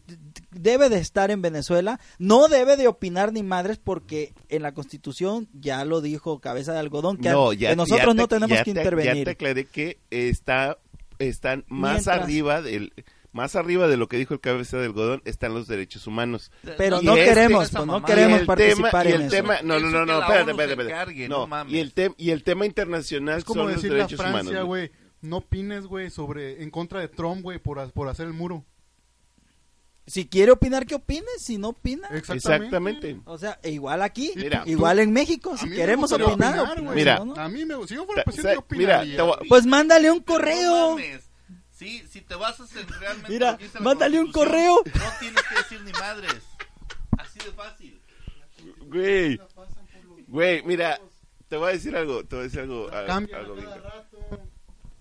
[SPEAKER 2] d- debe de estar en Venezuela, no debe de opinar ni madres porque en la Constitución ya lo dijo Cabeza de Algodón, que,
[SPEAKER 1] No,
[SPEAKER 2] a-
[SPEAKER 1] ya,
[SPEAKER 2] que nosotros
[SPEAKER 1] ya
[SPEAKER 2] no
[SPEAKER 1] te-
[SPEAKER 2] tenemos
[SPEAKER 1] ya
[SPEAKER 2] que
[SPEAKER 1] te- Ya
[SPEAKER 2] intervenir.
[SPEAKER 1] te aclaré que está, están más
[SPEAKER 2] Mientras-
[SPEAKER 1] arriba del más arriba de lo que dijo el cabeza del godón están los derechos humanos.
[SPEAKER 2] Pero
[SPEAKER 1] no queremos,
[SPEAKER 2] pues, no
[SPEAKER 3] mamada.
[SPEAKER 2] queremos
[SPEAKER 1] Y el
[SPEAKER 2] participar
[SPEAKER 1] tema,
[SPEAKER 2] en
[SPEAKER 1] y el
[SPEAKER 2] eso.
[SPEAKER 1] tema, no, no,
[SPEAKER 3] Eso
[SPEAKER 1] no,
[SPEAKER 3] que
[SPEAKER 1] no,
[SPEAKER 3] la
[SPEAKER 1] espérate,
[SPEAKER 3] ONU se
[SPEAKER 1] espérate, espérate.
[SPEAKER 3] encargue,
[SPEAKER 1] no,
[SPEAKER 3] no mames.
[SPEAKER 1] y el tem- y el tema internacional
[SPEAKER 4] Es como
[SPEAKER 1] son los
[SPEAKER 4] decirle a
[SPEAKER 1] derechos
[SPEAKER 4] Francia,
[SPEAKER 1] humanos. güey.
[SPEAKER 4] güey, no opines, güey, sobre, en contra de Trump, güey, por, ha- por hacer el muro.
[SPEAKER 2] Si quiere opinar, que opine, si no opina.
[SPEAKER 1] Exactamente.
[SPEAKER 2] O sea, e igual aquí,
[SPEAKER 1] Mira,
[SPEAKER 2] igual
[SPEAKER 4] tú-
[SPEAKER 2] en México,
[SPEAKER 4] A
[SPEAKER 2] si
[SPEAKER 4] mí me
[SPEAKER 2] queremos
[SPEAKER 4] gustaría
[SPEAKER 2] opinar, pues,
[SPEAKER 4] güey.
[SPEAKER 2] opinamos,
[SPEAKER 1] Mira.
[SPEAKER 2] ¿no?
[SPEAKER 4] A mí, me, si yo fuera
[SPEAKER 1] Ta-
[SPEAKER 3] pues,
[SPEAKER 4] presidente, yo
[SPEAKER 1] sa- mira,
[SPEAKER 4] opinaría.
[SPEAKER 1] te voy-
[SPEAKER 2] Pues mándale un
[SPEAKER 3] No
[SPEAKER 2] correo.
[SPEAKER 3] mames. Sí, si te vas a centrar realmente
[SPEAKER 2] Mira,
[SPEAKER 3] en lo que dice la
[SPEAKER 2] mándale un
[SPEAKER 3] Constitución,
[SPEAKER 2] correo.
[SPEAKER 3] No tienes que decir ni madres. Así de fácil.
[SPEAKER 1] Güey. Güey, mira, te voy a decir algo, te voy a decir algo, a-
[SPEAKER 4] Cambian
[SPEAKER 1] algo bien-
[SPEAKER 4] a cada rato.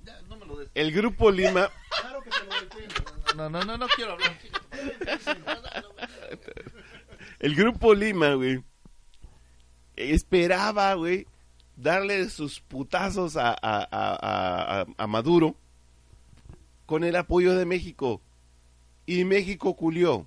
[SPEAKER 3] Ya, no me lo des.
[SPEAKER 1] El grupo Lima
[SPEAKER 4] Claro que te lo detengo.
[SPEAKER 3] No, no, no, no quiero hablar.
[SPEAKER 1] El grupo Lima, güey, esperaba, güey, darle sus putazos a, a- a- a- a Maduro con el apoyo de México. Y México culió.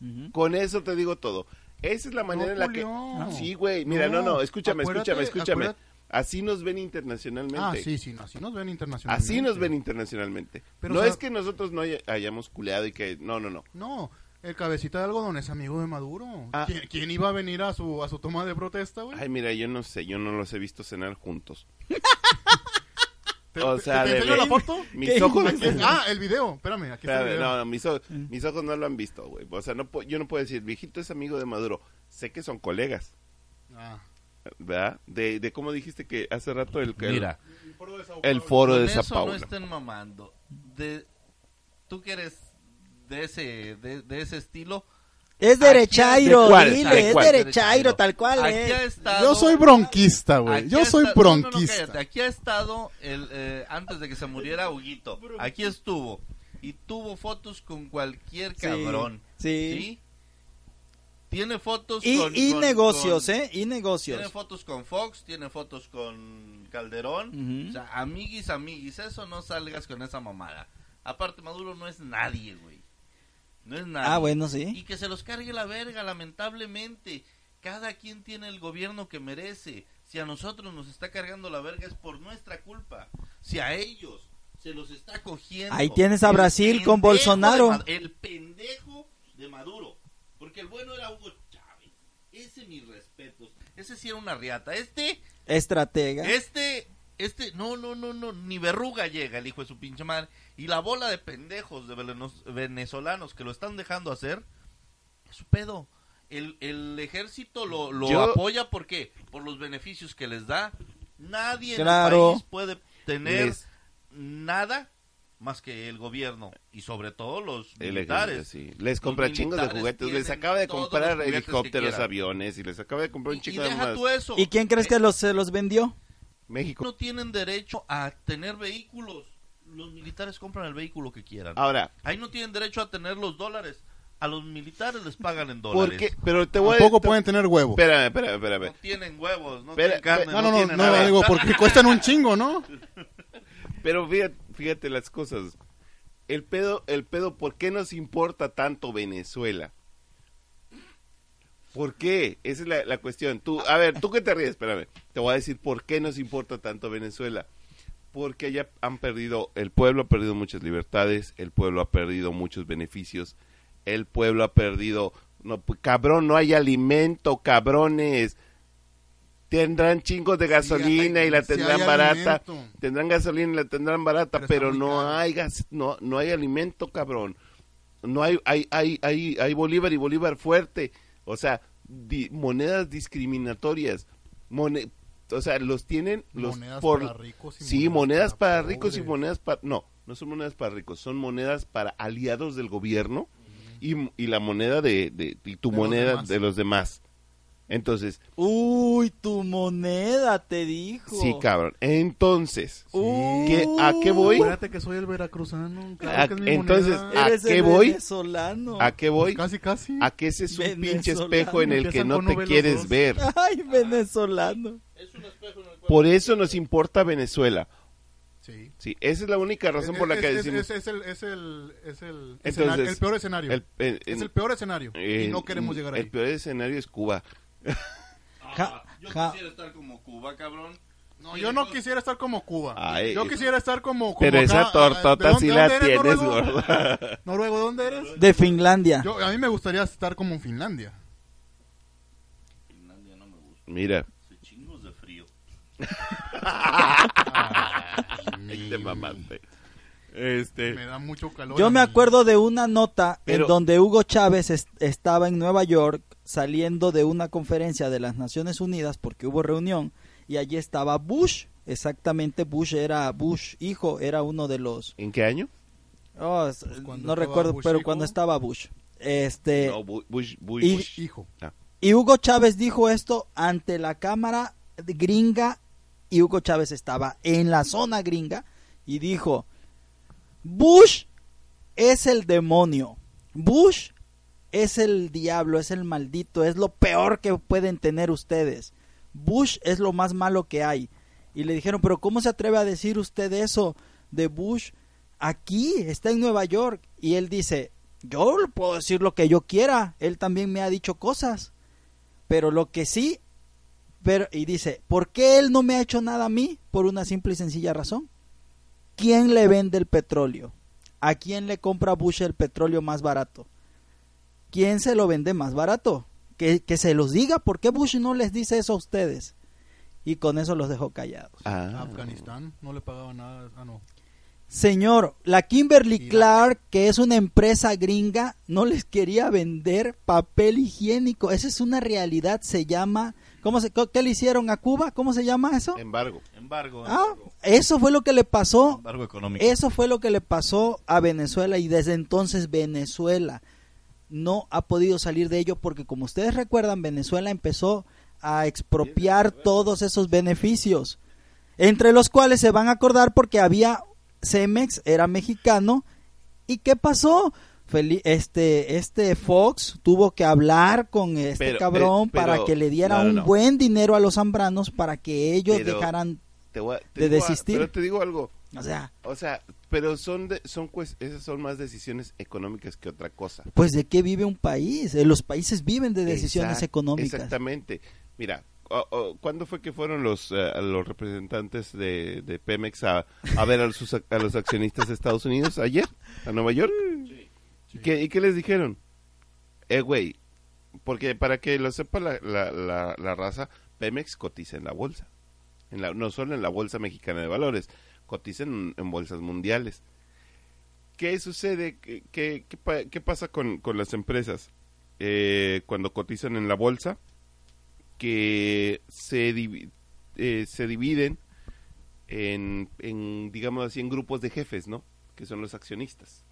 [SPEAKER 2] Ujú.
[SPEAKER 1] Con eso te digo todo. Esa es la manera en la que...
[SPEAKER 4] culió.
[SPEAKER 1] Sí, güey, mira, no, no,
[SPEAKER 4] No,
[SPEAKER 1] escúchame,
[SPEAKER 4] acuérdate,
[SPEAKER 1] escúchame, escúchame.
[SPEAKER 4] acuérdate.
[SPEAKER 1] Así nos ven internacionalmente.
[SPEAKER 4] Ah, sí, sí, no, así nos ven internacionalmente.
[SPEAKER 1] Así nos ven internacionalmente.
[SPEAKER 4] Pero,
[SPEAKER 1] no
[SPEAKER 4] o sea-
[SPEAKER 1] es que nosotros no haya- hayamos culeado y que... No, no, no.
[SPEAKER 4] No, el cabecita de algodón es amigo de Maduro.
[SPEAKER 1] Ah.
[SPEAKER 4] ¿Quién, quién iba a venir a su, a su toma de protesta, güey?
[SPEAKER 1] Ay, mira, yo no sé, yo no los he visto cenar juntos.
[SPEAKER 4] ¿Te,
[SPEAKER 1] o
[SPEAKER 4] te-
[SPEAKER 1] sea,
[SPEAKER 4] te
[SPEAKER 1] de-
[SPEAKER 4] enseño
[SPEAKER 1] de-
[SPEAKER 4] la foto?
[SPEAKER 1] Mis ojos,
[SPEAKER 4] Aquí- ah, el video, espérame, aquí está Mm. el
[SPEAKER 1] Espérame,
[SPEAKER 4] video.
[SPEAKER 1] no, no, mis, o- mis ojos no lo han visto, güey. O sea, no pu- yo no puedo decir, viejito es amigo de Maduro. Sé que son colegas,
[SPEAKER 4] Ah.
[SPEAKER 1] ¿verdad? De, de cómo dijiste que hace rato el, el,
[SPEAKER 3] Mira,
[SPEAKER 1] el foro
[SPEAKER 3] con
[SPEAKER 1] de
[SPEAKER 3] eso
[SPEAKER 1] Sao Paulo.
[SPEAKER 3] no estén mamando. De, Tú que eres de ese, de, de ese estilo.
[SPEAKER 2] Es derechairo,
[SPEAKER 1] ¿De cuál?
[SPEAKER 2] dile,
[SPEAKER 1] ¿De
[SPEAKER 2] es
[SPEAKER 1] cuál?
[SPEAKER 2] derechairo, tal cual,
[SPEAKER 3] Aquí ha
[SPEAKER 2] eh.
[SPEAKER 3] estado-
[SPEAKER 6] Yo soy bronquista, güey.
[SPEAKER 3] Aquí
[SPEAKER 6] Yo
[SPEAKER 3] ha
[SPEAKER 6] soy
[SPEAKER 3] esta- no, no, no,
[SPEAKER 6] bronquista.
[SPEAKER 3] cállate. Aquí ha estado, el, eh, antes de que se muriera Huguito, aquí estuvo. Y tuvo fotos con cualquier
[SPEAKER 2] Sí,
[SPEAKER 3] cabrón.
[SPEAKER 2] sí.
[SPEAKER 3] Tiene fotos
[SPEAKER 2] Y,
[SPEAKER 3] con...
[SPEAKER 2] y
[SPEAKER 3] con-
[SPEAKER 2] negocios,
[SPEAKER 3] con-
[SPEAKER 2] eh, y
[SPEAKER 3] Tiene
[SPEAKER 2] negocios.
[SPEAKER 3] fotos con Fox, tiene fotos con Calderón.
[SPEAKER 2] Ujú.
[SPEAKER 3] O sea, amiguis, amiguis, eso no salgas con esa mamada. Aparte, Maduro no es nadie, güey. No es nadie.
[SPEAKER 2] Ah, bueno, sí.
[SPEAKER 3] Y que se los cargue la verga, lamentablemente. Cada quien tiene el gobierno que merece. Si a nosotros nos está cargando la verga es por nuestra culpa. Si a ellos se los está cogiendo.
[SPEAKER 2] Ahí tienes a
[SPEAKER 3] El
[SPEAKER 2] Brasil con
[SPEAKER 3] pendejo de
[SPEAKER 2] Bolsonaro.
[SPEAKER 3] Ma- El pendejo de Maduro. Porque el bueno era Hugo Chávez. Ese mis respetos. Ese sí era una riata. Este,
[SPEAKER 2] Estratega.
[SPEAKER 3] este, este, no, no, no, no. Ni verruga llega el hijo de su pinche madre. Y la bola de pendejos de velenos- venezolanos que lo están dejando hacer su pedo. El, el ejército lo, lo
[SPEAKER 1] Yo-
[SPEAKER 3] apoya porque por los beneficios que les da. Nadie en
[SPEAKER 2] Claro.
[SPEAKER 3] el país puede tener
[SPEAKER 1] Les-
[SPEAKER 3] nada más que el gobierno y sobre todo los
[SPEAKER 1] El
[SPEAKER 3] militares.
[SPEAKER 1] ejército, sí. Les
[SPEAKER 3] Los
[SPEAKER 1] compra chingos de
[SPEAKER 3] militares
[SPEAKER 1] juguetes, les
[SPEAKER 3] tienen
[SPEAKER 1] acaba de
[SPEAKER 3] todos los
[SPEAKER 1] comprar
[SPEAKER 3] juguetes que
[SPEAKER 1] helicópteros,
[SPEAKER 3] quieran.
[SPEAKER 1] aviones y les acaba de comprar un
[SPEAKER 3] Y, y
[SPEAKER 1] chico de
[SPEAKER 3] deja
[SPEAKER 1] más.
[SPEAKER 3] tú eso.
[SPEAKER 2] ¿Y quién crees
[SPEAKER 3] Eh,
[SPEAKER 2] que los, se los vendió?
[SPEAKER 1] México.
[SPEAKER 3] no tienen derecho a tener vehículos. Los militares compran el vehículo que quieran.
[SPEAKER 1] Ahora,
[SPEAKER 3] Ahí no tienen derecho a tener los dólares. A los militares les pagan en
[SPEAKER 1] ¿por
[SPEAKER 3] dólares.
[SPEAKER 1] qué? Pero te voy a
[SPEAKER 6] Tampoco
[SPEAKER 1] te-
[SPEAKER 6] pueden tener huevo.
[SPEAKER 1] Espérame, espérame, espérame.
[SPEAKER 3] No tienen huevos, no
[SPEAKER 1] Pero-
[SPEAKER 3] tienen carne,
[SPEAKER 1] pero-
[SPEAKER 6] No, no, no,
[SPEAKER 3] tienen
[SPEAKER 6] no,
[SPEAKER 3] nada.
[SPEAKER 6] digo, porque cuestan un chingo, ¿no?
[SPEAKER 1] Pero fíjate, fíjate las cosas. El pedo, el pedo, ¿por qué nos importa tanto Venezuela? ¿Por qué? Esa es la, la cuestión. Tú, a ver, tú que te ríes, espérame. Te voy a decir por qué nos importa tanto Venezuela. Porque ya han perdido, el pueblo ha perdido muchas libertades, el pueblo ha perdido muchos beneficios, el pueblo ha perdido, no, pues, cabrón, no hay alimento, cabrones. Tendrán chingos de gasolina
[SPEAKER 4] hay-
[SPEAKER 1] y la
[SPEAKER 4] sí hay
[SPEAKER 1] tendrán barata.
[SPEAKER 4] alimento.
[SPEAKER 1] Tendrán gasolina y la tendrán barata,
[SPEAKER 4] Pero está
[SPEAKER 1] pero,
[SPEAKER 4] muy
[SPEAKER 1] no
[SPEAKER 4] caro.
[SPEAKER 1] hay gas, no, no hay alimento, cabrón. No hay, hay, hay, hay, hay Bolívar y Bolívar fuerte. O sea, di- monedas discriminatorias. Mone- o sea, los tienen los
[SPEAKER 4] Monedas
[SPEAKER 1] por-
[SPEAKER 4] para ricos y
[SPEAKER 1] sí, monedas
[SPEAKER 4] monedas
[SPEAKER 1] para,
[SPEAKER 4] para
[SPEAKER 1] ricos y
[SPEAKER 4] pobres.
[SPEAKER 1] monedas para no, no son monedas para ricos, son monedas para aliados del gobierno y, y la moneda de, de- y tu
[SPEAKER 4] De los
[SPEAKER 1] moneda
[SPEAKER 4] demás.
[SPEAKER 1] de los demás. Entonces,
[SPEAKER 2] Uy, tu moneda, te dijo.
[SPEAKER 1] sí, cabrón. Entonces,
[SPEAKER 2] Uy.
[SPEAKER 1] ¿qué- ¿a qué voy?
[SPEAKER 5] Acuérdate que soy el veracruzano. claro
[SPEAKER 1] Ah, ah,
[SPEAKER 5] que es mi
[SPEAKER 1] entonces,
[SPEAKER 5] moneda.
[SPEAKER 1] ¿a
[SPEAKER 2] Eres
[SPEAKER 1] qué
[SPEAKER 2] el
[SPEAKER 1] voy?
[SPEAKER 2] venezolano.
[SPEAKER 1] ¿A qué voy?
[SPEAKER 5] casi, casi.
[SPEAKER 1] a que ese es un
[SPEAKER 2] Venezolano.
[SPEAKER 1] pinche espejo en el que
[SPEAKER 5] Empiezan
[SPEAKER 1] no
[SPEAKER 5] con
[SPEAKER 1] te
[SPEAKER 5] V los
[SPEAKER 1] quieres
[SPEAKER 5] dos.
[SPEAKER 1] ver.
[SPEAKER 2] Ay, venezolano.
[SPEAKER 3] Es un espejo en el cual-
[SPEAKER 1] Por eso nos importa Venezuela.
[SPEAKER 4] Sí.
[SPEAKER 1] Sí, esa es la única razón por la
[SPEAKER 4] Es-
[SPEAKER 1] que
[SPEAKER 4] es-
[SPEAKER 1] decimos.
[SPEAKER 4] Es, es el, es el, es el,
[SPEAKER 1] Entonces,
[SPEAKER 4] escenario- el peor escenario.
[SPEAKER 1] el- eh,
[SPEAKER 4] es
[SPEAKER 1] en-
[SPEAKER 4] el peor escenario.
[SPEAKER 1] eh,
[SPEAKER 4] y no queremos llegar ahí.
[SPEAKER 1] El peor escenario es Cuba.
[SPEAKER 3] Ah, yo
[SPEAKER 2] Ja-
[SPEAKER 3] quisiera estar como Cuba, cabrón.
[SPEAKER 4] No, yo no quisiera estar como Cuba.
[SPEAKER 1] Ay.
[SPEAKER 4] yo quisiera estar como, como
[SPEAKER 1] Pero esa
[SPEAKER 4] acá, ah, ¿de
[SPEAKER 1] tortota
[SPEAKER 4] dónde-
[SPEAKER 1] sí
[SPEAKER 4] de
[SPEAKER 1] la
[SPEAKER 4] dónde eres,
[SPEAKER 1] tienes,
[SPEAKER 4] Noruego?
[SPEAKER 1] gorda.
[SPEAKER 4] Noruego, ¿de dónde eres?
[SPEAKER 2] De Finlandia.
[SPEAKER 4] Yo, a mí me gustaría estar como en Finlandia.
[SPEAKER 3] Finlandia no me gusta.
[SPEAKER 1] Mira.
[SPEAKER 3] Se chingos de frío.
[SPEAKER 1] Ahí te mamaste. Este.
[SPEAKER 4] Me da mucho calor.
[SPEAKER 2] Yo
[SPEAKER 4] a
[SPEAKER 2] me
[SPEAKER 4] mí.
[SPEAKER 2] acuerdo de una nota
[SPEAKER 1] Pero-
[SPEAKER 2] en donde Hugo Chávez es- estaba en Nueva York saliendo de una conferencia de las Naciones Unidas porque hubo reunión y allí estaba Bush. Exactamente, Bush era Bush hijo, era uno de los.
[SPEAKER 1] ¿En qué año?
[SPEAKER 2] oh, es-
[SPEAKER 4] Pues cuando
[SPEAKER 2] no
[SPEAKER 4] estaba
[SPEAKER 2] recuerdo,
[SPEAKER 4] Bush
[SPEAKER 2] pero
[SPEAKER 4] hijo.
[SPEAKER 2] cuando estaba Bush. Este
[SPEAKER 1] No, Bu- Bush, Bush,
[SPEAKER 2] y-
[SPEAKER 1] Bush.
[SPEAKER 4] Hijo.
[SPEAKER 2] y Hugo Chávez dijo esto ante la cámara de- gringa y Hugo Chávez estaba en la zona gringa y dijo, Bush es el demonio, Bush es el diablo, es el maldito, es lo peor que pueden tener ustedes, Bush es lo más malo que hay. Y le dijeron, pero ¿cómo se atreve a decir usted eso de Bush? Aquí, está en Nueva York. Y él dice, yo le puedo decir lo que yo quiera, él también me ha dicho cosas, pero lo que sí, pero, y dice, ¿por qué él no me ha hecho nada a mí? Por una simple y sencilla razón. ¿Quién le vende el petróleo? ¿A quién le compra Bush el petróleo más barato? ¿Quién se lo vende más barato? Que, que se los diga, ¿por qué Bush no les dice eso a ustedes? Y con eso los dejó callados.
[SPEAKER 1] Ah.
[SPEAKER 4] Afganistán. No le pagaba nada. Ah, no.
[SPEAKER 2] Señor, la Kimberly
[SPEAKER 4] Irak.
[SPEAKER 2] Clark, que es una empresa gringa, no les quería vender papel higiénico. Esa es una realidad, se llama ¿Cómo se, co- ¿Qué le hicieron a Cuba? ¿Cómo se llama eso?
[SPEAKER 1] Embargo.
[SPEAKER 3] Embargo,
[SPEAKER 2] Ah, eso fue lo que le pasó
[SPEAKER 3] embargo económico.
[SPEAKER 2] Eso fue lo que le pasó a Venezuela y desde entonces Venezuela no ha podido salir de ello porque como ustedes recuerdan Venezuela empezó a expropiar todos esos beneficios, entre los cuales se van a acordar porque había Cemex era mexicano y qué pasó? Feli- este este Fox tuvo que hablar con este
[SPEAKER 1] Pero,
[SPEAKER 2] cabrón
[SPEAKER 1] eh, pero-
[SPEAKER 2] para que le diera
[SPEAKER 1] no, no,
[SPEAKER 2] un
[SPEAKER 1] no.
[SPEAKER 2] buen dinero a los zambranos para que ellos
[SPEAKER 1] Pero-
[SPEAKER 2] dejaran,
[SPEAKER 1] Te voy a- te
[SPEAKER 2] De
[SPEAKER 1] digo a-
[SPEAKER 2] desistir.
[SPEAKER 1] pero te digo algo.
[SPEAKER 2] o sea,
[SPEAKER 1] O sea, pero son, de- son pues, esas son más decisiones económicas que otra cosa.
[SPEAKER 2] Pues de qué vive un país. Eh, Los países viven de decisiones
[SPEAKER 1] Exact-
[SPEAKER 2] económicas.
[SPEAKER 1] Exactamente. Mira, o- o, ¿cuándo fue que fueron los, eh, los representantes de, de Pemex a, a ver a, sus ac- a los accionistas de Estados Unidos? ¿Ayer? ¿A Nueva York? ¿Y, qué, y qué les dijeron? Eh, güey, porque para que lo sepa la, la, la, la raza, Pemex cotiza en la bolsa. En la, no solo en la bolsa mexicana de valores, cotiza en, en bolsas mundiales. ¿Qué sucede? ¿Qué, qué, qué pa- qué pasa con, con las empresas? eh, cuando cotizan en la bolsa que se, divi- eh, se dividen en, en, digamos así, en grupos de jefes, ¿no? Que son los accionistas.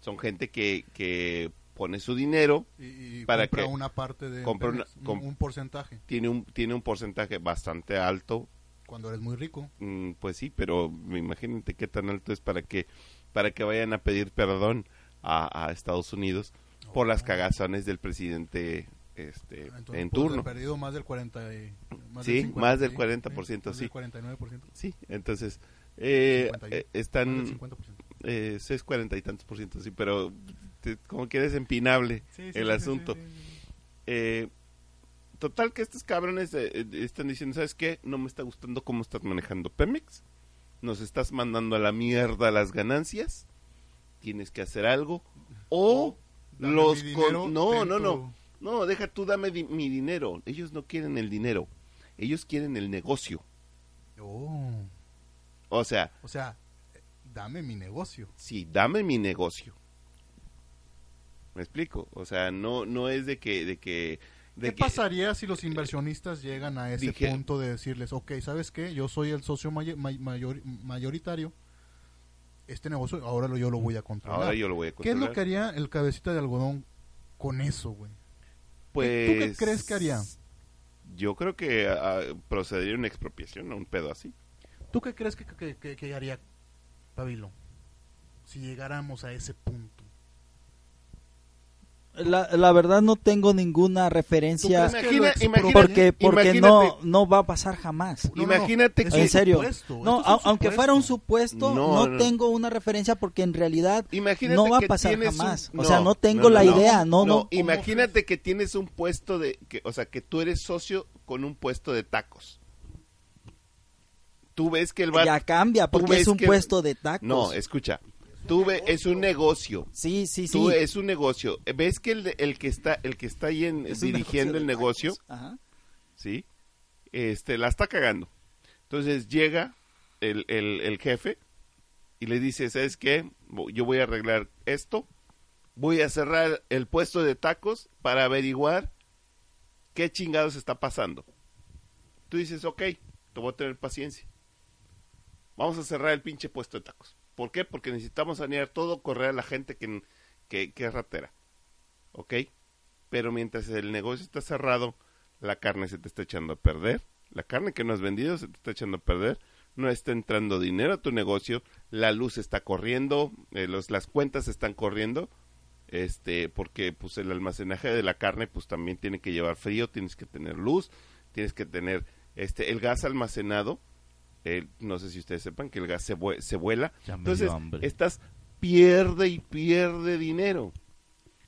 [SPEAKER 1] Son gente que, que pone su dinero,
[SPEAKER 4] Y, y
[SPEAKER 1] ¿Para
[SPEAKER 4] compra
[SPEAKER 1] qué?
[SPEAKER 4] una parte de
[SPEAKER 1] Compra
[SPEAKER 4] Pemex,
[SPEAKER 1] una-
[SPEAKER 4] un-
[SPEAKER 1] com-
[SPEAKER 4] un, porcentaje
[SPEAKER 1] tiene un, tiene un porcentaje bastante alto,
[SPEAKER 4] cuando eres muy rico.
[SPEAKER 1] mm, pues sí, pero imagínate qué tan alto es para que, para que vayan a pedir perdón a, a Estados Unidos por las cagazones del presidente este,
[SPEAKER 4] Entonces,
[SPEAKER 1] en
[SPEAKER 4] pues,
[SPEAKER 1] turno.
[SPEAKER 4] ha perdido más del 40 y- más
[SPEAKER 1] Sí, más del
[SPEAKER 4] sí,
[SPEAKER 1] 40%,
[SPEAKER 4] más
[SPEAKER 1] sí.
[SPEAKER 4] del 49%.
[SPEAKER 1] Sí, entonces eh,
[SPEAKER 4] 51,
[SPEAKER 1] eh, están
[SPEAKER 4] más del 50%.
[SPEAKER 1] eh, sí, es cuarenta y tantos por ciento, sí, pero te- como que es empinable
[SPEAKER 4] Sí, sí, sí,
[SPEAKER 1] el
[SPEAKER 4] sí,
[SPEAKER 1] asunto.
[SPEAKER 4] sí, sí, sí.
[SPEAKER 1] Eh, total que estos cabrones eh, eh, están diciendo, ¿sabes qué? No me está gustando cómo estás manejando Pemex, nos estás mandando a la mierda las ganancias, tienes que hacer algo o
[SPEAKER 4] Dame
[SPEAKER 1] los
[SPEAKER 4] mi
[SPEAKER 1] con-
[SPEAKER 4] dinero,
[SPEAKER 1] no,
[SPEAKER 4] ten
[SPEAKER 1] no,
[SPEAKER 4] tu-
[SPEAKER 1] no, no, deja tú dame di- mi dinero. Ellos no quieren el dinero, ellos quieren el negocio.
[SPEAKER 4] Oh,
[SPEAKER 1] O sea,
[SPEAKER 4] o sea, eh, dame mi negocio.
[SPEAKER 1] sí, dame mi negocio. ¿Me explico? O sea, no, no es de que... De que de
[SPEAKER 4] ¿Qué
[SPEAKER 1] que-
[SPEAKER 4] pasaría si los inversionistas llegan a ese
[SPEAKER 1] dije-
[SPEAKER 4] punto de decirles, ok, ¿sabes qué? Yo soy el socio mayo- may- mayor- mayoritario, este negocio ahora lo- yo lo voy a controlar.
[SPEAKER 1] Ahora yo lo voy a
[SPEAKER 4] ¿Qué es
[SPEAKER 1] controlar.
[SPEAKER 4] lo que haría el cabecita de algodón con eso, güey?
[SPEAKER 1] Pues,
[SPEAKER 4] ¿Tú qué crees que haría?
[SPEAKER 1] Yo creo que ah, procedería una expropiación, a un pedo así.
[SPEAKER 4] ¿Tú qué crees que, que- que- que haría Pabilo si llegáramos a ese punto?
[SPEAKER 2] La, la verdad no tengo ninguna referencia
[SPEAKER 4] ¿Tú crees
[SPEAKER 1] Imagina-
[SPEAKER 4] que lo
[SPEAKER 1] imagina-
[SPEAKER 2] porque porque no
[SPEAKER 1] imagínate- Pues,
[SPEAKER 2] no va a pasar jamás.
[SPEAKER 4] No, no, no.
[SPEAKER 1] Imagínate
[SPEAKER 4] Es
[SPEAKER 1] que...
[SPEAKER 2] en serio.
[SPEAKER 4] supuesto,
[SPEAKER 2] no,
[SPEAKER 4] esto es un
[SPEAKER 2] au- aunque
[SPEAKER 4] supuesto.
[SPEAKER 2] fuera un supuesto,
[SPEAKER 1] No, no,
[SPEAKER 2] no,
[SPEAKER 1] no.
[SPEAKER 2] tengo una referencia porque en realidad
[SPEAKER 1] Imagínate
[SPEAKER 2] no va a
[SPEAKER 1] que
[SPEAKER 2] pasar
[SPEAKER 1] tienes un-
[SPEAKER 2] jamás. o sea, no tengo la idea, no, no.
[SPEAKER 1] imagínate que tienes un puesto de, que, o sea, que tú eres socio con un puesto de tacos. Tú ves que el vato-
[SPEAKER 2] ya cambia porque es
[SPEAKER 1] ves
[SPEAKER 2] un
[SPEAKER 1] que-
[SPEAKER 2] puesto de tacos.
[SPEAKER 1] No, escucha. Tú ve, es un negocio.
[SPEAKER 2] Sí, sí, sí.
[SPEAKER 1] Tú es un negocio. ¿Ves que el, el que está el que está ahí en-
[SPEAKER 2] Es un
[SPEAKER 1] dirigiendo
[SPEAKER 2] de
[SPEAKER 1] el negocio,
[SPEAKER 2] tacos. Ajá.
[SPEAKER 1] sí? Este la está cagando. Entonces llega el, el- el jefe y le dice, "¿Sabes qué? Bo- Yo voy a arreglar esto. Voy a cerrar el puesto de tacos para averiguar qué chingados está pasando." Tú dices, ok, te voy a tener paciencia. Vamos a cerrar el pinche puesto de tacos. ¿Por qué? Porque necesitamos sanear todo, correr a la gente que, que, que es ratera. ¿Ok? Pero mientras el negocio está cerrado, la carne se te está echando a perder. La carne que no has vendido se te está echando a perder. No está entrando dinero a tu negocio. La luz está corriendo. eh, los, las cuentas están corriendo. Este, porque pues el almacenaje de la carne pues también tiene que llevar frío, tienes que tener luz, tienes que tener este el gas almacenado. eh, no sé si ustedes sepan que el gas se, vue- se vuela.
[SPEAKER 3] Ya me dio
[SPEAKER 1] Entonces,
[SPEAKER 3] hambre.
[SPEAKER 1] estás pierde y pierde dinero.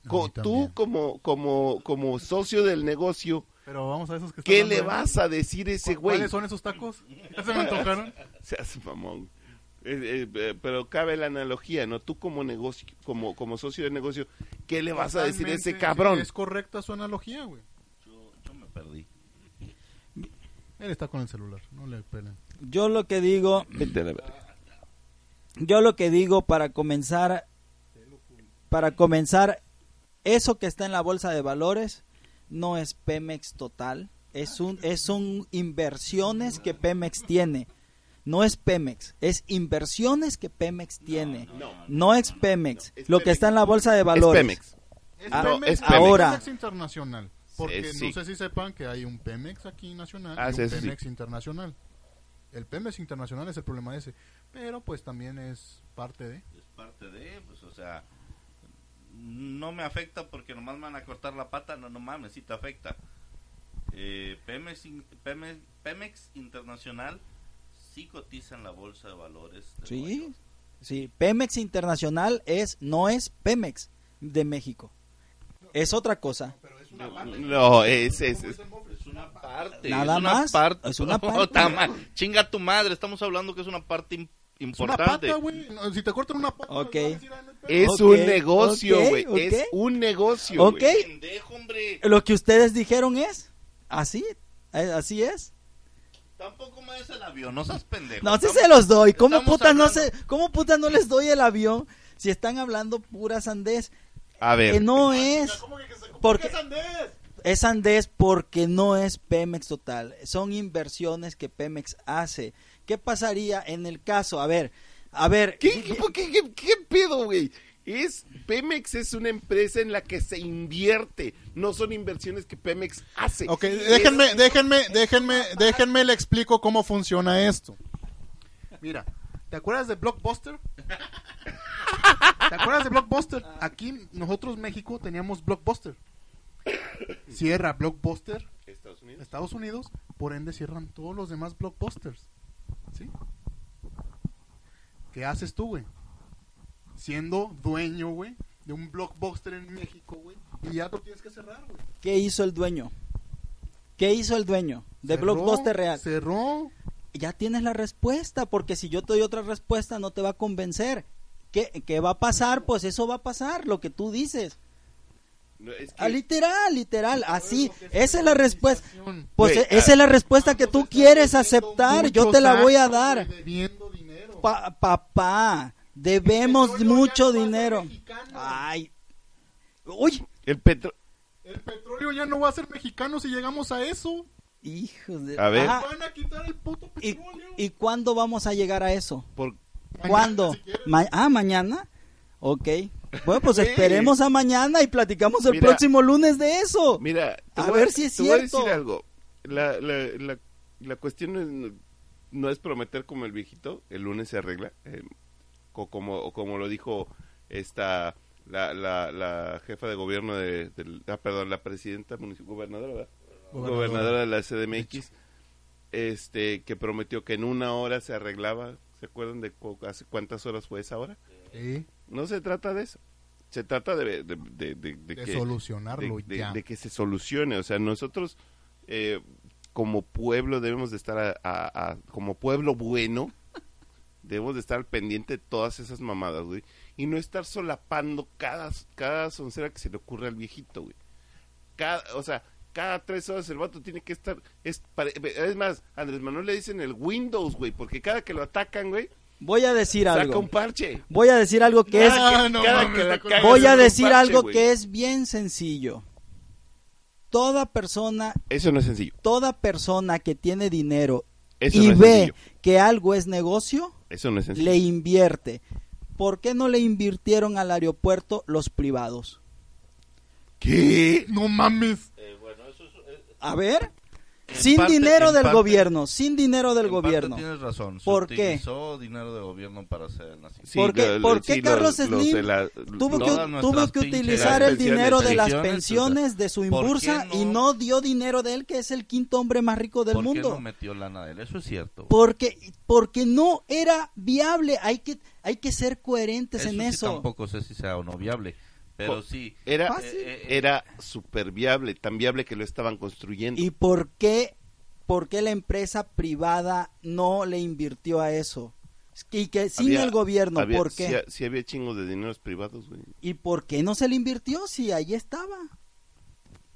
[SPEAKER 4] A
[SPEAKER 1] Co-
[SPEAKER 4] mí
[SPEAKER 1] tú
[SPEAKER 4] también.
[SPEAKER 1] como como como socio del negocio,
[SPEAKER 4] Pero vamos a esos que
[SPEAKER 1] ¿qué
[SPEAKER 4] están
[SPEAKER 1] le
[SPEAKER 4] dando-
[SPEAKER 1] vas a decir a ese
[SPEAKER 4] ¿Cu-
[SPEAKER 1] güey?
[SPEAKER 4] ¿Cuáles son esos tacos? Ya se me antojaron.
[SPEAKER 1] Se hace mamón. Eh, eh, eh, pero cabe la analogía, ¿no? Tú como negocio, como como socio del negocio, ¿qué le vas a decir a ese
[SPEAKER 4] Totalmente,
[SPEAKER 1] cabrón?
[SPEAKER 4] Es correcta su analogía, güey.
[SPEAKER 3] Yo, yo me perdí.
[SPEAKER 4] Él está con el celular, no le pelen.
[SPEAKER 2] Yo lo que digo
[SPEAKER 1] Vete a la verga.
[SPEAKER 2] Yo lo que digo para comenzar, para comenzar, eso que está en la bolsa de valores no es Pemex total, Es un, es son inversiones que Pemex tiene. No es Pemex, es inversiones que Pemex tiene. No, es Pemex.
[SPEAKER 1] no, es
[SPEAKER 2] Lo que
[SPEAKER 1] Pemex.
[SPEAKER 2] está en la bolsa de valores.
[SPEAKER 1] Es Pemex.
[SPEAKER 4] Es
[SPEAKER 2] Ah,
[SPEAKER 1] no, es
[SPEAKER 4] Pemex,
[SPEAKER 1] Pemex.
[SPEAKER 2] ahora.
[SPEAKER 4] Pemex internacional. Porque
[SPEAKER 1] Sí, sí.
[SPEAKER 4] no sé si sepan que hay un Pemex aquí nacional
[SPEAKER 1] Ah,
[SPEAKER 4] y
[SPEAKER 1] sí,
[SPEAKER 4] un
[SPEAKER 1] sí, sí.
[SPEAKER 4] Pemex internacional. El Pemex internacional es el problema ese. Pero pues también es parte de...
[SPEAKER 3] es parte de, pues, o sea, no me afecta porque nomás me van a cortar la pata, no, no mames, sí te afecta. Eh, Pemex, in- Pemex, Pemex Internacional sí cotiza en la bolsa de valores. de Nueva
[SPEAKER 2] Sí,
[SPEAKER 3] York.
[SPEAKER 2] sí. Pemex Internacional es, no es Pemex de México. Es otra cosa.
[SPEAKER 1] No, es, es, es-
[SPEAKER 3] Es una parte.
[SPEAKER 2] Nada
[SPEAKER 3] es una
[SPEAKER 2] más,
[SPEAKER 3] Parte.
[SPEAKER 2] es una
[SPEAKER 3] No,
[SPEAKER 2] parte.
[SPEAKER 3] ta ma- Chinga tu madre, estamos hablando que es una parte im-
[SPEAKER 4] Es una
[SPEAKER 3] importante.
[SPEAKER 4] pata, güey. No, Si te cortan una pata...
[SPEAKER 2] Ok.
[SPEAKER 4] van a decir, "Ah, no es Pemex".
[SPEAKER 1] es
[SPEAKER 2] Ok,
[SPEAKER 1] un negocio,
[SPEAKER 2] ok,
[SPEAKER 1] güey.
[SPEAKER 2] ok.
[SPEAKER 1] Es un negocio.
[SPEAKER 2] Ok,
[SPEAKER 1] güey.
[SPEAKER 3] Pendejo, hombre.
[SPEAKER 2] lo que ustedes dijeron es, así, eh, así es.
[SPEAKER 3] Tampoco me des el avión, no seas pendejo.
[SPEAKER 2] No, sí
[SPEAKER 3] Estamos-
[SPEAKER 2] se los doy. ¿Cómo
[SPEAKER 3] estamos
[SPEAKER 2] putas no se,
[SPEAKER 3] hablando-
[SPEAKER 2] cómo putas no les doy el avión si están hablando pura sandez?
[SPEAKER 1] A
[SPEAKER 2] Que
[SPEAKER 1] ver,
[SPEAKER 2] no es, porque es sandez porque no es Pemex total. Son inversiones que Pemex hace. ¿Qué pasaría en el caso? A ver, a ver.
[SPEAKER 1] ¿qué, qué, qué- qué- qué pedo, güey? Es Pemex es una empresa en la que se invierte, no son inversiones que Pemex hace.
[SPEAKER 6] Ok,
[SPEAKER 1] Es-
[SPEAKER 6] déjenme, déjenme, déjenme, déjenme le explico cómo funciona esto.
[SPEAKER 4] Mira, ¿te acuerdas de Blockbuster? ¿Te acuerdas de Blockbuster? Aquí nosotros México teníamos Blockbuster. Cierra Blockbuster
[SPEAKER 1] Estados Unidos.
[SPEAKER 4] Estados Unidos, por ende cierran todos los demás Blockbusters. ¿Sí? ¿Qué haces tú, güey? Siendo dueño, güey, de un Blockbuster en México, güey, y ya tú tienes que cerrar, güey.
[SPEAKER 2] ¿Qué hizo el dueño? ¿Qué hizo el dueño de
[SPEAKER 4] Cerró,
[SPEAKER 2] Blockbuster Real?
[SPEAKER 4] Cerró.
[SPEAKER 2] Ya tienes la respuesta, porque si yo te doy otra respuesta no te va a convencer. ¿Qué, qué va a pasar? Pues eso va a pasar, lo que tú dices.
[SPEAKER 1] No, es que-
[SPEAKER 2] Ah, literal, literal, así. Esa es la respuesta.
[SPEAKER 4] privatización.
[SPEAKER 2] Pues
[SPEAKER 1] Güey,
[SPEAKER 2] esa
[SPEAKER 1] ah,
[SPEAKER 2] es la respuesta que tú quieres aceptar. Yo te la voy a dar.
[SPEAKER 4] Debiendo dinero.
[SPEAKER 2] Pa- papá, debemos
[SPEAKER 4] petróleo ya
[SPEAKER 2] mucho
[SPEAKER 4] no va a ser
[SPEAKER 2] dinero.
[SPEAKER 4] mexicano.
[SPEAKER 2] Ay. Uy,
[SPEAKER 1] el petro
[SPEAKER 4] El petróleo ya no va a ser mexicano si llegamos a eso.
[SPEAKER 2] hijos de...
[SPEAKER 1] A ver.
[SPEAKER 2] Ah,
[SPEAKER 4] Van a quitar el puto
[SPEAKER 2] ¿y,
[SPEAKER 4] petróleo.
[SPEAKER 2] ¿Y cuándo vamos a llegar a eso?
[SPEAKER 1] por-
[SPEAKER 4] Mañana,
[SPEAKER 2] ¿Cuándo?
[SPEAKER 4] si quieres.
[SPEAKER 2] Ma- ah, mañana. Ok. Bueno, pues
[SPEAKER 1] Güey.
[SPEAKER 2] esperemos a mañana y platicamos el
[SPEAKER 1] Mira.
[SPEAKER 2] próximo lunes de eso.
[SPEAKER 1] Mira, te
[SPEAKER 2] A
[SPEAKER 1] voy
[SPEAKER 2] ver si es
[SPEAKER 1] te voy a
[SPEAKER 2] cierto.
[SPEAKER 1] decir algo. La, la, la, la cuestión es, no- no es prometer como el viejito, el lunes se arregla, eh, co- como, o como lo dijo esta la, la, la jefa de gobierno de, del- ah, perdón, la presidenta munici- gobernadora, ¿verdad?
[SPEAKER 4] Gobernadora.
[SPEAKER 1] gobernadora de la CDMX, este, que prometió que en una hora se arreglaba. ¿Se acuerdan de cu- hace cuántas horas fue esa hora?
[SPEAKER 4] Sí,
[SPEAKER 1] No se trata de eso. Se trata de, de, de- de- de
[SPEAKER 4] de
[SPEAKER 1] que-
[SPEAKER 4] solucionarlo
[SPEAKER 1] de, de-
[SPEAKER 4] ya.
[SPEAKER 1] de que se solucione. O sea, nosotros eh, como pueblo debemos de estar, a- a- a- como pueblo bueno, debemos de estar al pendiente de todas esas mamadas, güey. Y no estar solapando cada, cada soncera que se le ocurre al viejito, güey. Cada, o sea, cada tres horas el vato tiene que estar... Es, pare- es más, a Andrés Manuel le dicen el Windows, güey, porque cada que lo atacan, güey,
[SPEAKER 2] Voy a decir
[SPEAKER 1] saca un
[SPEAKER 2] algo.
[SPEAKER 1] parche.
[SPEAKER 2] Voy a decir algo que es
[SPEAKER 1] Cada que-
[SPEAKER 6] no
[SPEAKER 1] cada
[SPEAKER 6] mames,
[SPEAKER 1] que la
[SPEAKER 6] está con-
[SPEAKER 1] cagan,
[SPEAKER 2] voy a
[SPEAKER 1] saca un
[SPEAKER 2] decir
[SPEAKER 1] parche,
[SPEAKER 2] algo
[SPEAKER 1] güey.
[SPEAKER 2] que es bien sencillo. Toda persona,
[SPEAKER 1] Eso no es sencillo.
[SPEAKER 2] toda persona que tiene dinero
[SPEAKER 1] Eso
[SPEAKER 2] y
[SPEAKER 1] no es
[SPEAKER 2] ve
[SPEAKER 1] sencillo.
[SPEAKER 2] que algo es negocio,
[SPEAKER 1] Eso no es sencillo.
[SPEAKER 2] le invierte. ¿Por qué no le invirtieron al aeropuerto los privados?
[SPEAKER 1] ¿Qué?
[SPEAKER 4] No mames.
[SPEAKER 3] Eh, bueno, eso es- eh,
[SPEAKER 2] A ver,
[SPEAKER 3] En
[SPEAKER 2] sin
[SPEAKER 3] parte-
[SPEAKER 2] dinero
[SPEAKER 3] en
[SPEAKER 2] del
[SPEAKER 3] parte-
[SPEAKER 2] gobierno, sin dinero del
[SPEAKER 3] en parte
[SPEAKER 2] gobierno.
[SPEAKER 3] Tienes razón. se
[SPEAKER 2] ¿Por qué?
[SPEAKER 3] utilizó dinero de gobierno para hacer el nacimiento.
[SPEAKER 1] Sí,
[SPEAKER 2] ¿Por qué-
[SPEAKER 1] lo-
[SPEAKER 2] por
[SPEAKER 1] sí,
[SPEAKER 2] qué
[SPEAKER 1] los-
[SPEAKER 2] Carlos
[SPEAKER 1] los
[SPEAKER 2] Slim
[SPEAKER 1] de la-
[SPEAKER 2] Tuvo
[SPEAKER 1] no,
[SPEAKER 2] que, tuvo
[SPEAKER 3] Todas nuestras
[SPEAKER 2] que
[SPEAKER 3] pinches
[SPEAKER 2] utilizar el
[SPEAKER 1] pensiones,
[SPEAKER 2] dinero de las
[SPEAKER 3] pensiones,
[SPEAKER 2] pensiones de su
[SPEAKER 3] o sea, ¿por
[SPEAKER 2] imbursa
[SPEAKER 3] qué
[SPEAKER 2] y
[SPEAKER 3] no?
[SPEAKER 2] no dio dinero de él, que es el quinto hombre más rico del
[SPEAKER 3] ¿Por qué
[SPEAKER 2] mundo.
[SPEAKER 3] no metió lana de él? Eso es cierto.
[SPEAKER 2] Porque, porque no era viable. Hay que, hay que ser coherentes
[SPEAKER 3] Eso
[SPEAKER 2] en
[SPEAKER 3] sí
[SPEAKER 2] eso.
[SPEAKER 3] Tampoco sé si sea o no viable, pero
[SPEAKER 1] Jo-
[SPEAKER 3] sí.
[SPEAKER 1] Era,
[SPEAKER 2] Fácil.
[SPEAKER 1] eh, eh, era súper viable, tan viable que lo estaban construyendo.
[SPEAKER 2] ¿Y por qué, por qué la empresa privada no le invirtió a eso? Y que sin
[SPEAKER 1] Había-
[SPEAKER 2] el gobierno,
[SPEAKER 1] había-
[SPEAKER 2] ¿por qué?
[SPEAKER 1] Sí, ha- sí había chingos de dineros privados, güey.
[SPEAKER 2] ¿Y por qué no se le invirtió si ahí estaba?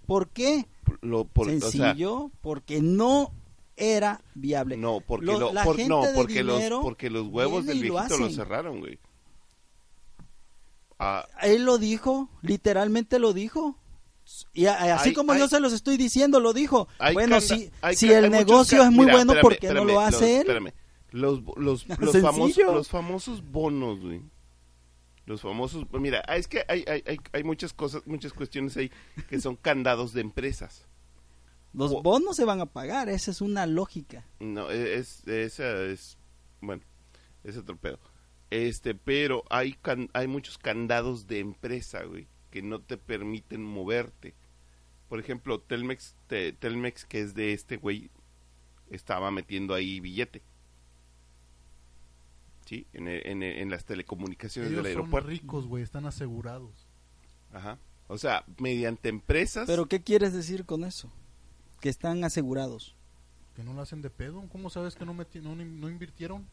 [SPEAKER 2] ¿Por qué?
[SPEAKER 1] Por- Lo, por- o sea,
[SPEAKER 2] Sencillo, porque no era viable.
[SPEAKER 1] no, porque,
[SPEAKER 2] Lo-
[SPEAKER 1] lo-
[SPEAKER 2] la
[SPEAKER 1] por-
[SPEAKER 2] gente
[SPEAKER 1] no,
[SPEAKER 2] de
[SPEAKER 1] porque, los,
[SPEAKER 2] dinero
[SPEAKER 1] porque los huevos
[SPEAKER 2] viene
[SPEAKER 1] del
[SPEAKER 2] y lo
[SPEAKER 1] viejito lo
[SPEAKER 2] hacen.
[SPEAKER 1] cerraron, güey. Ah,
[SPEAKER 2] Él lo dijo, literalmente lo dijo. Y a- a- así
[SPEAKER 1] Hay-
[SPEAKER 2] como
[SPEAKER 1] hay-
[SPEAKER 2] yo se los estoy diciendo, lo dijo.
[SPEAKER 1] Hay
[SPEAKER 2] bueno,
[SPEAKER 1] canda-
[SPEAKER 2] si,
[SPEAKER 1] hay
[SPEAKER 2] si
[SPEAKER 1] ca- hay
[SPEAKER 2] el
[SPEAKER 1] muchos
[SPEAKER 2] negocio
[SPEAKER 1] ca-
[SPEAKER 2] es muy
[SPEAKER 1] Mira,
[SPEAKER 2] bueno,
[SPEAKER 1] espérame,
[SPEAKER 2] ¿por qué no
[SPEAKER 1] espérame,
[SPEAKER 2] lo hace
[SPEAKER 1] los-
[SPEAKER 2] él?
[SPEAKER 1] espérame. Los, bo- los, los,
[SPEAKER 2] Sencillo.
[SPEAKER 1] famosos, los famosos bonos, güey. Los famosos, mira, es que hay, hay, hay, hay muchas cosas, muchas cuestiones ahí que son candados de empresas.
[SPEAKER 2] Los
[SPEAKER 1] O-
[SPEAKER 2] bonos se van a pagar, esa es una lógica.
[SPEAKER 1] No, e, es, esa es, bueno, es otro pedo. Este, pero hay, can- hay muchos candados de empresa, güey, que no te permiten moverte. Por ejemplo, Telmex, te- Telmex que es de este güey, estaba metiendo ahí billete. Sí, en, el- en el- en las telecomunicaciones
[SPEAKER 5] Ellos
[SPEAKER 1] del
[SPEAKER 5] son
[SPEAKER 1] aeropuerto.
[SPEAKER 5] ricos, güey, están asegurados.
[SPEAKER 1] Ajá. O sea, mediante empresas.
[SPEAKER 2] Pero ¿qué quieres decir con eso? Que están asegurados.
[SPEAKER 5] Que no lo hacen de pedo. ¿Cómo sabes que no, meti- no, no invirtieron?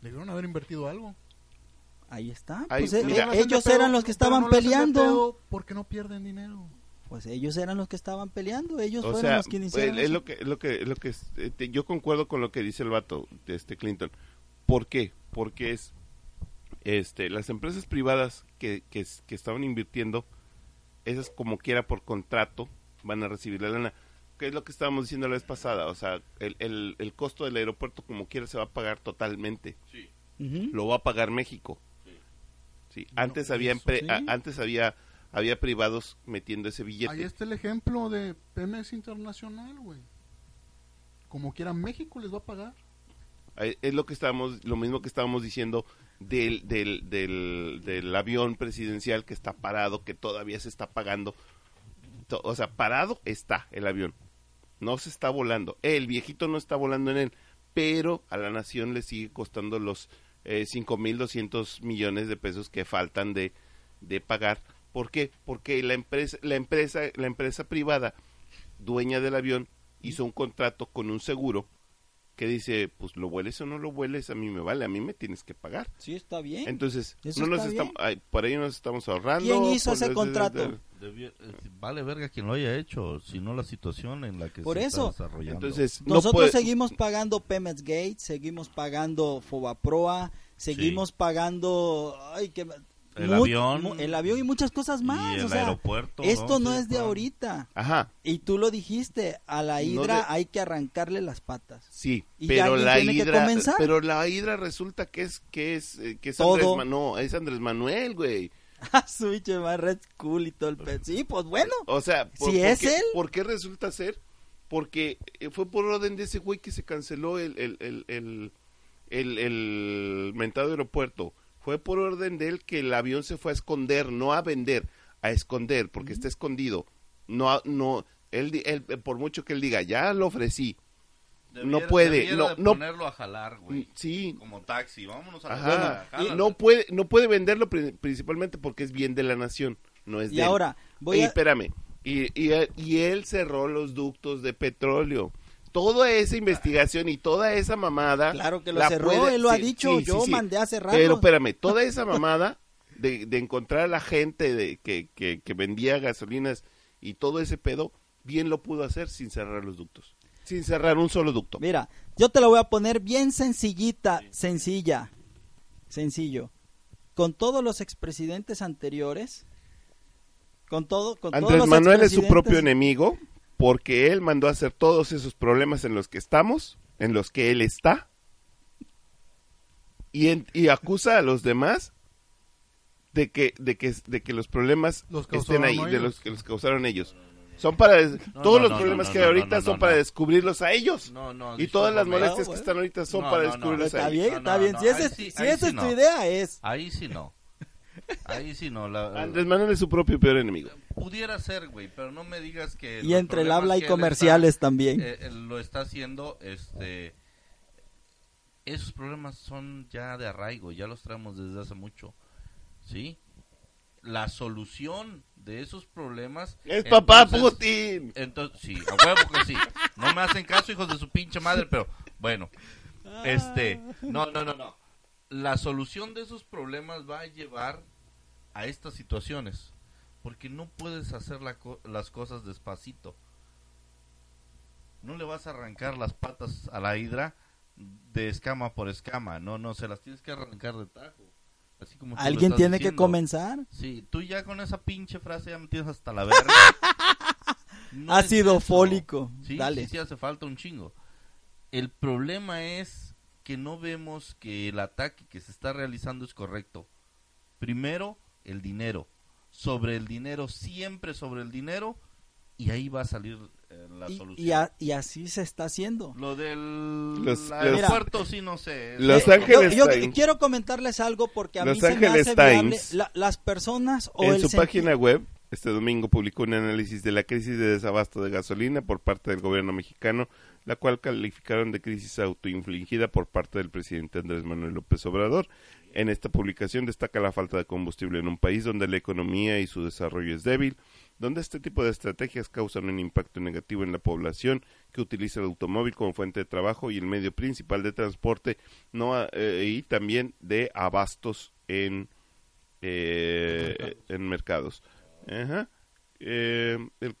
[SPEAKER 5] Debieron haber invertido algo.
[SPEAKER 2] Ahí está.
[SPEAKER 1] Ay,
[SPEAKER 2] Pues eh,
[SPEAKER 1] mira.
[SPEAKER 2] eh, ellos eran los que estaban peleando.
[SPEAKER 5] porque no pierden dinero.
[SPEAKER 2] Pues ellos eran los que estaban peleando. Ellos
[SPEAKER 1] O
[SPEAKER 2] fueron
[SPEAKER 1] sea, pues,
[SPEAKER 2] los que iniciaron.
[SPEAKER 1] es, es
[SPEAKER 2] eso.
[SPEAKER 1] lo que, es lo que, es lo que es, eh, te- yo concuerdo con lo que dice el vato, este Clinton. ¿Por qué? Porque es, este, las empresas privadas que, que, es- que estaban invirtiendo, esas como quiera por contrato van a recibir la lana. ¿Qué es lo que estábamos diciendo la vez pasada? O sea, el, el, el costo del aeropuerto como quiera se va a pagar totalmente.
[SPEAKER 2] Ujú.
[SPEAKER 1] Lo va a pagar México. Sí. Antes había empre-
[SPEAKER 2] sí.
[SPEAKER 1] a- antes había había privados metiendo ese
[SPEAKER 4] Ahí
[SPEAKER 1] billete.
[SPEAKER 4] está el ejemplo de Pemex Internacional, güey. Como quiera, México les va a pagar.
[SPEAKER 1] Eh, es lo que estábamos lo mismo que estábamos diciendo del, del, del, del avión presidencial que está parado que todavía se está pagando To- o sea parado está el avión no se está volando el viejito no está volando en él pero a la nación le sigue costando los eh, 5.200 millones de pesos que faltan de, de pagar ¿por qué? porque la empresa la empresa la empresa privada dueña del avión hizo un contrato con un seguro que dice, pues lo vueles o no lo vueles, a mí me vale, a mí me tienes que pagar.
[SPEAKER 2] Sí, está bien.
[SPEAKER 1] Entonces,
[SPEAKER 2] Eso
[SPEAKER 1] no nos
[SPEAKER 2] está
[SPEAKER 1] estamos, ay, por ahí nos estamos ahorrando.
[SPEAKER 2] ¿Quién hizo
[SPEAKER 1] por
[SPEAKER 2] ese
[SPEAKER 1] los-
[SPEAKER 2] contrato?
[SPEAKER 3] Debió- eh, vale verga quien lo haya hecho, sino la situación en la que
[SPEAKER 2] Por
[SPEAKER 3] se
[SPEAKER 2] eso.
[SPEAKER 3] está desarrollando.
[SPEAKER 1] Entonces, no
[SPEAKER 2] Nosotros
[SPEAKER 1] puede-
[SPEAKER 2] seguimos pagando Pemex Gate, seguimos pagando Fobaproa, seguimos pagando ay, que-
[SPEAKER 3] El
[SPEAKER 2] mu-
[SPEAKER 3] avión.
[SPEAKER 2] mu- el avión y muchas cosas
[SPEAKER 3] Y
[SPEAKER 2] más.
[SPEAKER 3] el
[SPEAKER 2] o sea,
[SPEAKER 3] aeropuerto,
[SPEAKER 2] Esto
[SPEAKER 3] ¿no?
[SPEAKER 2] no
[SPEAKER 3] Sí,
[SPEAKER 2] es de
[SPEAKER 3] claro.
[SPEAKER 2] ahorita.
[SPEAKER 1] Ajá,
[SPEAKER 2] Y tú lo dijiste, a la
[SPEAKER 1] No
[SPEAKER 2] hidra
[SPEAKER 1] de-
[SPEAKER 2] hay que arrancarle las patas.
[SPEAKER 1] sí,
[SPEAKER 2] Y
[SPEAKER 1] pero
[SPEAKER 2] alguien
[SPEAKER 1] la
[SPEAKER 2] tiene que
[SPEAKER 1] hidra,
[SPEAKER 2] comenzar.
[SPEAKER 1] pero la hidra resulta que es que es eh, que es
[SPEAKER 2] Todo.
[SPEAKER 1] Andrés Ma- no, es Andrés Manuel, güey.
[SPEAKER 2] Ah, su bicho, más Red School y todo el pe- Sí, pues bueno.
[SPEAKER 1] O sea,
[SPEAKER 2] Si es
[SPEAKER 1] qué,
[SPEAKER 2] él.
[SPEAKER 1] ¿por qué resulta ser? Porque eh, fue por orden de ese güey que se canceló el, el, el, el, el- el mentado aeropuerto. Fue por orden de él que el avión se fue a esconder, no a vender, a esconder, porque está escondido. No, a- no, él, di- él, eh, por mucho que él diga, ya lo ofrecí. no
[SPEAKER 3] Debiera-
[SPEAKER 1] puede,
[SPEAKER 3] debiera
[SPEAKER 1] no-
[SPEAKER 3] de
[SPEAKER 1] no-
[SPEAKER 3] ponerlo a jalar, güey.
[SPEAKER 2] Mm.
[SPEAKER 1] Sí,
[SPEAKER 3] Como taxi, vámonos a la
[SPEAKER 1] ajá.
[SPEAKER 3] jala, jala.
[SPEAKER 1] no puede, no puede venderlo pri- principalmente porque es bien de la nación, no es de
[SPEAKER 2] Y
[SPEAKER 1] él.
[SPEAKER 2] ahora, voy
[SPEAKER 1] y
[SPEAKER 2] a...
[SPEAKER 1] espérame, y, y- y él cerró los ductos de petróleo. Toda esa investigación y toda esa mamada.
[SPEAKER 2] Claro que lo
[SPEAKER 1] la
[SPEAKER 2] cerró, él lo ha dicho, yo mandé a cerrarlo.
[SPEAKER 1] Pero espérame, toda esa mamada de, de encontrar a la gente de, que, que, que vendía gasolinas y todo ese pedo, bien lo pudo hacer sin cerrar los ductos. Sin cerrar un solo ducto.
[SPEAKER 2] Mira, yo te la voy a poner bien sencillita, sencilla, sencillo. Con todos los expresidentes anteriores, con todo, con todos
[SPEAKER 1] Andrés
[SPEAKER 2] los
[SPEAKER 1] Manuel es su
[SPEAKER 2] expresidentes-
[SPEAKER 1] propio enemigo porque él mandó a hacer todos esos problemas en los que estamos, en los que él está, y, en- y acusa a los demás de que, de que, de que los problemas
[SPEAKER 5] Los
[SPEAKER 1] estén
[SPEAKER 5] causaron
[SPEAKER 1] ahí, de
[SPEAKER 5] ellos.
[SPEAKER 1] los que los causaron ellos. Son para des-
[SPEAKER 3] No,
[SPEAKER 1] todos
[SPEAKER 3] no,
[SPEAKER 1] los
[SPEAKER 3] no,
[SPEAKER 1] problemas
[SPEAKER 3] no,
[SPEAKER 1] que
[SPEAKER 3] no,
[SPEAKER 1] hay
[SPEAKER 3] no,
[SPEAKER 1] ahorita
[SPEAKER 3] no,
[SPEAKER 1] son
[SPEAKER 3] no,
[SPEAKER 1] para
[SPEAKER 3] no.
[SPEAKER 1] descubrirlos a ellos.
[SPEAKER 3] No, no,
[SPEAKER 1] y todas las
[SPEAKER 3] discúlpame.
[SPEAKER 1] molestias
[SPEAKER 2] Ah,
[SPEAKER 1] que
[SPEAKER 2] bueno.
[SPEAKER 1] están ahorita son
[SPEAKER 3] No,
[SPEAKER 1] para
[SPEAKER 3] no, no.
[SPEAKER 1] descubrirlos
[SPEAKER 2] Está
[SPEAKER 1] a ellos.
[SPEAKER 2] bien,
[SPEAKER 3] No,
[SPEAKER 2] está
[SPEAKER 3] no,
[SPEAKER 2] bien.
[SPEAKER 3] no,
[SPEAKER 2] si esa
[SPEAKER 3] ahí
[SPEAKER 2] es,
[SPEAKER 3] sí-
[SPEAKER 2] si
[SPEAKER 3] ahí
[SPEAKER 2] esa
[SPEAKER 3] sí
[SPEAKER 2] es tu
[SPEAKER 3] no.
[SPEAKER 2] idea, es.
[SPEAKER 3] Ahí sí no. Ahí sí no. la-
[SPEAKER 1] Andrés Manuel es su propio peor enemigo.
[SPEAKER 3] Pudiera ser, güey, pero no me digas que...
[SPEAKER 2] Y
[SPEAKER 3] los
[SPEAKER 2] entre el
[SPEAKER 3] problemas
[SPEAKER 2] habla y
[SPEAKER 3] que él está-
[SPEAKER 2] comerciales también.
[SPEAKER 3] eh, él lo está haciendo, este... Esos problemas son ya de arraigo, ya los traemos desde hace mucho, ¿sí? La solución de esos problemas...
[SPEAKER 1] Es papá
[SPEAKER 3] entonces-
[SPEAKER 1] Putin.
[SPEAKER 3] Entonces, sí, a huevo que sí. No me hacen caso, hijos de su pinche madre, pero bueno. Este, no, no, no, no. La solución de esos problemas va a llevar a estas situaciones. Porque no puedes hacer la co- las cosas despacito. No le vas a arrancar las patas a la hidra de escama por escama. No, no, se las tienes que arrancar de tajo. Así como tú lo
[SPEAKER 2] Alguien
[SPEAKER 3] estás
[SPEAKER 2] tiene que
[SPEAKER 3] diciendo.
[SPEAKER 2] comenzar.
[SPEAKER 3] Sí, tú ya con esa pinche frase ya me tienes hasta la verga. No es
[SPEAKER 2] Ácido
[SPEAKER 3] eso.
[SPEAKER 2] fólico.
[SPEAKER 3] Sí,
[SPEAKER 2] Dale.
[SPEAKER 3] sí, sí hace falta un chingo. El problema es que no vemos que el ataque que se está realizando es correcto. Primero, el dinero. Sobre el dinero, siempre sobre el dinero. Y ahí va a salir eh, la
[SPEAKER 2] Y-
[SPEAKER 3] solución.
[SPEAKER 2] y, a- y así se está haciendo.
[SPEAKER 3] Lo del
[SPEAKER 1] Los-
[SPEAKER 3] aeropuerto, sí, no sé.
[SPEAKER 1] Los
[SPEAKER 3] Eso-
[SPEAKER 2] Eh, yo-
[SPEAKER 1] Ángeles
[SPEAKER 2] yo,
[SPEAKER 1] Times.
[SPEAKER 2] quiero comentarles algo porque a
[SPEAKER 1] Los
[SPEAKER 2] mí se me
[SPEAKER 1] Ángeles
[SPEAKER 2] hace viable
[SPEAKER 1] Times.
[SPEAKER 2] la- las personas o
[SPEAKER 1] En
[SPEAKER 2] el
[SPEAKER 1] su
[SPEAKER 2] senti-
[SPEAKER 1] página web, este domingo publicó un análisis de la crisis de desabasto de gasolina por parte del gobierno mexicano, la cual calificaron de crisis autoinfligida por parte del presidente Andrés Manuel López Obrador. En esta publicación destaca la falta de combustible en un país donde la economía y su desarrollo es débil, donde este tipo de estrategias causan un impacto negativo en la población que utiliza el automóvil como fuente de trabajo y el medio principal de transporte no, a- eh, y también de abastos en eh, en mercados. Ajá. Eh, el-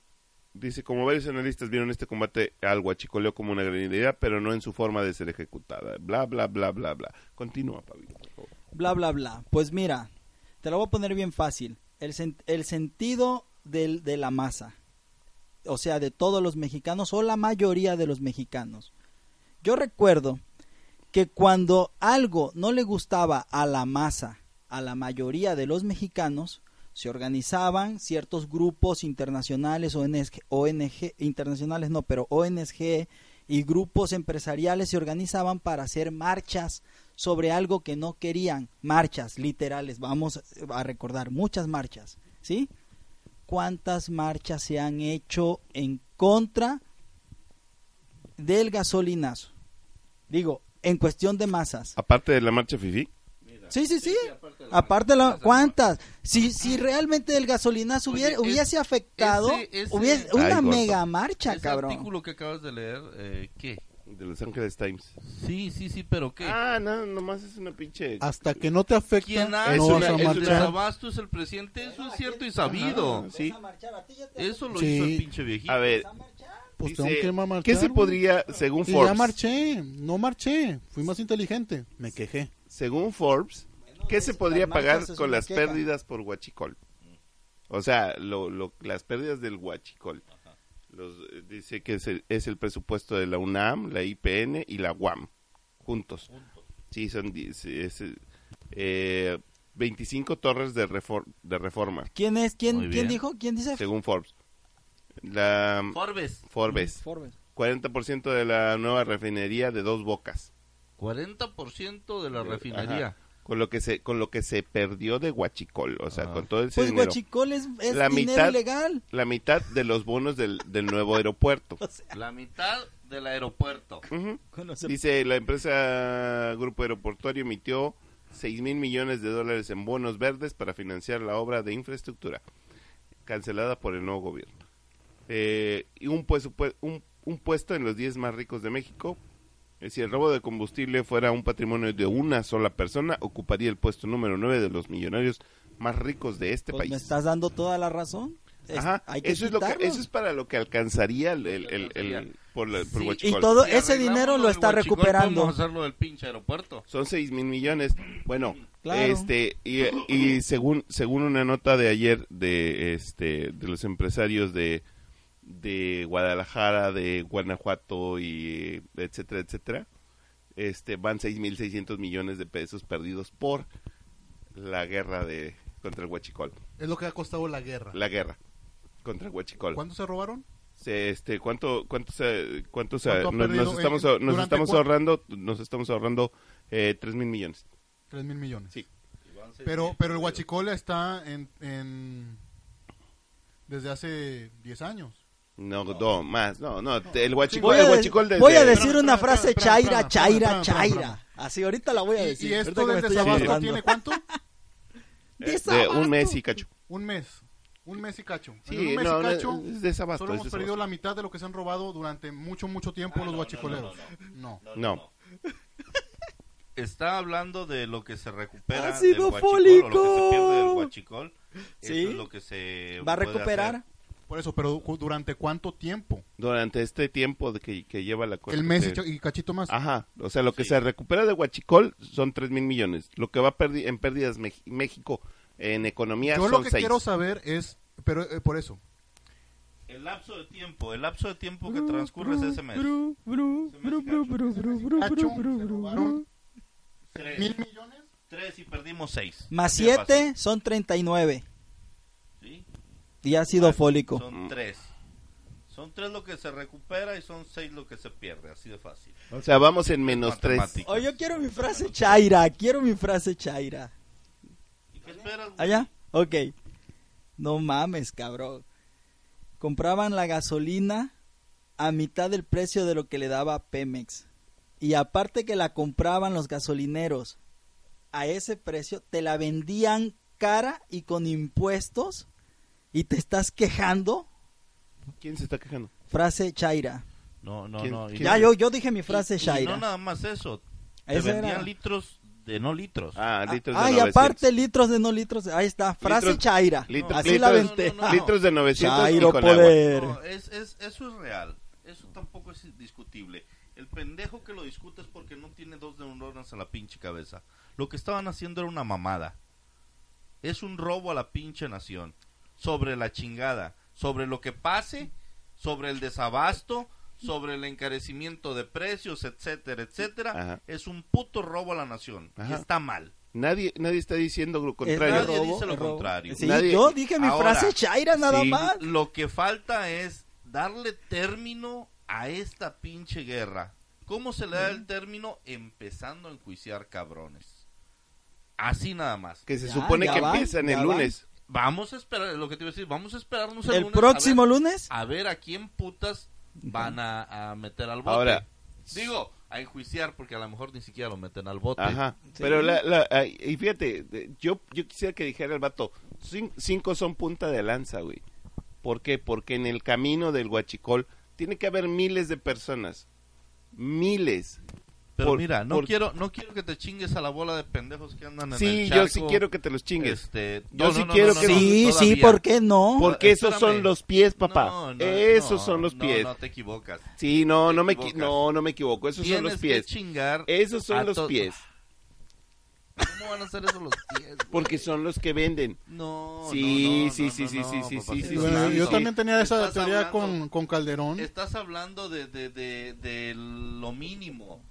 [SPEAKER 1] dice, como varios analistas vieron este combate al huachicoleo como una gran idea, pero no en su forma de ser ejecutada. Bla, bla, bla, bla, bla. Continúa, Pablo. por favor.
[SPEAKER 2] Bla, bla, bla. Pues mira, te lo voy a poner bien fácil. El, sen- el sentido del- de la masa. O sea, de todos los mexicanos o la mayoría de los mexicanos. Yo recuerdo que cuando algo no le gustaba a la masa, a la mayoría de los mexicanos, se organizaban ciertos grupos internacionales, ONG, ONG internacionales no, pero ONG y grupos empresariales se organizaban para hacer marchas sobre algo que no querían, marchas literales, vamos a recordar muchas marchas, ¿sí? ¿Cuántas marchas se han hecho en contra del gasolinazo? Digo, en cuestión de masas.
[SPEAKER 1] Aparte de la marcha Fifi,
[SPEAKER 2] Sí, sí, sí. Aparte, la, ¿cuántas? Si, si realmente el gasolinazo
[SPEAKER 3] Oye,
[SPEAKER 2] hubiera,
[SPEAKER 3] es-
[SPEAKER 2] hubiese afectado,
[SPEAKER 3] ese- ese-
[SPEAKER 2] hubiese-
[SPEAKER 1] Ay,
[SPEAKER 2] una
[SPEAKER 1] gordo.
[SPEAKER 2] mega marcha,
[SPEAKER 3] ese
[SPEAKER 2] cabrón.
[SPEAKER 3] artículo que acabas de leer, eh, ¿qué?
[SPEAKER 1] de Los Ángeles Times.
[SPEAKER 3] Sí, sí, sí, pero ¿qué?
[SPEAKER 1] Ah, no, nomás es una pinche.
[SPEAKER 6] Hasta que no te afecta,
[SPEAKER 3] ¿Quién
[SPEAKER 6] no
[SPEAKER 3] hace
[SPEAKER 1] Es
[SPEAKER 6] vas
[SPEAKER 1] una-
[SPEAKER 6] a
[SPEAKER 1] es
[SPEAKER 3] el
[SPEAKER 1] marcha.
[SPEAKER 6] marchar.
[SPEAKER 3] desabasto es el presidente? Eso es cierto y sabido.
[SPEAKER 1] Sí.
[SPEAKER 3] Eso lo
[SPEAKER 6] Sí.
[SPEAKER 3] hizo el pinche viejito.
[SPEAKER 1] A ver,
[SPEAKER 6] Pues
[SPEAKER 1] dice,
[SPEAKER 6] tengo que marchar,
[SPEAKER 1] ¿qué se
[SPEAKER 6] güey.
[SPEAKER 1] podría, según
[SPEAKER 6] Y
[SPEAKER 1] Forbes?
[SPEAKER 6] ya marché, no marché, fui más inteligente, me quejé.
[SPEAKER 1] según Forbes, ¿qué se podría pagar con las pérdidas por huachicol? O sea, lo- lo- las pérdidas del huachicol. Los, eh, dice que es el, es el presupuesto de la UNAM, la IPN y la UAM, juntos. Sí, son diez- es, eh, 25 torres de, refor- de reforma,
[SPEAKER 2] ¿Quién es?
[SPEAKER 3] Muy
[SPEAKER 2] ¿Quién,
[SPEAKER 3] bien.
[SPEAKER 2] ¿quién dijo? ¿Quién dice?
[SPEAKER 1] según Forbes. La
[SPEAKER 3] Forbes,
[SPEAKER 1] Forbes, 40% de la nueva refinería de Dos Bocas.
[SPEAKER 3] 40% de la
[SPEAKER 1] Eh,
[SPEAKER 3] refinería.
[SPEAKER 1] ajá. Con lo que se con lo que se perdió de Huachicol, o sea,
[SPEAKER 3] Ajá.
[SPEAKER 1] con todo ese
[SPEAKER 2] Pues
[SPEAKER 1] dinero.
[SPEAKER 2] Guachicol es, es
[SPEAKER 1] La
[SPEAKER 2] dinero
[SPEAKER 1] mitad-
[SPEAKER 2] ilegal.
[SPEAKER 1] La mitad de los bonos del, del nuevo aeropuerto.
[SPEAKER 2] O sea,
[SPEAKER 3] La mitad del aeropuerto.
[SPEAKER 1] Ujú.
[SPEAKER 2] bueno, se-
[SPEAKER 1] Dice, la empresa Grupo Aeroportuario emitió 6 mil millones de dólares en bonos verdes para financiar la obra de infraestructura, cancelada por el nuevo gobierno. Eh, y un, presupue- un, un puesto en los 10 más ricos de México. Eh, Si el robo de combustible fuera un patrimonio de una sola persona, ocuparía el puesto número 9 de los millonarios más ricos de este
[SPEAKER 2] pues
[SPEAKER 1] país.
[SPEAKER 2] me estás dando toda la razón. Es-
[SPEAKER 1] Ajá,
[SPEAKER 2] hay que
[SPEAKER 1] eso es, lo que,
[SPEAKER 2] quitarlo. Pues
[SPEAKER 1] eso es para lo que alcanzaría el, el, el- el- por, la- por
[SPEAKER 3] Sí, y
[SPEAKER 1] Huachicol.
[SPEAKER 2] y todo
[SPEAKER 3] Si
[SPEAKER 2] ese
[SPEAKER 3] arreglamos
[SPEAKER 2] dinero lo
[SPEAKER 3] del
[SPEAKER 2] está
[SPEAKER 3] huachicol,
[SPEAKER 2] recuperando.
[SPEAKER 3] Podemos hacerlo del pinche aeropuerto.
[SPEAKER 1] Son 6 mil millones. Bueno,
[SPEAKER 2] Claro.
[SPEAKER 1] este y, y según según una nota de ayer de este de los empresarios de de Guadalajara, de Guanajuato y etcétera, etcétera, este van 6.600 millones de pesos perdidos por la guerra de contra el Huachicol,
[SPEAKER 5] Es lo que ha costado la guerra.
[SPEAKER 1] la guerra contra el Huachicol.
[SPEAKER 5] ¿Cuánto se robaron?
[SPEAKER 1] se, este cuánto cuánto se, cuánto se-
[SPEAKER 5] ¿Cuánto ha
[SPEAKER 1] nos,
[SPEAKER 5] perdido
[SPEAKER 1] nos estamos
[SPEAKER 5] en-
[SPEAKER 1] ahor- nos
[SPEAKER 5] durante
[SPEAKER 1] estamos
[SPEAKER 5] cuán-
[SPEAKER 1] ahorrando nos estamos ahorrando eh, tres mil millones
[SPEAKER 5] 3 mil millones.
[SPEAKER 1] Sí.
[SPEAKER 5] Pero, pero el Huachicol está en, en- desde hace 10 años.
[SPEAKER 1] no no, más no no el huachicol
[SPEAKER 2] Voy
[SPEAKER 1] el
[SPEAKER 2] a, de-
[SPEAKER 1] huachicol desde-
[SPEAKER 2] voy a decir
[SPEAKER 5] Espérame,
[SPEAKER 2] una
[SPEAKER 5] espérame,
[SPEAKER 2] frase
[SPEAKER 5] espérame,
[SPEAKER 2] chaira,
[SPEAKER 5] espérame,
[SPEAKER 2] chaira,
[SPEAKER 5] espérame, espérame,
[SPEAKER 2] chaira. Así ahorita la voy a
[SPEAKER 5] Y-
[SPEAKER 2] decir.
[SPEAKER 5] Y,
[SPEAKER 2] ahorita
[SPEAKER 5] esto
[SPEAKER 2] que me
[SPEAKER 5] del
[SPEAKER 2] estoy Este,
[SPEAKER 5] desabasto
[SPEAKER 2] acordando.
[SPEAKER 5] tiene cuánto?
[SPEAKER 1] eh, de
[SPEAKER 2] Desabasto.
[SPEAKER 1] un mes y cacho
[SPEAKER 5] Un mes. Un mes y cacho.
[SPEAKER 1] sí
[SPEAKER 5] en un mes
[SPEAKER 1] no,
[SPEAKER 5] y
[SPEAKER 1] no,
[SPEAKER 5] cacho
[SPEAKER 1] es desabasto,
[SPEAKER 5] solo
[SPEAKER 1] es
[SPEAKER 5] hemos perdido la
[SPEAKER 1] desabasto.
[SPEAKER 5] mitad de lo que se han robado durante mucho, mucho
[SPEAKER 4] Ah,
[SPEAKER 5] tiempo los huachicoleros. No.
[SPEAKER 1] no
[SPEAKER 3] Está hablando de lo que se recupera
[SPEAKER 2] Ácido
[SPEAKER 3] del huachicol o lo que se
[SPEAKER 2] fólico.
[SPEAKER 3] pierde del huachicol.
[SPEAKER 2] Sí.
[SPEAKER 3] Eso es lo que se
[SPEAKER 2] Va a
[SPEAKER 3] puede hacer.
[SPEAKER 2] recuperar.
[SPEAKER 5] Por eso, pero du- ¿durante cuánto tiempo?
[SPEAKER 1] Durante este tiempo de que, que Ah, lleva la cosa.
[SPEAKER 5] El mes y cho- y cachito más.
[SPEAKER 1] Ajá, o sea, lo que
[SPEAKER 3] Sí.
[SPEAKER 1] se recupera de Huachicol son 3 mil millones. Lo que va perdi- en pérdidas Mex- México en economía
[SPEAKER 5] Yo
[SPEAKER 1] son
[SPEAKER 5] lo que
[SPEAKER 1] 6.
[SPEAKER 5] quiero saber es, pero eh, por eso,
[SPEAKER 3] El lapso de tiempo, el lapso de tiempo que transcurre es ese mes. Ese mes gacho.
[SPEAKER 5] Cacho, se robaron
[SPEAKER 3] Tres,
[SPEAKER 5] mil millones.
[SPEAKER 3] tres y perdimos seis.
[SPEAKER 2] Más
[SPEAKER 3] Así de
[SPEAKER 2] 7 son 39.
[SPEAKER 3] fácil, ¿sí?
[SPEAKER 2] Y ácido
[SPEAKER 3] Más,
[SPEAKER 2] fólico.
[SPEAKER 1] Mm.
[SPEAKER 3] Son tres. Son tres lo que se recupera y son seis lo que se pierde, así de fácil.
[SPEAKER 1] O sea, vamos en menos 3.
[SPEAKER 3] Matemática.
[SPEAKER 2] Oh, yo quiero mi frase chaira. Quiero mi frase chaira.
[SPEAKER 3] ¿Y qué esperas? güey?
[SPEAKER 2] ¿Allá? Ok. No mames, cabrón. Compraban la gasolina a mitad del precio de lo que le daba Pemex. Y aparte que la compraban los gasolineros a ese precio, te la vendían cara y con impuestos. Y te estás quejando.
[SPEAKER 1] ¿Quién se está quejando?
[SPEAKER 2] Frase chaira.
[SPEAKER 3] No, no,
[SPEAKER 1] ¿Quién-
[SPEAKER 3] no. y-
[SPEAKER 1] quién-
[SPEAKER 2] Ya, yo, yo dije mi
[SPEAKER 3] y-
[SPEAKER 2] frase
[SPEAKER 3] y
[SPEAKER 2] chaira.
[SPEAKER 3] No nada más eso. Te
[SPEAKER 2] Esa
[SPEAKER 3] vendían
[SPEAKER 2] era-
[SPEAKER 3] litros de no litros.
[SPEAKER 1] Ah,
[SPEAKER 2] Ah,
[SPEAKER 1] litros
[SPEAKER 2] ah,
[SPEAKER 1] de
[SPEAKER 2] y
[SPEAKER 1] 900.
[SPEAKER 2] aparte litros de no litros. Ahí está, frase
[SPEAKER 1] Litros-
[SPEAKER 2] chaira.
[SPEAKER 1] lit-
[SPEAKER 2] Así la
[SPEAKER 1] litros-
[SPEAKER 2] venté.
[SPEAKER 3] no, no, no.
[SPEAKER 1] Litros de 900 y
[SPEAKER 2] Chairo
[SPEAKER 1] con agua.
[SPEAKER 2] poder.
[SPEAKER 3] No, es, es- eso es real. Eso tampoco es discutible. El pendejo que lo discute es porque no tiene dos neuronas a la pinche cabeza. Lo que estaban haciendo era una mamada. Es un robo a la pinche nación. Sobre la chingada. Sobre lo que pase. Sobre el desabasto. Sobre el encarecimiento de precios, etcétera, etcétera.
[SPEAKER 1] Ajá.
[SPEAKER 3] Es un puto robo a la nación. Y
[SPEAKER 1] Ah. Ajá.
[SPEAKER 3] está mal.
[SPEAKER 1] Nadie, nadie está diciendo lo
[SPEAKER 3] Eh, Nadie
[SPEAKER 1] contrario.
[SPEAKER 3] robo. dice lo contrario.
[SPEAKER 2] Sí,
[SPEAKER 1] Nadie-
[SPEAKER 2] yo dije mi
[SPEAKER 3] Ahora,
[SPEAKER 2] frase chaira nada
[SPEAKER 1] sí.
[SPEAKER 2] más.
[SPEAKER 3] Lo que falta es darle término a esta pinche guerra. ¿Cómo se le da el término? Empezando a enjuiciar cabrones. Así nada más.
[SPEAKER 1] Que se
[SPEAKER 2] Ya,
[SPEAKER 1] supone
[SPEAKER 2] ya
[SPEAKER 1] que
[SPEAKER 2] van,
[SPEAKER 1] empiezan
[SPEAKER 2] ya
[SPEAKER 1] el
[SPEAKER 2] van.
[SPEAKER 1] lunes.
[SPEAKER 3] Vamos a esperar, lo que te iba a decir, vamos a esperarnos
[SPEAKER 2] El
[SPEAKER 3] lunes a
[SPEAKER 2] próximo
[SPEAKER 3] ver- Ah,
[SPEAKER 2] lunes.
[SPEAKER 3] A ver a quién putas van a, a meter al bote.
[SPEAKER 1] Ahora.
[SPEAKER 3] Digo, a enjuiciar, porque a lo mejor ni siquiera lo meten al bote.
[SPEAKER 1] Ajá. Pero la, la- ay, y fíjate, de- yo, yo quisiera que dijera el vato, cin- cinco son punta de lanza, güey. ¿Por qué? Porque en el camino del huachicol tiene que haber miles de personas. Miles.
[SPEAKER 3] Pero
[SPEAKER 1] Por-
[SPEAKER 3] mira, no
[SPEAKER 1] por-
[SPEAKER 3] quiero no quiero que te chingues a la bola de pendejos que andan en
[SPEAKER 1] Sí,
[SPEAKER 3] el
[SPEAKER 1] yo sí
[SPEAKER 3] charco,
[SPEAKER 1] quiero que te los chingues.
[SPEAKER 3] este,
[SPEAKER 1] Yo sí quiero que-
[SPEAKER 2] Sí, sí,
[SPEAKER 3] todavía.
[SPEAKER 2] ¿por qué no?
[SPEAKER 1] Porque esos
[SPEAKER 3] Espérame.
[SPEAKER 1] son los pies, papá.
[SPEAKER 3] No, no,
[SPEAKER 1] esos
[SPEAKER 3] no,
[SPEAKER 1] son los
[SPEAKER 3] no,
[SPEAKER 1] pies.
[SPEAKER 3] No, te equivocas.
[SPEAKER 1] sí, no,
[SPEAKER 3] te
[SPEAKER 1] no me, equi-
[SPEAKER 3] equivocas.
[SPEAKER 1] no, no me equivoco. Esos son
[SPEAKER 3] Tienes
[SPEAKER 1] los pies.
[SPEAKER 3] que chingar.
[SPEAKER 1] Esos son
[SPEAKER 3] a
[SPEAKER 1] los
[SPEAKER 3] to-
[SPEAKER 1] pies.
[SPEAKER 3] ¿Cómo van a ser esos los pies? güey?
[SPEAKER 1] Porque son los que venden.
[SPEAKER 3] No,
[SPEAKER 1] Sí,
[SPEAKER 3] no, no,
[SPEAKER 1] sí,
[SPEAKER 3] no,
[SPEAKER 1] sí,
[SPEAKER 3] no,
[SPEAKER 1] sí,
[SPEAKER 3] no,
[SPEAKER 1] sí, sí,
[SPEAKER 3] papá,
[SPEAKER 1] sí, sí,
[SPEAKER 3] te estás
[SPEAKER 1] sí,
[SPEAKER 4] Bueno,
[SPEAKER 1] sí,
[SPEAKER 4] yo
[SPEAKER 1] sí.
[SPEAKER 4] también tenía esa
[SPEAKER 3] Estás
[SPEAKER 4] teoría
[SPEAKER 3] hablando-
[SPEAKER 4] con, con Calderón.
[SPEAKER 3] Estás hablando de, de, de, de lo mínimo.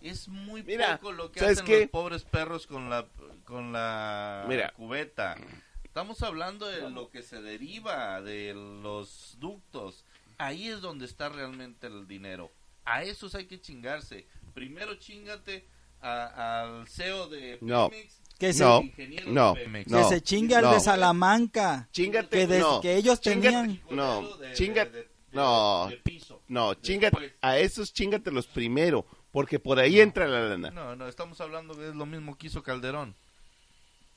[SPEAKER 3] Es muy
[SPEAKER 1] Mira,
[SPEAKER 3] poco lo que
[SPEAKER 1] ¿sabes
[SPEAKER 3] hacen
[SPEAKER 1] qué?
[SPEAKER 3] los pobres perros con la, con la
[SPEAKER 1] Mira.
[SPEAKER 3] cubeta. Estamos hablando de lo que se deriva de los ductos. Ahí es donde está realmente el dinero. A esos hay que chingarse. Primero chingate a- al CEO de
[SPEAKER 1] No.
[SPEAKER 3] Pemex.
[SPEAKER 2] Que se,
[SPEAKER 1] No,
[SPEAKER 3] ingeniero
[SPEAKER 1] no,
[SPEAKER 3] de Pemex.
[SPEAKER 2] que
[SPEAKER 1] no,
[SPEAKER 2] se chingue al
[SPEAKER 1] no.
[SPEAKER 2] de Salamanca.
[SPEAKER 1] Chíngate,
[SPEAKER 2] que, des-
[SPEAKER 1] no.
[SPEAKER 2] que ellos
[SPEAKER 1] Chíngate.
[SPEAKER 2] tenían.
[SPEAKER 1] No,
[SPEAKER 3] Modelo de- de-
[SPEAKER 1] chinga-
[SPEAKER 3] de- de-
[SPEAKER 1] no.
[SPEAKER 3] de piso.
[SPEAKER 1] No, chingate,
[SPEAKER 3] Después.
[SPEAKER 1] a esos chingatelos primero, porque por ahí entra la lana.
[SPEAKER 3] No, no, estamos hablando que es lo mismo que hizo Calderón.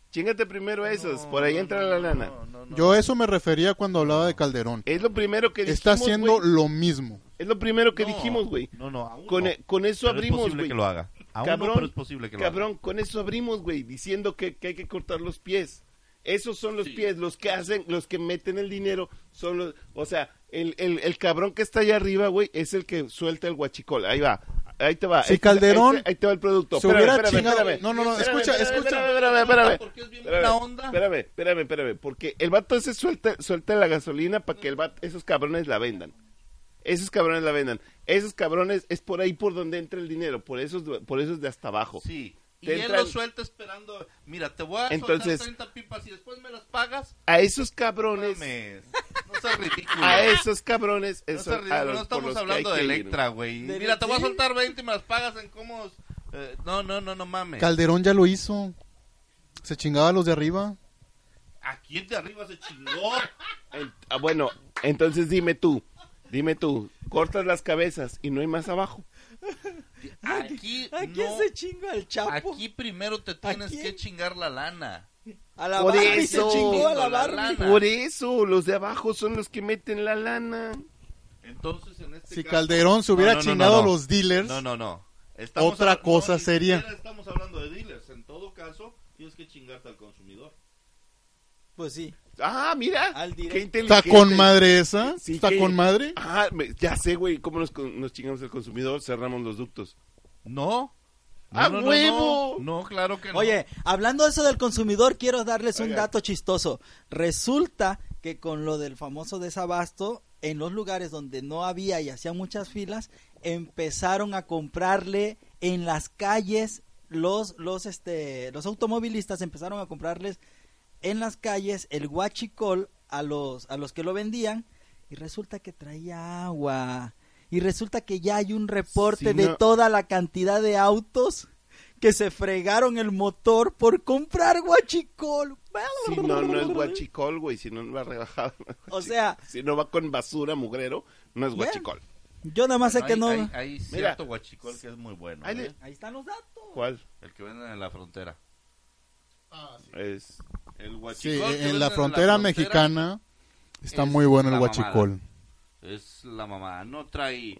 [SPEAKER 1] Chingate primero a esos, por ahí
[SPEAKER 3] No,
[SPEAKER 1] entra
[SPEAKER 3] no,
[SPEAKER 1] la
[SPEAKER 3] no,
[SPEAKER 1] lana.
[SPEAKER 3] no, no, no.
[SPEAKER 4] Yo a eso me refería cuando hablaba de Calderón.
[SPEAKER 1] Es lo primero que dijimos,
[SPEAKER 4] Está haciendo
[SPEAKER 1] güey.
[SPEAKER 4] lo mismo.
[SPEAKER 1] Es lo primero que
[SPEAKER 3] No,
[SPEAKER 1] dijimos, güey.
[SPEAKER 3] No, no, aún
[SPEAKER 1] Con,
[SPEAKER 3] no.
[SPEAKER 1] e- con eso
[SPEAKER 3] Pero es
[SPEAKER 1] abrimos,
[SPEAKER 3] posible
[SPEAKER 1] güey.
[SPEAKER 3] que lo haga. Aún
[SPEAKER 1] Cabrón,
[SPEAKER 3] no, pero es posible que lo
[SPEAKER 1] Cabrón, con eso abrimos, güey, diciendo que, que hay que cortar los pies. Esos son los pies, los que hacen, los que meten el dinero, son los, o sea, el, el, el cabrón que está allá arriba, güey, es el que suelta el guachicol. Ahí va, ahí te va.
[SPEAKER 4] Si
[SPEAKER 1] Ahí te- ahí
[SPEAKER 4] Calderón
[SPEAKER 1] te- ahí te va el producto.
[SPEAKER 4] se hubiera chingado- no, no, no, escucha, escucha.
[SPEAKER 1] Espérame, espérame,
[SPEAKER 3] Porque es bien
[SPEAKER 1] espérame,
[SPEAKER 3] buena onda.
[SPEAKER 1] espérame, espérame, espérame, porque el vato ese suelta, suelta la gasolina para que el vato- esos cabrones la vendan. Esos cabrones la vendan. Esos cabrones es por ahí por donde entra el dinero, por esos, por esos de hasta abajo.
[SPEAKER 3] haga. Sí. Y
[SPEAKER 1] Te
[SPEAKER 3] él
[SPEAKER 1] entran-
[SPEAKER 3] lo suelta esperando. Mira, te voy a
[SPEAKER 1] Entonces-
[SPEAKER 3] soltar 30 pipas y después me las pagas.
[SPEAKER 1] A esos
[SPEAKER 3] No
[SPEAKER 1] cabrones,
[SPEAKER 3] mames. No seas ridículo.
[SPEAKER 1] a esos cabrones,
[SPEAKER 3] No,
[SPEAKER 1] esos
[SPEAKER 3] seas ridículo,
[SPEAKER 1] a los-
[SPEAKER 3] no
[SPEAKER 1] Ah, por los
[SPEAKER 3] estamos
[SPEAKER 1] que
[SPEAKER 3] hablando
[SPEAKER 1] hay
[SPEAKER 3] de
[SPEAKER 1] que ir.
[SPEAKER 3] Electra, güey.
[SPEAKER 2] ¿De
[SPEAKER 3] Mira, te voy a
[SPEAKER 2] sí?
[SPEAKER 3] soltar 20 y me las pagas en cómodos. Eh, no, no, no, no
[SPEAKER 1] Eh.
[SPEAKER 3] mames.
[SPEAKER 4] Calderón ya lo hizo. Se chingaba a los de arriba.
[SPEAKER 3] ¿A quién de arriba se chingó?
[SPEAKER 1] En- ah, bueno, entonces dime tú, dime tú, cortas las cabezas y no hay más abajo.
[SPEAKER 3] Aquí
[SPEAKER 2] ¿A quién
[SPEAKER 3] no.
[SPEAKER 2] se chinga el Chapo?
[SPEAKER 3] Aquí primero te
[SPEAKER 2] ¿A
[SPEAKER 3] tienes
[SPEAKER 2] quién?
[SPEAKER 3] que chingar la lana.
[SPEAKER 2] a la
[SPEAKER 1] Por
[SPEAKER 2] Barbie
[SPEAKER 1] eso.
[SPEAKER 2] se chingó a la
[SPEAKER 3] La
[SPEAKER 2] Barbie.
[SPEAKER 3] lana.
[SPEAKER 1] Por eso, los de abajo son los que meten la lana.
[SPEAKER 3] Entonces, en este
[SPEAKER 4] Si
[SPEAKER 3] caso-
[SPEAKER 4] Calderón se hubiera
[SPEAKER 3] No, no, no,
[SPEAKER 4] chingado
[SPEAKER 3] no.
[SPEAKER 4] a los dealers,
[SPEAKER 3] No, no, no.
[SPEAKER 4] Otra
[SPEAKER 3] habla-
[SPEAKER 4] cosa
[SPEAKER 3] ni
[SPEAKER 4] sería.
[SPEAKER 3] siquiera Estamos hablando de dealers. En todo caso, tienes que chingarte al consumidor.
[SPEAKER 2] Pues sí.
[SPEAKER 1] Ah, mira.
[SPEAKER 2] Al directo.
[SPEAKER 1] Qué
[SPEAKER 6] Está
[SPEAKER 1] inteligente.
[SPEAKER 6] con madre esa.
[SPEAKER 1] Sí,
[SPEAKER 6] Está
[SPEAKER 1] que-
[SPEAKER 6] con madre.
[SPEAKER 1] Ah, me- ya sé, güey, cómo nos, con- nos chingamos el consumidor, cerramos los ductos.
[SPEAKER 3] No. No,
[SPEAKER 1] ¡A
[SPEAKER 3] no, no, no.
[SPEAKER 1] ¡Ah, huevo!
[SPEAKER 3] No, claro que no.
[SPEAKER 2] Oye, hablando de eso del consumidor, quiero darles un
[SPEAKER 1] Oiga.
[SPEAKER 2] dato chistoso. Resulta que con lo del famoso desabasto, en los lugares donde no había y hacía muchas filas, empezaron a comprarle en las calles los los este los automovilistas empezaron a comprarles en las calles el guachicol a los a los que lo vendían y resulta que traía agua y resulta que ya hay un reporte
[SPEAKER 1] Sí,
[SPEAKER 2] de
[SPEAKER 1] no.
[SPEAKER 2] toda la cantidad de autos que se fregaron el motor por comprar guachicol.
[SPEAKER 1] Si no, no es guachicol, güey, si no va rebajado.
[SPEAKER 2] O sea-
[SPEAKER 1] Si no va con basura, mugrero, no es
[SPEAKER 2] Bueno.
[SPEAKER 1] guachicol.
[SPEAKER 2] Yo nada más sé
[SPEAKER 3] hay,
[SPEAKER 2] que no.
[SPEAKER 3] Hay, hay cierto guachicol que es muy bueno.
[SPEAKER 1] Ahí le-
[SPEAKER 3] ¿eh?
[SPEAKER 2] Ahí están los datos.
[SPEAKER 1] ¿Cuál?
[SPEAKER 3] El que venden en la frontera.
[SPEAKER 1] Es el
[SPEAKER 6] Sí,
[SPEAKER 1] guachicol.
[SPEAKER 6] en la frontera mexicana está
[SPEAKER 3] es
[SPEAKER 6] muy bueno el
[SPEAKER 3] la mamada.
[SPEAKER 6] guachicol.
[SPEAKER 3] Es la mamá. No trae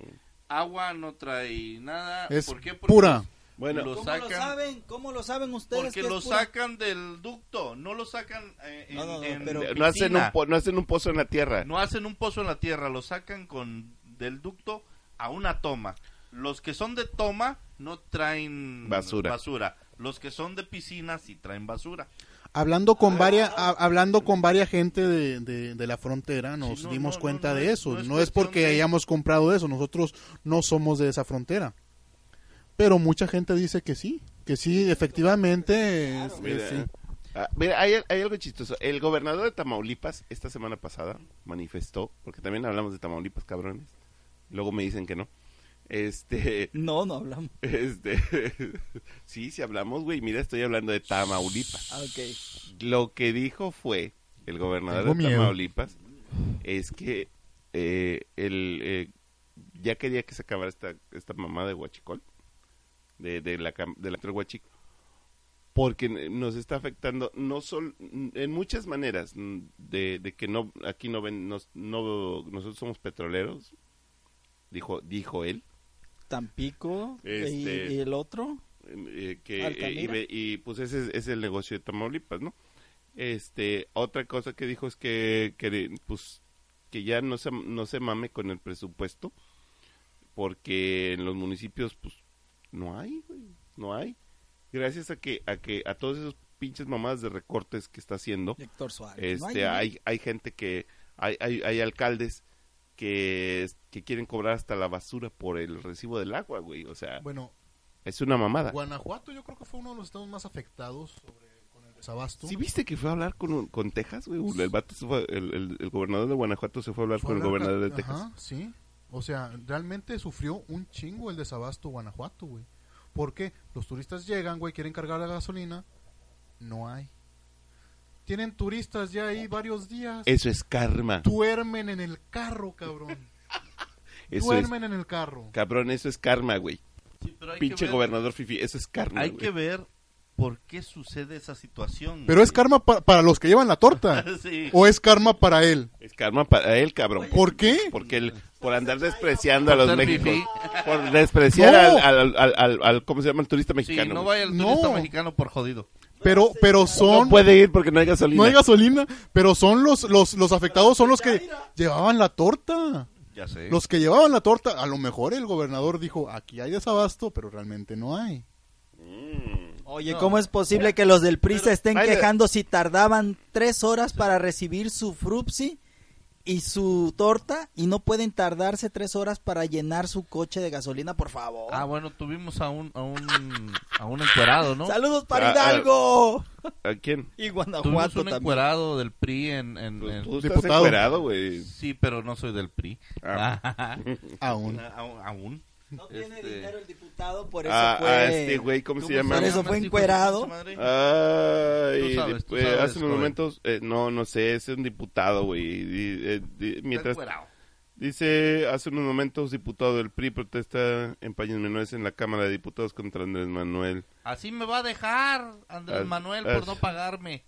[SPEAKER 3] agua, no trae nada.
[SPEAKER 6] Es
[SPEAKER 3] ¿Por qué? Porque
[SPEAKER 6] pura.
[SPEAKER 1] Bueno,
[SPEAKER 2] ¿Cómo
[SPEAKER 3] Lo
[SPEAKER 2] lo
[SPEAKER 3] sacan.
[SPEAKER 2] saben? ¿Cómo lo saben ustedes?
[SPEAKER 3] Porque
[SPEAKER 2] que es
[SPEAKER 3] lo
[SPEAKER 2] pura-
[SPEAKER 3] sacan del ducto, no lo sacan eh, en,
[SPEAKER 2] No, no, no,
[SPEAKER 3] en
[SPEAKER 2] pero-
[SPEAKER 1] no, hacen un
[SPEAKER 3] piscina.
[SPEAKER 1] po- no hacen un pozo en la tierra.
[SPEAKER 3] No hacen un pozo en la tierra, lo sacan con del ducto a una toma. Los que son de toma no traen
[SPEAKER 1] Basura.
[SPEAKER 3] Los que son de piscina sí traen basura.
[SPEAKER 6] Hablando con varias, hablando con varias gente de, de- de la frontera, nos
[SPEAKER 3] Sí, no,
[SPEAKER 6] dimos
[SPEAKER 3] no,
[SPEAKER 6] cuenta
[SPEAKER 3] no, no
[SPEAKER 6] de
[SPEAKER 3] es-
[SPEAKER 6] eso.
[SPEAKER 3] no
[SPEAKER 6] No
[SPEAKER 3] es
[SPEAKER 6] es,
[SPEAKER 3] cuestión
[SPEAKER 6] porque
[SPEAKER 3] de-
[SPEAKER 6] hayamos comprado eso, nosotros no somos de esa frontera. Pero mucha gente dice que sí, que sí, efectivamente. es-
[SPEAKER 1] Mira,
[SPEAKER 6] es- sí.
[SPEAKER 1] ah, mira, hay, hay algo chistoso. El gobernador de Tamaulipas esta semana pasada manifestó, porque también hablamos de Tamaulipas, cabrones. Luego me dicen que no. Este,
[SPEAKER 2] No, no hablamos.
[SPEAKER 1] este, sí, si hablamos, güey, mira, estoy hablando de Tamaulipas.
[SPEAKER 2] Ah, ok.
[SPEAKER 1] Lo que dijo fue el gobernador
[SPEAKER 6] Tengo
[SPEAKER 1] de
[SPEAKER 6] miedo.
[SPEAKER 1] Tamaulipas es que eh, el, eh, ya quería que se acabara esta, esta mamá de Huachicol, de, de la cam- del actor Huachic, porque n- nos está afectando no sol, en muchas maneras mm, de, de que no aquí no ven nos- no nosotros somos petroleros dijo dijo él
[SPEAKER 2] Tampico
[SPEAKER 1] Este-
[SPEAKER 2] y, y el otro.
[SPEAKER 1] eh, que
[SPEAKER 2] Altamira.
[SPEAKER 1] eh, y, ve- y, pues ese es, es el negocio de Tamaulipas, ¿no? Este, otra cosa que dijo es que, que pues que ya no se no se mame con el presupuesto porque en los municipios pues no hay, güey, no hay. Gracias a que a que a todos esos pinches mamadas de recortes que está haciendo,
[SPEAKER 2] Héctor Suárez.
[SPEAKER 1] este,
[SPEAKER 2] No
[SPEAKER 1] hay, hay, gente que, hay, hay, hay alcaldes que, que quieren cobrar hasta la basura por el recibo del agua, güey. O sea,
[SPEAKER 5] Bueno,
[SPEAKER 1] es una mamada.
[SPEAKER 5] Guanajuato yo creo que fue uno de los estados más afectados sobre- con el desabasto.
[SPEAKER 1] ¿Sí viste que fue a hablar con, un- con Texas, güey? El, vato se fue- el, el- el gobernador de Guanajuato se fue a hablar
[SPEAKER 5] Fue
[SPEAKER 1] con el
[SPEAKER 5] hablar-
[SPEAKER 1] gobernador de Texas.
[SPEAKER 5] Ajá, sí. O sea, realmente sufrió un chingo el desabasto Guanajuato, güey. Porque los turistas llegan, güey, quieren cargar la gasolina, no hay. Tienen turistas ya ahí varios días.
[SPEAKER 1] Eso es karma.
[SPEAKER 5] Duermen en el carro, cabrón.
[SPEAKER 1] Eso es,
[SPEAKER 5] Duermen en el carro.
[SPEAKER 1] cabrón, eso es karma, güey.
[SPEAKER 3] Sí, pero hay
[SPEAKER 1] Pinche
[SPEAKER 3] que ver,
[SPEAKER 1] gobernador Fifi, eso es karma.
[SPEAKER 3] hay
[SPEAKER 1] güey.
[SPEAKER 3] que ver por qué sucede esa situación.
[SPEAKER 6] Pero es
[SPEAKER 3] güey.
[SPEAKER 6] karma pa- para los que llevan la torta.
[SPEAKER 3] Sí.
[SPEAKER 6] ¿O es karma para él?
[SPEAKER 1] Es karma para él, cabrón.
[SPEAKER 6] ¿Por qué?
[SPEAKER 1] Porque él, por andar despreciando a los
[SPEAKER 3] ser
[SPEAKER 1] mexicanos.
[SPEAKER 3] fifí.
[SPEAKER 1] Por despreciar
[SPEAKER 6] No.
[SPEAKER 1] al, al- al- al- al- ¿cómo se llama? El turista
[SPEAKER 3] Sí,
[SPEAKER 1] mexicano.
[SPEAKER 3] no
[SPEAKER 1] güey.
[SPEAKER 3] vaya el
[SPEAKER 6] No.
[SPEAKER 3] turista mexicano por jodido.
[SPEAKER 6] Pero, pero son...
[SPEAKER 1] No puede ir porque no hay gasolina.
[SPEAKER 6] No hay gasolina, pero son los, los, los afectados, son los que llevaban la torta.
[SPEAKER 3] Ya sé.
[SPEAKER 6] Los que llevaban la torta, a lo mejor el gobernador dijo, aquí hay desabasto, pero realmente no hay.
[SPEAKER 2] Oye, ¿cómo es posible que los del PRI se estén
[SPEAKER 1] Ahí le-
[SPEAKER 2] quejando si tardaban tres horas para recibir su frupsi y su torta y no pueden tardarse tres horas para llenar su coche de gasolina, por favor?
[SPEAKER 3] Ah, bueno, tuvimos a un, a un, a un encuerado, ¿no?
[SPEAKER 2] ¡Saludos para
[SPEAKER 1] Ah, ah.
[SPEAKER 2] Hidalgo!
[SPEAKER 1] ¿A quién?
[SPEAKER 2] Y
[SPEAKER 3] Tuvimos
[SPEAKER 2] Guanajuato
[SPEAKER 3] un
[SPEAKER 2] también.
[SPEAKER 3] encuerado del PRI en... en-
[SPEAKER 1] Pues
[SPEAKER 3] en-
[SPEAKER 1] tú estás
[SPEAKER 6] diputado.
[SPEAKER 1] encuerado, güey.
[SPEAKER 3] Sí, pero no soy del PRI.
[SPEAKER 1] Ah.
[SPEAKER 6] Aún.
[SPEAKER 3] aún. aún.
[SPEAKER 2] No tiene
[SPEAKER 3] Este-
[SPEAKER 2] dinero el diputado, por eso
[SPEAKER 1] Ah,
[SPEAKER 2] fue...
[SPEAKER 1] ah, este güey, ¿cómo se llama?
[SPEAKER 2] Por eso fue encuerado.
[SPEAKER 1] Ay,
[SPEAKER 3] Tú sabes, tú
[SPEAKER 1] eh,
[SPEAKER 3] sabes,
[SPEAKER 1] hace unos
[SPEAKER 3] joven.
[SPEAKER 1] momentos, eh, no, no sé, es un diputado, güey. di- eh, di-
[SPEAKER 3] Mientras...
[SPEAKER 1] mientras dice, hace unos momentos, diputado del PRI protesta en Paños Menores en la Cámara de Diputados contra Andrés Manuel.
[SPEAKER 3] Así me va a dejar Andrés
[SPEAKER 1] Ah,
[SPEAKER 3] Manuel
[SPEAKER 1] ah,
[SPEAKER 3] por no pagarme.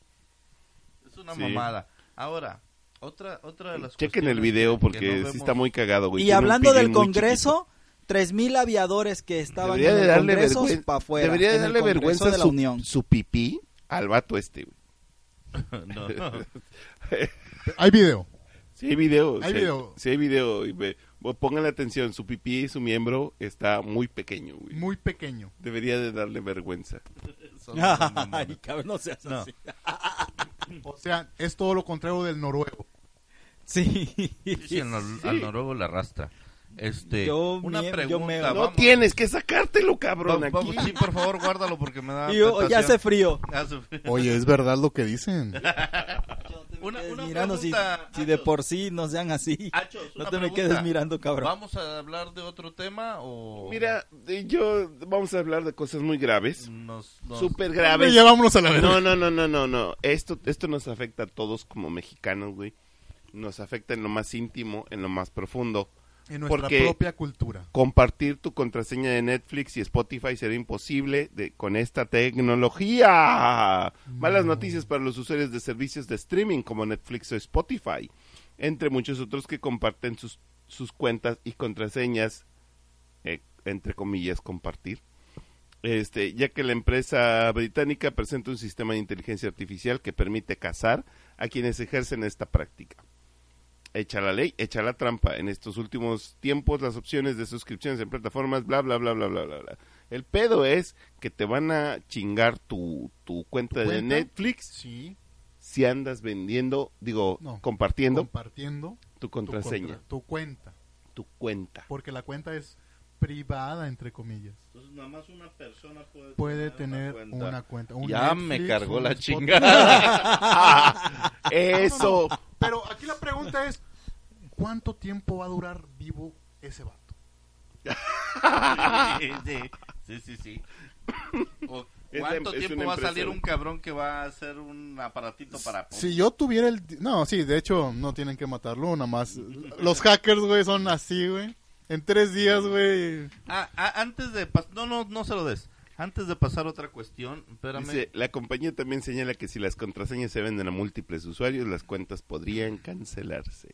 [SPEAKER 3] Es una
[SPEAKER 1] Sí.
[SPEAKER 3] mamada. Ahora, otra, otra de las
[SPEAKER 1] Chequen el
[SPEAKER 3] cuestiones
[SPEAKER 1] video
[SPEAKER 3] que- que no
[SPEAKER 1] porque sí
[SPEAKER 3] vemos-
[SPEAKER 1] está muy cagado, güey.
[SPEAKER 2] Y
[SPEAKER 1] Tiene un
[SPEAKER 2] hablando del
[SPEAKER 1] pilín muy
[SPEAKER 2] Congreso, tres mil aviadores que estaban
[SPEAKER 1] Debería
[SPEAKER 2] en
[SPEAKER 1] de
[SPEAKER 2] el
[SPEAKER 1] darle
[SPEAKER 2] Congreso
[SPEAKER 1] vergüenza,
[SPEAKER 2] pa' afuera,
[SPEAKER 1] debería de
[SPEAKER 2] en el
[SPEAKER 1] darle
[SPEAKER 2] Congreso
[SPEAKER 1] vergüenza
[SPEAKER 2] de la
[SPEAKER 1] su,
[SPEAKER 2] Unión.
[SPEAKER 1] su pipí al vato este, güey.
[SPEAKER 6] No, no.
[SPEAKER 7] Hay video.
[SPEAKER 1] Si hay video.
[SPEAKER 7] Hay
[SPEAKER 1] sí
[SPEAKER 7] video.
[SPEAKER 1] sí hay video. Y ve- bo- pongan atención, su pipí y su miembro está muy pequeño, güey.
[SPEAKER 7] Muy pequeño.
[SPEAKER 1] Debería de darle vergüenza.
[SPEAKER 6] Son unos mamones.
[SPEAKER 2] Ay, cabrón, no seas
[SPEAKER 6] No.
[SPEAKER 2] así.
[SPEAKER 7] O sea, es todo lo contrario del noruego.
[SPEAKER 2] Sí.
[SPEAKER 6] Sí, al, nor- al noruego le arrastra. Este,
[SPEAKER 2] Yo
[SPEAKER 6] una
[SPEAKER 2] mie- yo
[SPEAKER 6] pregunta.
[SPEAKER 2] me-
[SPEAKER 1] No
[SPEAKER 6] Ah, vamos-
[SPEAKER 1] tienes que sacártelo, cabrón.
[SPEAKER 6] va- vamos-
[SPEAKER 1] aquí.
[SPEAKER 6] sí, por favor, guárdalo porque me da.
[SPEAKER 2] Y yo- ya hace
[SPEAKER 6] tentación.
[SPEAKER 2] frío.
[SPEAKER 6] Hace-
[SPEAKER 4] Oye, es verdad lo que dicen.
[SPEAKER 6] Una, una
[SPEAKER 2] Mirando Eh, si,
[SPEAKER 6] pregunta,
[SPEAKER 2] si de
[SPEAKER 6] Achos.
[SPEAKER 2] por sí no sean así.
[SPEAKER 3] Ah,
[SPEAKER 6] Achos,
[SPEAKER 2] No
[SPEAKER 6] una
[SPEAKER 2] te me
[SPEAKER 6] pregunta.
[SPEAKER 2] quedes mirando, cabrón.
[SPEAKER 6] ¿Vamos a hablar de otro tema o.?
[SPEAKER 1] Mira, eh, yo vamos a hablar de cosas muy graves.
[SPEAKER 6] Nos, nos-
[SPEAKER 1] Súper
[SPEAKER 4] Hombre,
[SPEAKER 1] graves.
[SPEAKER 4] Ya vámonos a la verga.
[SPEAKER 1] No, no, no, no, no, no. Esto, esto nos afecta a todos como mexicanos, güey. Nos afecta en lo más íntimo, en lo más profundo.
[SPEAKER 7] En nuestra
[SPEAKER 1] Porque-
[SPEAKER 7] propia cultura.
[SPEAKER 1] Compartir tu contraseña de Netflix y Spotify será imposible de- con esta tecnología. Malas noticias para los usuarios de servicios de streaming como Netflix o Spotify, entre muchos otros que comparten sus, sus cuentas y contraseñas, eh, entre comillas, compartir. Este, ya que la empresa británica presenta un sistema de inteligencia artificial que permite cazar a quienes ejercen esta práctica. Echa la ley, echa la trampa. En estos últimos tiempos las opciones de suscripciones en plataformas, bla, bla, bla, bla, bla, bla. bla. El pedo es que te van a chingar tu, tu cuenta de
[SPEAKER 7] cuenta?
[SPEAKER 1] Netflix
[SPEAKER 7] Sí,
[SPEAKER 1] si andas vendiendo, digo,
[SPEAKER 7] No.
[SPEAKER 1] compartiendo
[SPEAKER 7] compartiendo
[SPEAKER 1] tu
[SPEAKER 7] tu,
[SPEAKER 1] contraseña,
[SPEAKER 7] contra- tu cuenta.
[SPEAKER 1] tu cuenta.
[SPEAKER 7] Porque la cuenta es privada, entre comillas.
[SPEAKER 6] Entonces, nada más una persona puede,
[SPEAKER 7] Puede tener
[SPEAKER 6] una cuenta.
[SPEAKER 7] una cuenta. un
[SPEAKER 6] ya
[SPEAKER 7] Netflix,
[SPEAKER 6] me cargó
[SPEAKER 7] un
[SPEAKER 6] la
[SPEAKER 7] Spotify.
[SPEAKER 1] chingada. Eso.
[SPEAKER 7] Pero aquí la pregunta es, ¿cuánto tiempo va a durar vivo ese vato?
[SPEAKER 6] sí, sí, sí, sí. O,
[SPEAKER 1] Es
[SPEAKER 6] ¿Cuánto
[SPEAKER 1] em- es
[SPEAKER 6] tiempo
[SPEAKER 1] una
[SPEAKER 6] va a
[SPEAKER 1] empresa,
[SPEAKER 6] salir
[SPEAKER 1] güey.
[SPEAKER 6] un cabrón que va a hacer un aparatito para...
[SPEAKER 4] Si yo tuviera el... No, sí, de hecho, no tienen que matarlo, nada más. Los hackers, güey, son así, güey. En tres días, güey.
[SPEAKER 6] Ah, ah, antes de... pas- No, no, no se lo des. Antes de pasar a otra cuestión, espérame.
[SPEAKER 1] Dice, la compañía también señala que si las contraseñas se venden a múltiples usuarios, las cuentas podrían cancelarse.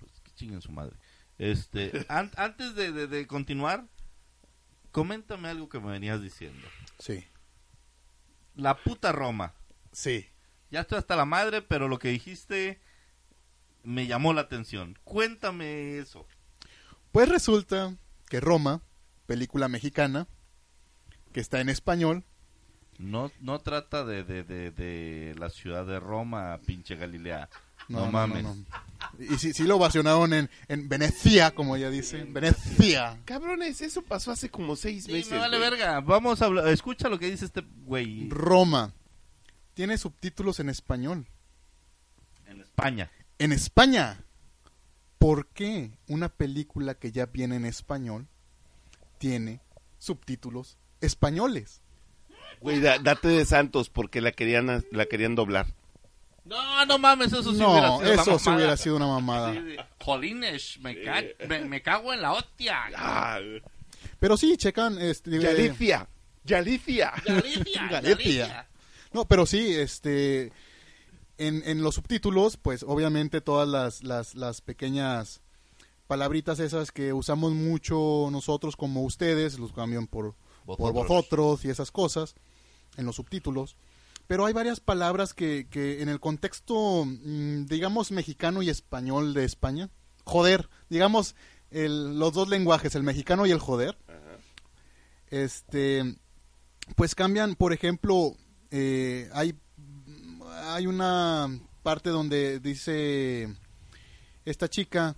[SPEAKER 6] Pues que chinguen su madre. Este, an- antes de, de- de continuar, coméntame algo que me venías diciendo.
[SPEAKER 4] Sí,
[SPEAKER 6] La puta Roma.
[SPEAKER 4] sí.
[SPEAKER 6] Ya estoy hasta la madre, pero lo que dijiste me llamó la atención. Cuéntame eso.
[SPEAKER 4] Pues resulta que Roma, película mexicana, que está en español,
[SPEAKER 6] No, no trata de, de, de, de la ciudad de Roma, pinche Galilea. No,
[SPEAKER 4] No, no,
[SPEAKER 6] mames.
[SPEAKER 4] no, no. Y sí, sí lo ovacionaron en, en Venecia, como ya dicen. Venecia.
[SPEAKER 1] Cabrones, eso pasó hace como seis
[SPEAKER 6] Sí,
[SPEAKER 1] meses.
[SPEAKER 6] me vale
[SPEAKER 1] güey.
[SPEAKER 6] verga. Vamos a hablar. Escucha lo que dice este güey
[SPEAKER 4] Roma. Tiene subtítulos en español.
[SPEAKER 6] en España.
[SPEAKER 4] En España. ¿Por qué una película que ya viene en español tiene subtítulos españoles?
[SPEAKER 1] Güey, da- date de Santos porque la querían, a- la querían doblar.
[SPEAKER 6] No, no mames, eso sí hubiera
[SPEAKER 4] no,
[SPEAKER 6] sido la
[SPEAKER 4] eso sí
[SPEAKER 6] mamada.
[SPEAKER 4] hubiera sido una mamada.
[SPEAKER 6] Sí, sí. Jolines, me, ca- me, me cago en la hostia.
[SPEAKER 1] Ah,
[SPEAKER 4] Pero sí, checan... Este, digo, eh,
[SPEAKER 1] Yalicia, Yalicia.
[SPEAKER 4] Galicia.
[SPEAKER 6] Galicia, Galicia.
[SPEAKER 4] No, pero sí, este... En, en los subtítulos, pues obviamente todas las, las, las pequeñas palabritas esas que usamos mucho nosotros como ustedes, los cambian por por vosotros y esas cosas en los subtítulos. Pero hay varias palabras que, que en el contexto, mm, digamos, mexicano y español de España, joder, digamos, el- los dos lenguajes, el mexicano y el joder, este, pues cambian, por ejemplo, eh, hay, hay una parte donde dice esta chica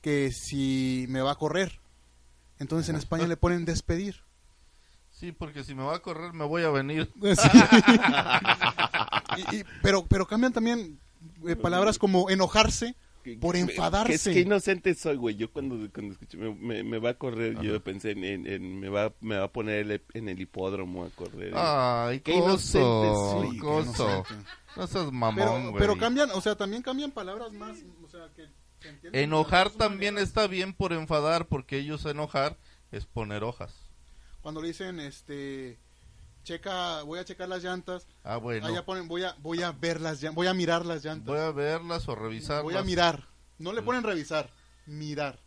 [SPEAKER 4] que si me va a correr, entonces en España le ponen despedir.
[SPEAKER 6] Sí, porque si me va a correr me voy a venir.
[SPEAKER 4] Sí. Y- y- pero, pero cambian también eh, palabras como enojarse por
[SPEAKER 1] Me-
[SPEAKER 4] enfadarse.
[SPEAKER 1] que Es que inocente soy, güey. Yo cuando, cuando escuché, me, me- me va a correr, yo pensé en, en- en- me, va, me va a poner el- en el hipódromo a
[SPEAKER 6] Eh,
[SPEAKER 1] correr. eh,
[SPEAKER 6] Ay,
[SPEAKER 1] Qué
[SPEAKER 6] coso,
[SPEAKER 1] inocente soy, qué
[SPEAKER 6] coso.
[SPEAKER 4] inocente.
[SPEAKER 6] No seas
[SPEAKER 4] pero,
[SPEAKER 6] mamón, güey.
[SPEAKER 4] pero cambian, o sea, también cambian palabras más. o sea, que se entienden.
[SPEAKER 6] Enojar también está bien por enfadar, porque ellos enojar es poner hojas.
[SPEAKER 4] Cuando le dicen, este, checa, voy a checar las llantas.
[SPEAKER 6] Ah, bueno.
[SPEAKER 4] Allá ponen, voy a, voy a ver las llantas, voy a mirar las llantas.
[SPEAKER 6] Voy a verlas o revisarlas.
[SPEAKER 4] Voy a mirar. No le ponen revisar, mirar.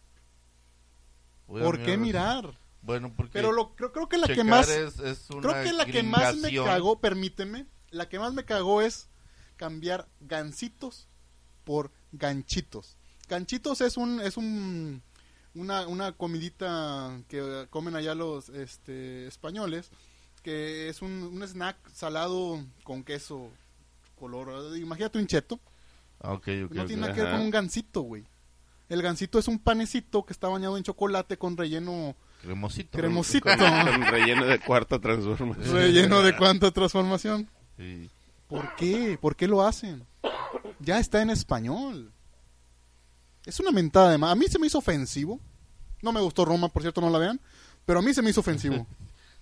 [SPEAKER 6] Voy a
[SPEAKER 4] ¿Por qué mirar?
[SPEAKER 6] Bueno, porque
[SPEAKER 4] Pero lo, creo, creo que la que
[SPEAKER 6] checar
[SPEAKER 4] más...
[SPEAKER 6] es, es una
[SPEAKER 4] Creo que la que más me
[SPEAKER 6] gringación.
[SPEAKER 4] cagó, permíteme, la que más me cagó es cambiar gancitos por ganchitos. Ganchitos es un es un una, una comidita que comen allá los este, españoles, que es un, un snack salado con queso color. Imagínate un cheto.
[SPEAKER 3] Ok, ok,
[SPEAKER 4] No
[SPEAKER 3] ok.
[SPEAKER 4] tiene nada que ver con
[SPEAKER 1] Ajá.
[SPEAKER 4] un gansito, güey. El gansito es un panecito que está bañado en chocolate con relleno,
[SPEAKER 3] Cremosito.
[SPEAKER 4] cremosito,
[SPEAKER 1] Con, con relleno de cuarta transformación.
[SPEAKER 4] relleno de cuánta transformación.
[SPEAKER 3] Sí.
[SPEAKER 4] ¿Por qué? ¿Por qué lo hacen? Ya está en español. Es una mentada de ma- A mí se me hizo ofensivo. No me gustó Roma, por cierto, no la vean. Pero a mí se me hizo ofensivo.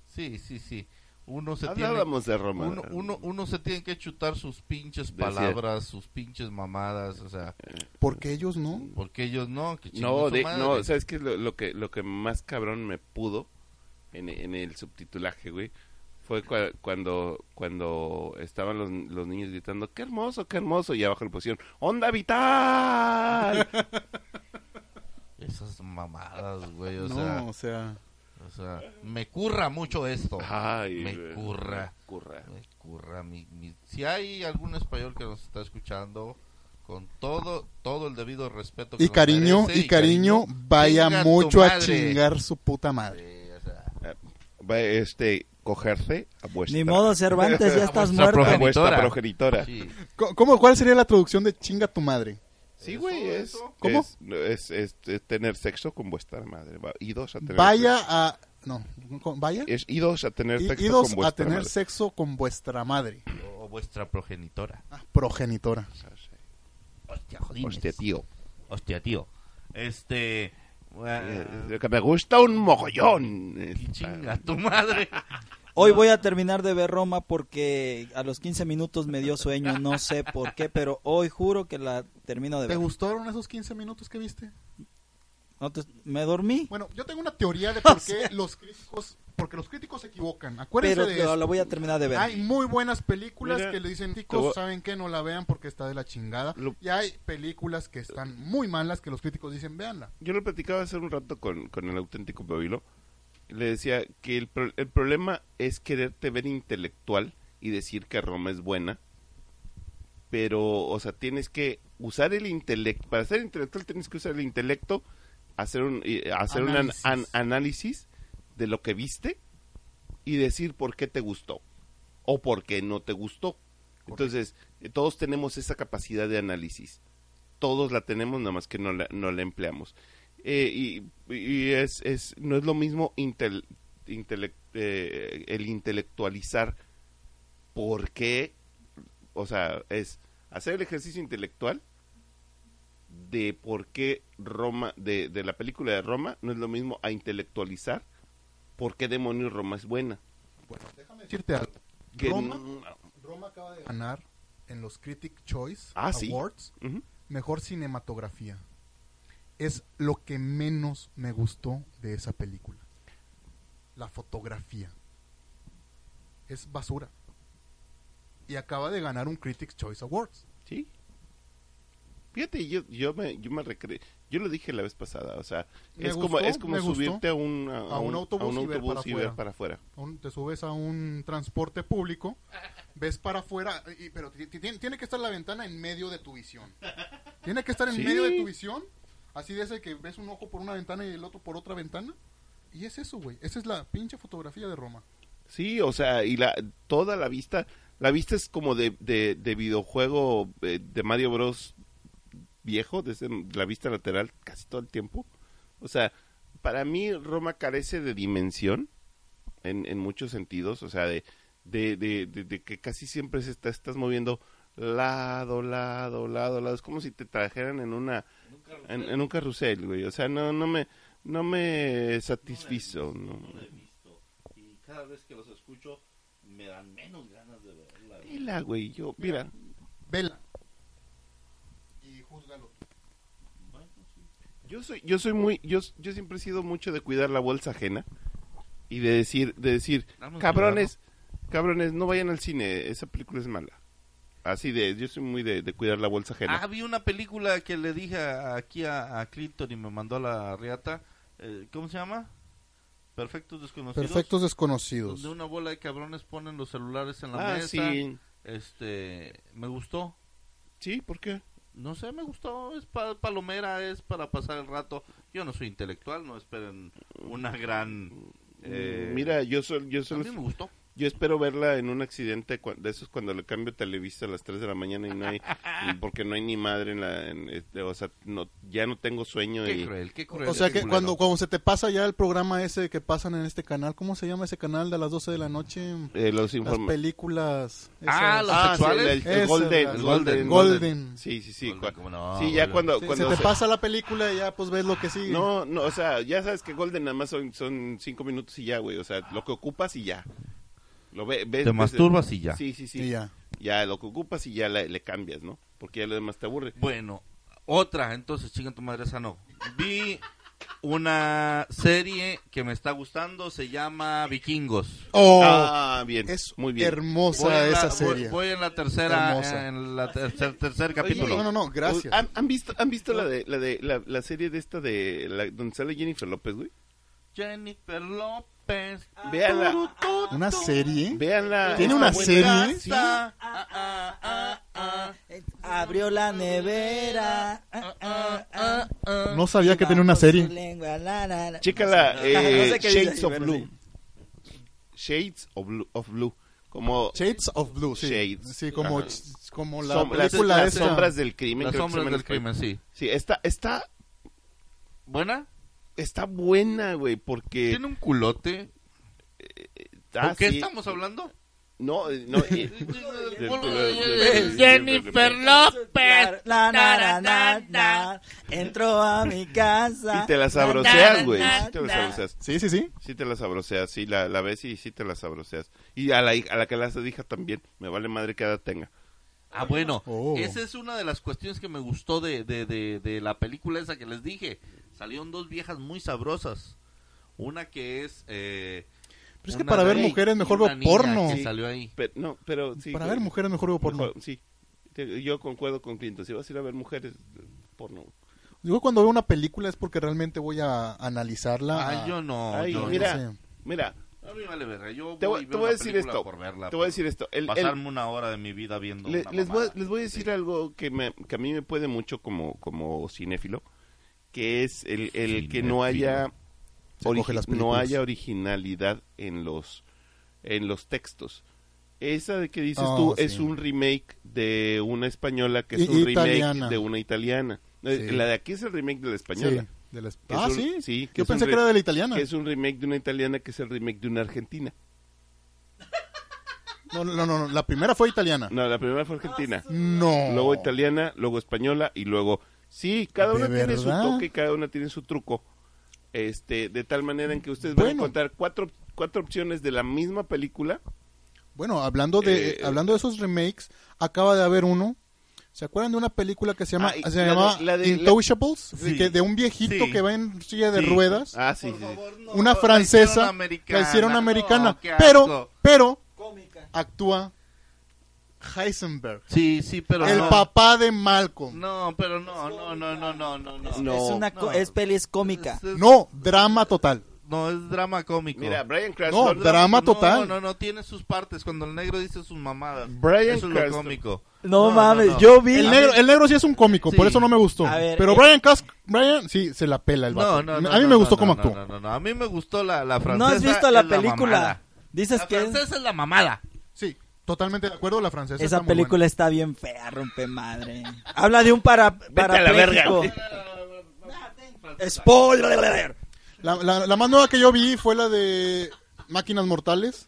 [SPEAKER 3] sí, sí, sí. Uno se tiene...
[SPEAKER 1] Hablábamos de Roma.
[SPEAKER 3] Uno, uno, uno se tiene que chutar sus pinches
[SPEAKER 1] Decía.
[SPEAKER 3] palabras, sus pinches mamadas, o sea,
[SPEAKER 4] Porque ellos no.
[SPEAKER 3] porque ellos no, que chinguen
[SPEAKER 1] No,
[SPEAKER 3] su
[SPEAKER 1] de,
[SPEAKER 3] madre.
[SPEAKER 1] no, ¿sabes qué? es Lo, lo que, lo que más cabrón me pudo en, en el subtitulaje, güey, fue cua- cuando, cuando estaban los, los niños gritando, qué hermoso, qué hermoso, y abajo le pusieron, onda vital.
[SPEAKER 3] Esas mamadas, güey, o,
[SPEAKER 4] no,
[SPEAKER 3] sea,
[SPEAKER 4] o sea.
[SPEAKER 3] o sea, me curra mucho esto.
[SPEAKER 1] Ay,
[SPEAKER 3] Me
[SPEAKER 1] güey,
[SPEAKER 3] curra.
[SPEAKER 1] me curra.
[SPEAKER 3] Me curra mi- mi- Si hay algún español que nos está escuchando, con todo todo el debido respeto que
[SPEAKER 4] Y
[SPEAKER 3] nos
[SPEAKER 4] cariño,
[SPEAKER 3] merece,
[SPEAKER 4] y cariño,
[SPEAKER 3] chinga
[SPEAKER 4] vaya
[SPEAKER 3] tu
[SPEAKER 4] mucho a
[SPEAKER 3] madre.
[SPEAKER 4] chingar su puta madre.
[SPEAKER 3] Sí, o sea,
[SPEAKER 1] Va, Este, cogerse a vuestra.
[SPEAKER 2] Ni modo, Cervantes, ya estás
[SPEAKER 3] vuestra
[SPEAKER 2] muerto.
[SPEAKER 1] a
[SPEAKER 3] progenitora.
[SPEAKER 1] vuestra progenitora. Sí,
[SPEAKER 3] sí.
[SPEAKER 4] Co- ¿Cómo, ¿Cuál sería la traducción de chinga tu madre?
[SPEAKER 1] güey,
[SPEAKER 3] Eso,
[SPEAKER 1] es,
[SPEAKER 3] eso.
[SPEAKER 1] ¿Cómo?
[SPEAKER 4] ¿Cómo?
[SPEAKER 1] Es, es- es- es tener sexo con vuestra madre. va, Idos a tener
[SPEAKER 4] Vaya
[SPEAKER 1] sexo.
[SPEAKER 4] a. No, con- vaya.
[SPEAKER 1] Es idos a tener
[SPEAKER 4] Y-
[SPEAKER 1] sexo
[SPEAKER 4] Idos
[SPEAKER 1] con
[SPEAKER 4] a
[SPEAKER 1] vuestra
[SPEAKER 4] tener
[SPEAKER 1] madre.
[SPEAKER 4] sexo con vuestra madre.
[SPEAKER 3] O, o vuestra progenitora.
[SPEAKER 4] Ah, progenitora.
[SPEAKER 3] Hostia, jodines.
[SPEAKER 1] Hostia, tío.
[SPEAKER 3] Hostia, tío. Este. bueno,
[SPEAKER 1] Eh, que me gusta un mogollón.
[SPEAKER 3] y chinga tu madre.
[SPEAKER 2] Hoy voy a terminar de ver Roma porque a los 15 minutos me dio sueño, no sé por qué, pero hoy juro que la termino de
[SPEAKER 5] ¿Te
[SPEAKER 2] ver.
[SPEAKER 5] gustaron esos 15 minutos que viste?
[SPEAKER 2] No te- me dormí,
[SPEAKER 5] Bueno, yo tengo una teoría de por qué los críticos, porque los críticos se equivocan. Acuérdense
[SPEAKER 2] pero
[SPEAKER 5] de
[SPEAKER 2] la-
[SPEAKER 5] esto.
[SPEAKER 2] la voy a terminar de ver.
[SPEAKER 5] Hay muy buenas películas
[SPEAKER 1] Mira,
[SPEAKER 5] que le dicen
[SPEAKER 1] te voy-
[SPEAKER 5] críticos, saben que no la vean porque está de la chingada.
[SPEAKER 1] Lo-
[SPEAKER 5] Y hay películas que están muy malas que los críticos dicen, véanla.
[SPEAKER 1] Yo lo platicaba hace un rato con, con el auténtico Pabilo. Le decía que el, pro- el problema es quererte ver intelectual y decir que Roma es buena. Pero, o sea, tienes que usar el intelecto. Para ser intelectual tienes que usar el intelecto, hacer un, y- hacer
[SPEAKER 5] Análisis.
[SPEAKER 1] un an- an- análisis de lo que viste y decir por qué te gustó o por qué no te gustó. Entonces, eh, todos tenemos esa capacidad de análisis. Todos la tenemos, nada más que no la, no la empleamos. Eh, y y es, es, no es lo mismo intel- intelec- eh, el intelectualizar por qué, o sea, es hacer el ejercicio intelectual de por qué Roma, de, de la película de Roma, no es lo mismo a intelectualizar por qué demonios Roma es buena.
[SPEAKER 5] Déjame decirte algo.
[SPEAKER 1] Que
[SPEAKER 5] Roma,
[SPEAKER 1] no-
[SPEAKER 5] Roma acaba de ganar en los Critic Choice
[SPEAKER 1] Ah, sí.
[SPEAKER 5] Awards
[SPEAKER 1] Ujú.
[SPEAKER 5] mejor cinematografía. Es lo que menos me gustó de esa película. La fotografía. Es basura. Y acaba de ganar un Critics Choice Awards.
[SPEAKER 1] Sí. Fíjate, yo, yo me, yo me recre... yo lo dije la vez pasada, o sea,
[SPEAKER 5] Me
[SPEAKER 1] es como,
[SPEAKER 5] gustó,
[SPEAKER 1] es como
[SPEAKER 5] me gustó.
[SPEAKER 1] subirte a un, a,
[SPEAKER 5] un autobús
[SPEAKER 1] a un
[SPEAKER 5] y ver
[SPEAKER 1] autobús
[SPEAKER 5] para
[SPEAKER 1] y ver
[SPEAKER 5] afuera.
[SPEAKER 1] para afuera.
[SPEAKER 5] Un- te subes a un transporte público, ves para afuera, y- pero ti- ti- tiene tiene que estar la ventana en medio de tu visión. Tiene que estar en
[SPEAKER 1] Sí.
[SPEAKER 5] medio de tu visión, así de ese que ves un ojo por una ventana y el otro por otra ventana. Y es eso, güey. Esa es la pinche fotografía de Roma.
[SPEAKER 1] Sí, o sea, y la, toda la vista, la vista es como de, de, de videojuego eh, de Mario Bros. viejo, desde la vista lateral casi todo el tiempo. O sea, para mí Roma carece de dimensión en, en muchos sentidos, o sea, de, de, de, de- de que casi siempre se está, estás moviendo lado, lado, lado, lado. Es como si te trajeran en una... En, en un carrusel, güey. O sea, no, no me... No me satisfizo, ¿no?
[SPEAKER 3] No la he visto. Y cada vez que los escucho, me dan menos ganas de verla. güey.
[SPEAKER 1] Dila, güey, yo, mira,
[SPEAKER 5] Vela. Y júzgalo.
[SPEAKER 1] Yo soy, yo soy muy, yo, yo siempre he sido mucho de cuidar la bolsa ajena y de decir, de decir,
[SPEAKER 3] Vamos a
[SPEAKER 1] cabrones, cabrones, no vayan al cine, esa película es mala. Así de, yo soy muy de, de cuidar la bolsa ajena.
[SPEAKER 3] Ah, vi una película que le dije a- aquí a, a Clinton y me mandó a la riata. eh, ¿Cómo se llama? Perfectos desconocidos.
[SPEAKER 4] Perfectos desconocidos.
[SPEAKER 3] Donde una bola de cabrones ponen los celulares en la
[SPEAKER 1] Ah,
[SPEAKER 3] mesa.
[SPEAKER 1] sí.
[SPEAKER 3] Este, me gustó.
[SPEAKER 1] Sí, ¿por qué?
[SPEAKER 3] No sé, me gustó. Es pa- palomera, es para pasar el rato. Yo no soy intelectual, no esperen una gran. eh,
[SPEAKER 1] Mira, yo, sol- yo
[SPEAKER 3] a
[SPEAKER 1] solo
[SPEAKER 3] mí me gustó.
[SPEAKER 1] Yo espero verla en un accidente cua- de esos cuando le cambio Televisa a las 3 de la mañana y no hay, porque no hay ni madre en la, en este, o sea, no, ya no tengo sueño
[SPEAKER 3] Qué
[SPEAKER 1] y
[SPEAKER 3] cruel, qué cruel.
[SPEAKER 4] O sea
[SPEAKER 3] qué
[SPEAKER 4] que
[SPEAKER 3] culero.
[SPEAKER 4] cuando, cuando se te pasa ya el programa ese que pasan en este canal, ¿cómo se llama ese canal de las 12 de la noche?
[SPEAKER 1] eh, los
[SPEAKER 4] Las
[SPEAKER 1] informa-
[SPEAKER 4] películas.
[SPEAKER 3] Ah,
[SPEAKER 4] esas.
[SPEAKER 3] los sexuales.
[SPEAKER 1] sí, el- el,
[SPEAKER 4] Esa,
[SPEAKER 1] Golden,
[SPEAKER 4] la-
[SPEAKER 1] el Golden,
[SPEAKER 3] Golden,
[SPEAKER 4] Golden.
[SPEAKER 1] Sí, sí, sí.
[SPEAKER 3] Golden,
[SPEAKER 1] cua-
[SPEAKER 3] cómo no,
[SPEAKER 1] sí, ya
[SPEAKER 3] Golden.
[SPEAKER 1] cuando,
[SPEAKER 4] Sí, se
[SPEAKER 1] cuando
[SPEAKER 4] te
[SPEAKER 1] se-
[SPEAKER 4] pasa la película y ya pues ves lo que sigue.
[SPEAKER 1] No, no, o sea, ya sabes que Golden nada más son, son cinco minutos y ya, güey. O sea, lo que ocupas y ya. Lo ve, ves-
[SPEAKER 3] Te
[SPEAKER 1] ves-
[SPEAKER 3] masturbas y ya.
[SPEAKER 1] Sí, sí, sí.
[SPEAKER 4] Y ya.
[SPEAKER 1] Ya, lo que ocupas y ya le, le cambias, ¿no? Porque ya lo demás te aburre.
[SPEAKER 3] Bueno, otra, entonces, chinga tu madre, esa no. Vi una serie que me está gustando, se llama Vikingos.
[SPEAKER 4] Oh,
[SPEAKER 1] ah, bien.
[SPEAKER 4] es
[SPEAKER 1] muy bien.
[SPEAKER 3] Voy
[SPEAKER 4] hermosa
[SPEAKER 3] en la-
[SPEAKER 4] esa
[SPEAKER 3] voy-
[SPEAKER 4] serie.
[SPEAKER 3] Voy, en la tercera,
[SPEAKER 4] Hermosa.
[SPEAKER 3] en la tercer, tercer
[SPEAKER 1] Oye,
[SPEAKER 3] capítulo.
[SPEAKER 4] No, no, no, gracias.
[SPEAKER 1] ¿Han, han visto, han visto la de, la de la, la serie de esta de la, donde sale Jennifer López, güey?
[SPEAKER 3] Jennifer López.
[SPEAKER 1] Véanla,
[SPEAKER 4] Una serie.
[SPEAKER 1] véanla.
[SPEAKER 4] ¿Tiene
[SPEAKER 1] Está
[SPEAKER 4] una
[SPEAKER 1] buena.
[SPEAKER 4] serie?
[SPEAKER 3] Sí. Ah, ah, ah, ah,
[SPEAKER 2] Eh, Abrió la nevera. ah, ah, ah,
[SPEAKER 3] ah.
[SPEAKER 4] No sabía que tenía una
[SPEAKER 2] Bajo su
[SPEAKER 4] serie.
[SPEAKER 2] lengua, la, la, la.
[SPEAKER 1] Chécala,
[SPEAKER 2] sé.
[SPEAKER 1] eh,
[SPEAKER 2] No sé qué dice,
[SPEAKER 1] Shades of
[SPEAKER 2] pero
[SPEAKER 1] Blue.
[SPEAKER 2] sí.
[SPEAKER 1] Shades of Blue, of Blue. Como
[SPEAKER 4] Shades of Blue, sí.
[SPEAKER 1] Shades.
[SPEAKER 4] Sí, como,
[SPEAKER 1] Ajá.
[SPEAKER 4] ch- como la
[SPEAKER 1] som- las,
[SPEAKER 4] película
[SPEAKER 1] las
[SPEAKER 4] esa.
[SPEAKER 1] sombras del crimen.
[SPEAKER 3] Las
[SPEAKER 1] creo que se
[SPEAKER 3] sombras
[SPEAKER 1] llama en
[SPEAKER 3] del
[SPEAKER 1] español.
[SPEAKER 3] crimen, sí.
[SPEAKER 1] Sí, está, está,
[SPEAKER 3] ¿Buena?
[SPEAKER 1] está buena, güey, porque...
[SPEAKER 3] ¿Tiene un culote?
[SPEAKER 1] ah,
[SPEAKER 3] ¿Por qué
[SPEAKER 1] sí.
[SPEAKER 3] estamos hablando?
[SPEAKER 1] No, eh, no, eh,
[SPEAKER 3] Jennifer López.
[SPEAKER 2] La, na, na, na, na. Entró a mi casa.
[SPEAKER 1] y te las sabroseas,
[SPEAKER 2] Na,
[SPEAKER 1] güey.
[SPEAKER 2] na,
[SPEAKER 1] Sí te las
[SPEAKER 2] na.
[SPEAKER 1] sabroseas.
[SPEAKER 4] Sí, sí, sí.
[SPEAKER 1] Sí te la sabroseas, sí, la, la ves y sí te la sabroseas. Y a la, hija- a la que la haces hija también, me vale madre que edad tenga.
[SPEAKER 3] Ah, bueno,
[SPEAKER 4] Oh.
[SPEAKER 3] esa es una de las cuestiones que me gustó de, de, de, de la película esa que les dije. Salieron dos viejas muy sabrosas. Una que es... Eh,
[SPEAKER 4] Pero es que
[SPEAKER 3] una
[SPEAKER 4] para ver
[SPEAKER 3] gay
[SPEAKER 4] mujeres mejor
[SPEAKER 3] y una
[SPEAKER 4] veo
[SPEAKER 3] niña
[SPEAKER 4] porno.
[SPEAKER 3] que
[SPEAKER 4] Sí.
[SPEAKER 3] salió ahí.
[SPEAKER 1] Pero, no, pero sí.
[SPEAKER 4] Para
[SPEAKER 1] güey,
[SPEAKER 4] ver mujeres mejor veo porno.
[SPEAKER 1] mejor- sí, Te- yo concuerdo con Clinton, si vas a ir a ver mujeres, eh, porno.
[SPEAKER 4] Yo cuando veo una película es porque realmente voy a analizarla.
[SPEAKER 1] Ah,
[SPEAKER 3] Ay,
[SPEAKER 4] a-
[SPEAKER 3] yo no.
[SPEAKER 1] Ay,
[SPEAKER 3] yo no.
[SPEAKER 1] mira,
[SPEAKER 4] Ah, no
[SPEAKER 1] mira,
[SPEAKER 3] A mí vale verga. Yo
[SPEAKER 1] te
[SPEAKER 3] voy,
[SPEAKER 1] voy,
[SPEAKER 3] y
[SPEAKER 1] te
[SPEAKER 3] veo
[SPEAKER 1] voy a
[SPEAKER 3] la
[SPEAKER 1] decir
[SPEAKER 3] película
[SPEAKER 1] esto,
[SPEAKER 3] Por verla, pues.
[SPEAKER 1] te voy a
[SPEAKER 3] por
[SPEAKER 1] decir esto. El- el-
[SPEAKER 3] pasarme una hora de mi vida viendo
[SPEAKER 1] le-
[SPEAKER 3] una
[SPEAKER 1] les, voy, a-
[SPEAKER 3] mamada.
[SPEAKER 1] les voy a decir algo que, me, que a mí me puede mucho como, como cinéfilo, que es el, el que
[SPEAKER 3] Cinéfilo.
[SPEAKER 1] no haya,
[SPEAKER 4] Se coge
[SPEAKER 1] origi-
[SPEAKER 4] las
[SPEAKER 1] no
[SPEAKER 4] películas.
[SPEAKER 1] haya originalidad en los, en los textos. Esa de que dices
[SPEAKER 4] Oh,
[SPEAKER 1] tú
[SPEAKER 4] sí.
[SPEAKER 1] es un remake de una española que es
[SPEAKER 4] I-
[SPEAKER 1] un
[SPEAKER 4] italiana.
[SPEAKER 1] remake de una italiana. Eh,
[SPEAKER 4] Sí.
[SPEAKER 1] La de aquí es el remake de la española.
[SPEAKER 4] Sí, de las-
[SPEAKER 1] Que es
[SPEAKER 4] Ah,
[SPEAKER 1] un-
[SPEAKER 4] sí.
[SPEAKER 1] sí, que
[SPEAKER 4] Yo
[SPEAKER 1] es un
[SPEAKER 4] pensé que
[SPEAKER 1] re-
[SPEAKER 4] era de la italiana.
[SPEAKER 1] Que es un remake de una italiana que es el remake de una argentina.
[SPEAKER 4] No, no, no, no, La primera fue italiana.
[SPEAKER 1] No, la primera fue argentina.
[SPEAKER 4] Ah, No.
[SPEAKER 1] luego italiana, luego española y luego sí, cada
[SPEAKER 4] Oh. ¿De
[SPEAKER 1] una tiene
[SPEAKER 4] verdad?
[SPEAKER 1] su toque, cada una tiene su truco. Este, de tal manera en que ustedes van
[SPEAKER 4] Bueno.
[SPEAKER 1] a encontrar cuatro cuatro opciones de la misma película.
[SPEAKER 4] Bueno, hablando de,
[SPEAKER 1] Eh,
[SPEAKER 4] hablando de esos remakes, acaba de haber uno. ¿Se acuerdan de una película que se llama,
[SPEAKER 1] Ah, y-
[SPEAKER 4] se
[SPEAKER 1] la de-
[SPEAKER 4] llamaba
[SPEAKER 1] la de-
[SPEAKER 4] Intouchables?
[SPEAKER 3] Sí.
[SPEAKER 4] Que de un viejito
[SPEAKER 3] Sí.
[SPEAKER 4] que va en silla de
[SPEAKER 3] Sí.
[SPEAKER 4] ruedas.
[SPEAKER 1] Ah, sí, sí, sí.
[SPEAKER 4] una francesa. La hicieron americana. pero, pero,
[SPEAKER 2] Cómica.
[SPEAKER 4] actúa Heisenberg.
[SPEAKER 3] Sí, sí, pero
[SPEAKER 4] el
[SPEAKER 3] no.
[SPEAKER 4] papá de Malcolm.
[SPEAKER 3] No, pero no, no, no, no, no, no, no.
[SPEAKER 1] No.
[SPEAKER 2] es una co-
[SPEAKER 3] no.
[SPEAKER 2] es pelis cómica.
[SPEAKER 3] Es- es-
[SPEAKER 4] No, drama total.
[SPEAKER 3] No, es drama cómico.
[SPEAKER 1] Mira, Brian
[SPEAKER 4] No,
[SPEAKER 1] Cranston.
[SPEAKER 4] drama
[SPEAKER 3] No,
[SPEAKER 4] total.
[SPEAKER 3] No, no, no, tiene sus partes. Cuando el negro dice sus mamadas.
[SPEAKER 1] Bryan
[SPEAKER 3] Eso es lo
[SPEAKER 1] Cranston.
[SPEAKER 3] cómico.
[SPEAKER 2] No, mames, yo vi.
[SPEAKER 4] El negro, el negro sí es un cómico, por
[SPEAKER 3] Sí.
[SPEAKER 4] eso no me gustó.
[SPEAKER 2] A ver,
[SPEAKER 4] Pero
[SPEAKER 2] eh.
[SPEAKER 4] Brian Cask, Brian, sí, se la pela el vato.
[SPEAKER 3] No, no, no,
[SPEAKER 4] a mí
[SPEAKER 3] no,
[SPEAKER 4] me
[SPEAKER 3] no,
[SPEAKER 4] gustó
[SPEAKER 3] no,
[SPEAKER 4] cómo
[SPEAKER 3] no,
[SPEAKER 4] actuó.
[SPEAKER 3] No, no, no, a mí me gustó la, la francesa.
[SPEAKER 2] No has visto la
[SPEAKER 3] es
[SPEAKER 2] película.
[SPEAKER 3] mamada.
[SPEAKER 2] Dices
[SPEAKER 3] La
[SPEAKER 2] que es-
[SPEAKER 3] francesa es la mamada.
[SPEAKER 5] Sí, totalmente de acuerdo. La francesa está
[SPEAKER 2] esa
[SPEAKER 5] muy
[SPEAKER 2] película está bien fea, rompe madre. Habla de un para
[SPEAKER 1] a la verga,
[SPEAKER 2] parapléjico.
[SPEAKER 1] güey.
[SPEAKER 2] Spoiler.
[SPEAKER 4] La, la- la más nueva que yo vi fue la de Máquinas Mortales.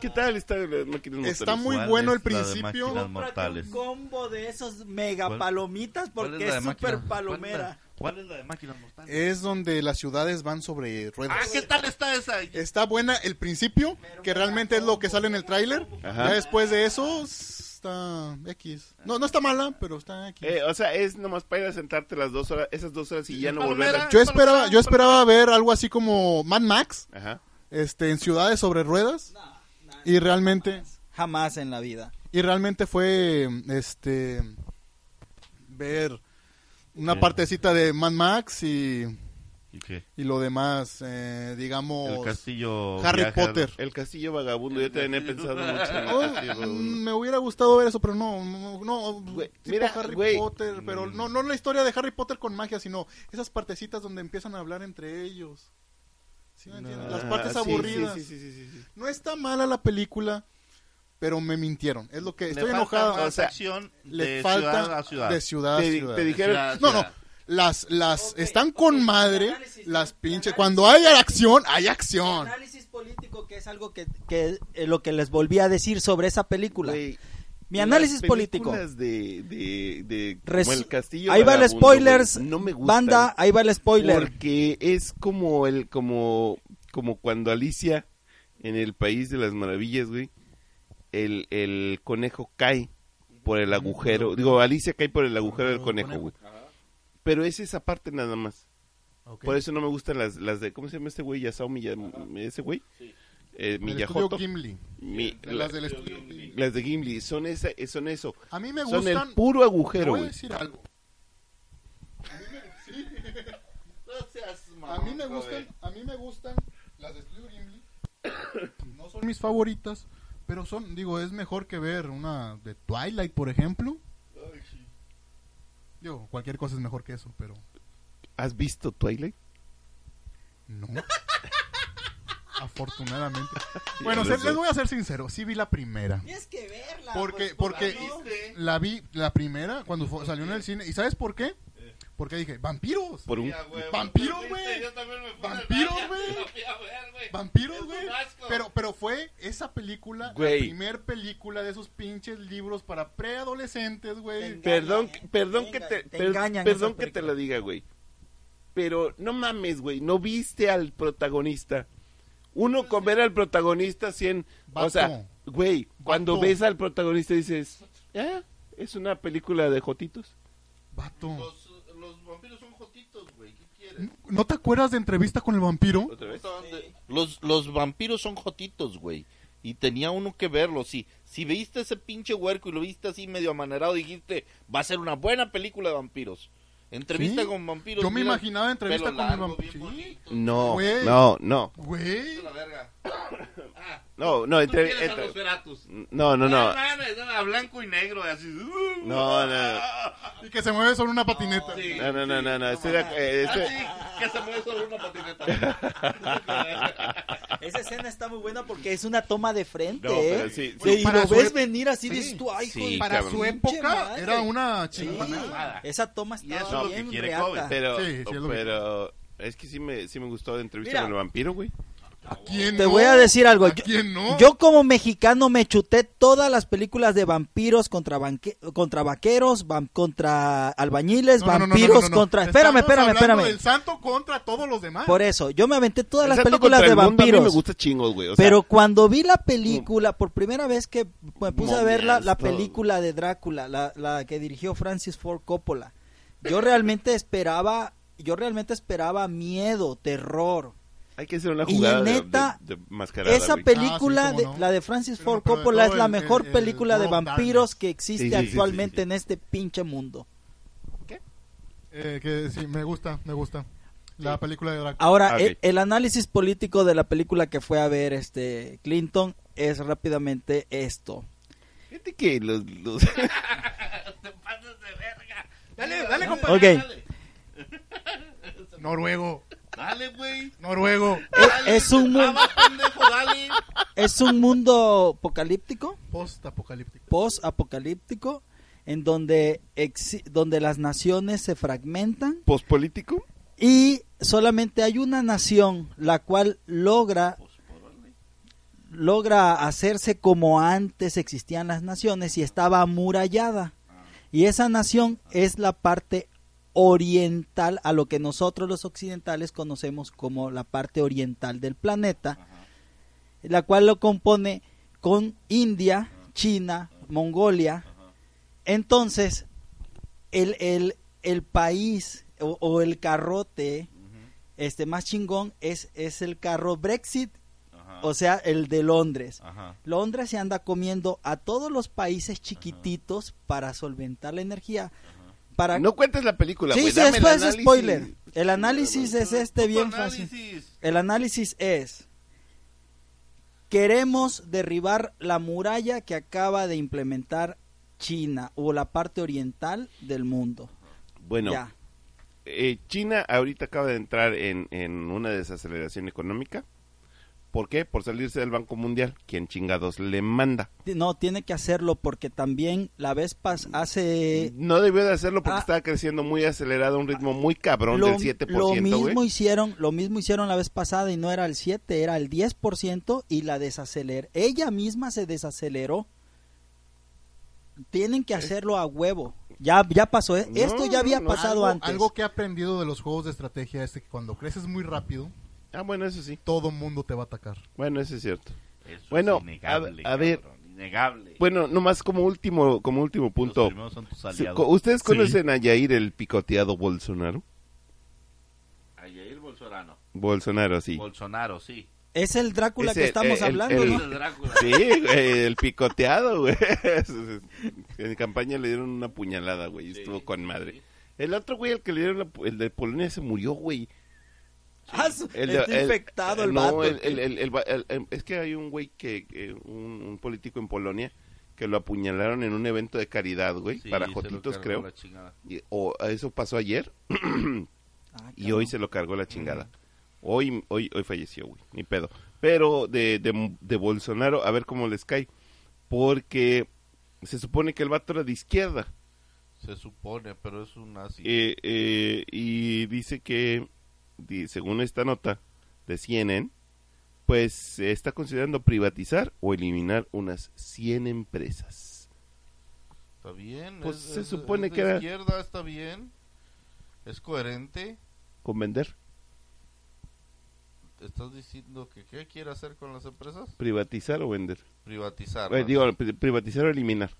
[SPEAKER 1] ¿Qué tal está las máquinas mortales?
[SPEAKER 4] Está muy
[SPEAKER 3] ¿Cuál
[SPEAKER 4] bueno
[SPEAKER 3] es
[SPEAKER 4] el
[SPEAKER 3] la de
[SPEAKER 4] principio.
[SPEAKER 3] Máquinas
[SPEAKER 2] Cómprate
[SPEAKER 3] Mortales?
[SPEAKER 2] un combo de esos mega
[SPEAKER 3] ¿Cuál-
[SPEAKER 2] palomitas
[SPEAKER 3] ¿Cuál
[SPEAKER 2] porque
[SPEAKER 3] la
[SPEAKER 2] es,
[SPEAKER 3] de máquinas-
[SPEAKER 2] super palomera.
[SPEAKER 3] ¿Cuál es la, cuál es la de máquinas mortales?
[SPEAKER 4] Es donde las ciudades van sobre
[SPEAKER 3] Ah,
[SPEAKER 4] ruedas.
[SPEAKER 3] ¿qué tal está esa?
[SPEAKER 4] Está buena el principio, que realmente es lo que sale en el tráiler.
[SPEAKER 1] Ajá.
[SPEAKER 4] Ya después de eso está X. No, no está mala, pero está X.
[SPEAKER 1] Eh, o sea, es nomás para ir a sentarte las dos horas, esas dos horas y ya no volver a...
[SPEAKER 3] Palomera.
[SPEAKER 4] yo esperaba, yo esperaba ver algo así como Mad Max,
[SPEAKER 1] Ajá.
[SPEAKER 4] este, en ciudades sobre ruedas. Y realmente,
[SPEAKER 2] Jamás en la vida.
[SPEAKER 4] y realmente fue, este, ver una partecita de Mad Max y
[SPEAKER 3] Y ¿Y qué?
[SPEAKER 6] Y lo demás, eh,
[SPEAKER 3] El
[SPEAKER 6] digamos,
[SPEAKER 3] castillo.
[SPEAKER 6] Harry
[SPEAKER 3] viaja-
[SPEAKER 6] Potter.
[SPEAKER 1] El castillo vagabundo, yo también he pensado mucho en
[SPEAKER 6] Oh,
[SPEAKER 1] el castillo
[SPEAKER 6] mm,
[SPEAKER 1] vagabundo.
[SPEAKER 6] me hubiera gustado ver eso, pero no, no, no,
[SPEAKER 1] Güey,
[SPEAKER 6] tipo
[SPEAKER 1] mira,
[SPEAKER 6] Harry
[SPEAKER 1] güey. Mm.
[SPEAKER 6] Potter, pero no, no la historia de Harry Potter con magia, sino esas partecitas donde empiezan a hablar entre ellos. ¿Sí me entiendes? Las
[SPEAKER 1] Ah,
[SPEAKER 6] partes
[SPEAKER 1] sí,
[SPEAKER 6] aburridas.
[SPEAKER 1] Sí, sí, sí, sí, sí, sí.
[SPEAKER 6] No está mala la película, pero me mintieron. Es lo que estoy
[SPEAKER 3] Le falta
[SPEAKER 6] enojada.
[SPEAKER 3] más
[SPEAKER 1] o sea,
[SPEAKER 3] acción
[SPEAKER 6] le
[SPEAKER 3] de
[SPEAKER 6] falta
[SPEAKER 3] ciudad a ciudad.
[SPEAKER 6] de ciudad a
[SPEAKER 1] Te, di-
[SPEAKER 6] ciudad.
[SPEAKER 1] te dijeron,
[SPEAKER 3] Ciudad a
[SPEAKER 6] No, no.
[SPEAKER 3] ciudad.
[SPEAKER 6] Las, las
[SPEAKER 2] Ok,
[SPEAKER 6] están
[SPEAKER 2] ok,
[SPEAKER 6] con
[SPEAKER 2] el
[SPEAKER 6] madre,
[SPEAKER 2] análisis,
[SPEAKER 6] las
[SPEAKER 2] el
[SPEAKER 6] pinches.
[SPEAKER 2] análisis.
[SPEAKER 6] Cuando hay acción, hay acción.
[SPEAKER 2] Análisis político, que es algo que, que, eh, lo que les volví a decir sobre esa película.
[SPEAKER 1] güey,
[SPEAKER 2] Mi
[SPEAKER 1] las
[SPEAKER 2] análisis político.
[SPEAKER 1] películas De, de, de,
[SPEAKER 2] Res-
[SPEAKER 1] como el castillo
[SPEAKER 2] ahí va el
[SPEAKER 1] vagabundo,
[SPEAKER 2] spoilers,
[SPEAKER 1] güey, no me gusta.
[SPEAKER 2] banda, ahí va el spoiler.
[SPEAKER 1] Porque es como el, como, como cuando Alicia en el País de las Maravillas, güey, el, el conejo cae por el agujero. Digo, Alicia cae por el agujero
[SPEAKER 4] Ah,
[SPEAKER 1] del conejo, güey. Pero es esa parte nada más.
[SPEAKER 4] Ok.
[SPEAKER 1] Por eso no me gustan las, las de, ¿cómo se llama este güey? Yasao Miya- ese güey. Eh,
[SPEAKER 4] El estudio
[SPEAKER 1] Miyamoto.
[SPEAKER 4] Gimli.
[SPEAKER 1] Mi-
[SPEAKER 6] De
[SPEAKER 1] la-
[SPEAKER 6] las del estudio.
[SPEAKER 1] las de Gimli son, esa, son eso.
[SPEAKER 4] A mí me
[SPEAKER 1] Son
[SPEAKER 4] gustan.
[SPEAKER 1] el puro
[SPEAKER 4] Te
[SPEAKER 1] agujero,
[SPEAKER 4] voy a
[SPEAKER 1] güey.
[SPEAKER 4] decir algo.
[SPEAKER 6] A mí me gustan, a mí me gustan las de estudio Gimli.
[SPEAKER 4] No son mis favoritas, pero son, digo, es mejor que ver una de Twilight, por ejemplo. Digo, cualquier cosa es mejor que eso, pero
[SPEAKER 1] ¿Has visto Twilight?
[SPEAKER 4] no. Afortunadamente.
[SPEAKER 1] Sí,
[SPEAKER 4] Bueno,
[SPEAKER 1] a
[SPEAKER 4] se-
[SPEAKER 1] los
[SPEAKER 4] les
[SPEAKER 1] dos.
[SPEAKER 4] voy a ser sincero, sí vi la primera.
[SPEAKER 2] Tienes que verla. pues,
[SPEAKER 4] Porque,
[SPEAKER 2] por
[SPEAKER 4] porque
[SPEAKER 2] favor.
[SPEAKER 4] la vi la primera cuando fu- salió en el cine. ¿Y sabes por qué?
[SPEAKER 1] Eh.
[SPEAKER 4] Porque dije, vampiros.
[SPEAKER 1] Por un...
[SPEAKER 4] Vampiro, güey. Vampiro, güey. Vampiros, güey. Pero, pero fue esa película,
[SPEAKER 1] Güey.
[SPEAKER 4] la primer película de esos pinches libros para preadolescentes, güey.
[SPEAKER 2] Ten-
[SPEAKER 1] Perdón,
[SPEAKER 2] engañan,
[SPEAKER 1] perdón
[SPEAKER 2] te
[SPEAKER 1] que te,
[SPEAKER 2] engañan, te
[SPEAKER 1] per-
[SPEAKER 2] engañan
[SPEAKER 1] perdón
[SPEAKER 2] esas
[SPEAKER 1] que te
[SPEAKER 2] películas.
[SPEAKER 1] lo diga, güey. Pero no mames, güey, no viste al protagonista. Uno con ver al protagonista 100, o
[SPEAKER 4] Vato.
[SPEAKER 1] sea, güey, cuando
[SPEAKER 4] Vato.
[SPEAKER 1] ves al protagonista dices, "Ah, es una película de jotitos."
[SPEAKER 4] Vato.
[SPEAKER 3] Los, los vampiros son jotitos, güey. ¿Qué quieres?
[SPEAKER 4] ¿No te acuerdas de entrevista con el vampiro?
[SPEAKER 1] Otra vez.
[SPEAKER 3] Los, los vampiros son jotitos, güey. Y tenía uno que verlo, sí. Si viste ese pinche huerco y lo viste así medio amanerado, dijiste, va a ser una buena película de vampiros. Entrevista
[SPEAKER 4] Sí.
[SPEAKER 3] con vampiros.
[SPEAKER 4] Yo me
[SPEAKER 3] mira,
[SPEAKER 4] imaginaba entrevista
[SPEAKER 3] pelo
[SPEAKER 4] con el
[SPEAKER 3] largo,
[SPEAKER 4] vampiro.
[SPEAKER 3] bien
[SPEAKER 4] Sí.
[SPEAKER 3] bonito.
[SPEAKER 1] No,
[SPEAKER 4] Güey.
[SPEAKER 1] no, no.
[SPEAKER 4] Güey.
[SPEAKER 3] La verga. Ah,
[SPEAKER 1] No, no,
[SPEAKER 3] tú
[SPEAKER 1] entre-
[SPEAKER 3] quieres a
[SPEAKER 1] entre-
[SPEAKER 3] los Feratus.
[SPEAKER 1] no, no, no.
[SPEAKER 3] Ah, mames, A blanco y negro, así. uh,
[SPEAKER 1] No, no.
[SPEAKER 4] Y que se mueve sobre una patineta.
[SPEAKER 3] sí.
[SPEAKER 1] No, no, no, no, no, estoy de ac- eh,
[SPEAKER 3] Ah,
[SPEAKER 1] estoy-
[SPEAKER 3] sí, que se mueve sobre una patineta.
[SPEAKER 2] Esa escena está muy buena porque es una toma de frente.
[SPEAKER 1] No,
[SPEAKER 2] ¿eh?
[SPEAKER 1] pero sí,
[SPEAKER 2] Sí,
[SPEAKER 1] sí,
[SPEAKER 2] y
[SPEAKER 4] para
[SPEAKER 2] lo
[SPEAKER 4] su
[SPEAKER 2] ves
[SPEAKER 4] ep-
[SPEAKER 2] venir así,
[SPEAKER 4] sí,
[SPEAKER 2] dices tú, ay,
[SPEAKER 1] sí,
[SPEAKER 2] hijo de-
[SPEAKER 4] Para su
[SPEAKER 2] pinche
[SPEAKER 4] época
[SPEAKER 2] madre".
[SPEAKER 4] era una
[SPEAKER 2] Sí,
[SPEAKER 4] chingada.
[SPEAKER 2] esa toma estaba
[SPEAKER 3] eso es lo que
[SPEAKER 2] bien
[SPEAKER 3] quiere
[SPEAKER 2] reata.
[SPEAKER 3] Kobe,
[SPEAKER 1] pero
[SPEAKER 4] Sí, sí, es lo que-
[SPEAKER 1] pero es que sí me sí me gustó la entrevista
[SPEAKER 2] Mira.
[SPEAKER 1] con el vampiro, güey.
[SPEAKER 4] ¿A quién
[SPEAKER 2] Te
[SPEAKER 4] no?
[SPEAKER 2] voy a decir algo.
[SPEAKER 4] ¿A
[SPEAKER 2] Yo,
[SPEAKER 4] quién no?
[SPEAKER 2] yo como mexicano me chuté todas las películas de vampiros contra, banque- contra vaqueros, vam- contra albañiles,
[SPEAKER 4] No, no, no, no, no,
[SPEAKER 2] vampiros
[SPEAKER 4] no, no.
[SPEAKER 2] contra...
[SPEAKER 4] Estamos
[SPEAKER 2] Espérame, espérame,
[SPEAKER 4] hablando
[SPEAKER 2] espérame.
[SPEAKER 4] del santo contra todos los demás.
[SPEAKER 2] Por e- eso, yo me aventé todas las
[SPEAKER 1] Excepto
[SPEAKER 2] películas
[SPEAKER 1] contra
[SPEAKER 2] de
[SPEAKER 1] el mundo, A mí me
[SPEAKER 2] vampiros.
[SPEAKER 1] gusta chingos, güey. o sea,
[SPEAKER 2] Pero cuando vi la película, por primera vez que me puse a ver la, la
[SPEAKER 1] Momias, todo.
[SPEAKER 2] película de Drácula, la, la que dirigió Francis Ford Coppola, yo realmente esperaba, yo realmente esperaba miedo, terror.
[SPEAKER 1] Hay que hacer una
[SPEAKER 2] Y
[SPEAKER 1] jugada de-
[SPEAKER 2] neta,
[SPEAKER 1] de, de mascarada,
[SPEAKER 2] Esa
[SPEAKER 1] güey.
[SPEAKER 2] película,
[SPEAKER 4] Ah, sí,
[SPEAKER 2] de,
[SPEAKER 4] cómo no.
[SPEAKER 2] la de Francis
[SPEAKER 4] Pero-
[SPEAKER 2] Ford
[SPEAKER 4] pero de
[SPEAKER 2] Coppola es
[SPEAKER 4] todo
[SPEAKER 2] la
[SPEAKER 4] el-
[SPEAKER 2] mejor
[SPEAKER 4] el- el
[SPEAKER 2] película de
[SPEAKER 4] World of
[SPEAKER 2] vampiros
[SPEAKER 4] Darkness.
[SPEAKER 2] que existe
[SPEAKER 1] Sí, sí, sí,
[SPEAKER 2] actualmente
[SPEAKER 1] sí, sí.
[SPEAKER 2] en este pinche mundo.
[SPEAKER 4] Eh, que sí, me gusta, me gusta. La película de Drácula.
[SPEAKER 2] Ahora,
[SPEAKER 1] Ah, ok.
[SPEAKER 2] el, el análisis político de la película que fue a ver este Clinton es rápidamente esto.
[SPEAKER 1] Fíjate que los, los-
[SPEAKER 3] Te pasas de verga.
[SPEAKER 4] Dale, dale, compadre.
[SPEAKER 2] Ok,
[SPEAKER 4] Noruego,
[SPEAKER 3] Dale, güey.
[SPEAKER 4] noruego.
[SPEAKER 3] Dale,
[SPEAKER 2] es un mu-
[SPEAKER 3] trabas, pendejo, dale.
[SPEAKER 2] es un mundo apocalíptico.
[SPEAKER 4] Post apocalíptico.
[SPEAKER 2] post-apocalíptico en donde, exi- donde las naciones se fragmentan
[SPEAKER 1] pospolítico.
[SPEAKER 2] y solamente hay una nación la cual logra logra hacerse como antes existían las naciones y estaba amurallada. Y esa nación es la parte oriental a lo que nosotros los occidentales conocemos como la parte oriental del planeta, la cual lo compone con India, China, Mongolia. Entonces, el, el- el país o, o el carrote este más chingón es, es el carro Brexit
[SPEAKER 6] Ah.
[SPEAKER 3] Ajá,
[SPEAKER 2] o sea, el de Londres.
[SPEAKER 3] ajá.
[SPEAKER 2] Londres se anda comiendo a todos los países chiquititos para solventar la energía para...
[SPEAKER 1] No cuentes la película,
[SPEAKER 2] sí,
[SPEAKER 1] güey.
[SPEAKER 2] sí,
[SPEAKER 1] dame
[SPEAKER 2] esto
[SPEAKER 1] el
[SPEAKER 2] es
[SPEAKER 1] análisis.
[SPEAKER 2] spoiler. El análisis es este
[SPEAKER 3] Ocupa
[SPEAKER 2] bien fácil.
[SPEAKER 3] análisis.
[SPEAKER 2] El análisis es, queremos derribar la muralla que acaba de implementar China o la parte oriental del mundo.
[SPEAKER 1] Bueno,
[SPEAKER 2] Ya.
[SPEAKER 1] eh, China ahorita acaba de entrar en, en una desaceleración económica. ¿Por qué? Por salirse del Banco Mundial. quien chingados le manda?
[SPEAKER 2] Ti- No, tiene que hacerlo porque también la vez pas hace...
[SPEAKER 1] No debió de hacerlo porque
[SPEAKER 2] Eh, ah,
[SPEAKER 1] estaba creciendo muy acelerado, a un ritmo muy cabrón del 7%,
[SPEAKER 2] lo mismo
[SPEAKER 1] güey.
[SPEAKER 2] hicieron, lo mismo hicieron la vez pasada y no era el 7, era el 10% y la desaceler. Ella misma se desaceleró. Tienen que hacerlo a huevo. Ya ya pasó, ¿eh?
[SPEAKER 1] Eh. No,
[SPEAKER 2] esto ya había
[SPEAKER 1] no, no,
[SPEAKER 2] pasado
[SPEAKER 5] algo,
[SPEAKER 2] antes.
[SPEAKER 5] algo que he aprendido de los juegos de estrategia es que cuando creces muy rápido,
[SPEAKER 1] Ah, bueno, eso sí.
[SPEAKER 5] todo mundo te va a atacar.
[SPEAKER 1] Bueno, eso es cierto.
[SPEAKER 3] Eso es
[SPEAKER 1] Bueno,
[SPEAKER 3] innegable,
[SPEAKER 1] a- a ver.
[SPEAKER 3] cabrón, innegable.
[SPEAKER 1] Bueno, nomás como último, como último
[SPEAKER 3] Los
[SPEAKER 1] punto.
[SPEAKER 3] primeros son tus
[SPEAKER 1] Sí,
[SPEAKER 3] aliados.
[SPEAKER 1] co- ¿Ustedes conocen a Jair el picoteado Bolsonaro?
[SPEAKER 3] A Jair Bolsonaro.
[SPEAKER 1] Bolsonaro, sí.
[SPEAKER 3] Bolsonaro, sí.
[SPEAKER 2] Es el Drácula
[SPEAKER 1] Es
[SPEAKER 2] que
[SPEAKER 1] el-
[SPEAKER 2] estamos
[SPEAKER 1] el-
[SPEAKER 2] hablando,
[SPEAKER 1] el-
[SPEAKER 2] ¿no?
[SPEAKER 3] Es Drácula.
[SPEAKER 1] Sí, güey, el picoteado, güey. En campaña le dieron una puñalada, güey, y estuvo con madre. El otro güey, el que le dieron la pu- el de Polonia, se murió, güey.
[SPEAKER 2] Ah, su-
[SPEAKER 1] El de-
[SPEAKER 2] está infectado el
[SPEAKER 1] no,
[SPEAKER 2] vato.
[SPEAKER 1] el- el- el- el va- el- el- es que hay un güey que, que- un, un político en Polonia que lo apuñalaron en un evento de caridad, güey,
[SPEAKER 3] Sí,
[SPEAKER 1] para
[SPEAKER 3] se lo
[SPEAKER 1] Jotitos,
[SPEAKER 3] cargó
[SPEAKER 1] creo.
[SPEAKER 3] la chingada.
[SPEAKER 1] Y- o eso pasó ayer
[SPEAKER 2] Ah,
[SPEAKER 1] y hoy se lo cargó la chingada. Hoy, hoy, hoy falleció, güey, ni pedo. Pero de, de, de Bolsonaro, a ver cómo les cae. Porque se supone que el vato era de izquierda.
[SPEAKER 3] Se supone, pero es un nazi.
[SPEAKER 1] Eh, eh, y dice que, di- según esta nota de CNN, pues se está considerando privatizar o eliminar unas 100 empresas.
[SPEAKER 3] Está bien.
[SPEAKER 1] Pues
[SPEAKER 3] es-
[SPEAKER 1] se
[SPEAKER 3] es-
[SPEAKER 1] supone
[SPEAKER 3] es de
[SPEAKER 1] que era-
[SPEAKER 3] izquierda está bien. Es coherente.
[SPEAKER 1] ¿Con vender?
[SPEAKER 3] ¿Estás diciendo que qué quiere hacer con las empresas?
[SPEAKER 1] ¿Privatizar o vender?
[SPEAKER 3] Privatizar.
[SPEAKER 1] Eh,
[SPEAKER 3] Ah, ¿no?
[SPEAKER 1] digo, pri- privatizar o eliminar.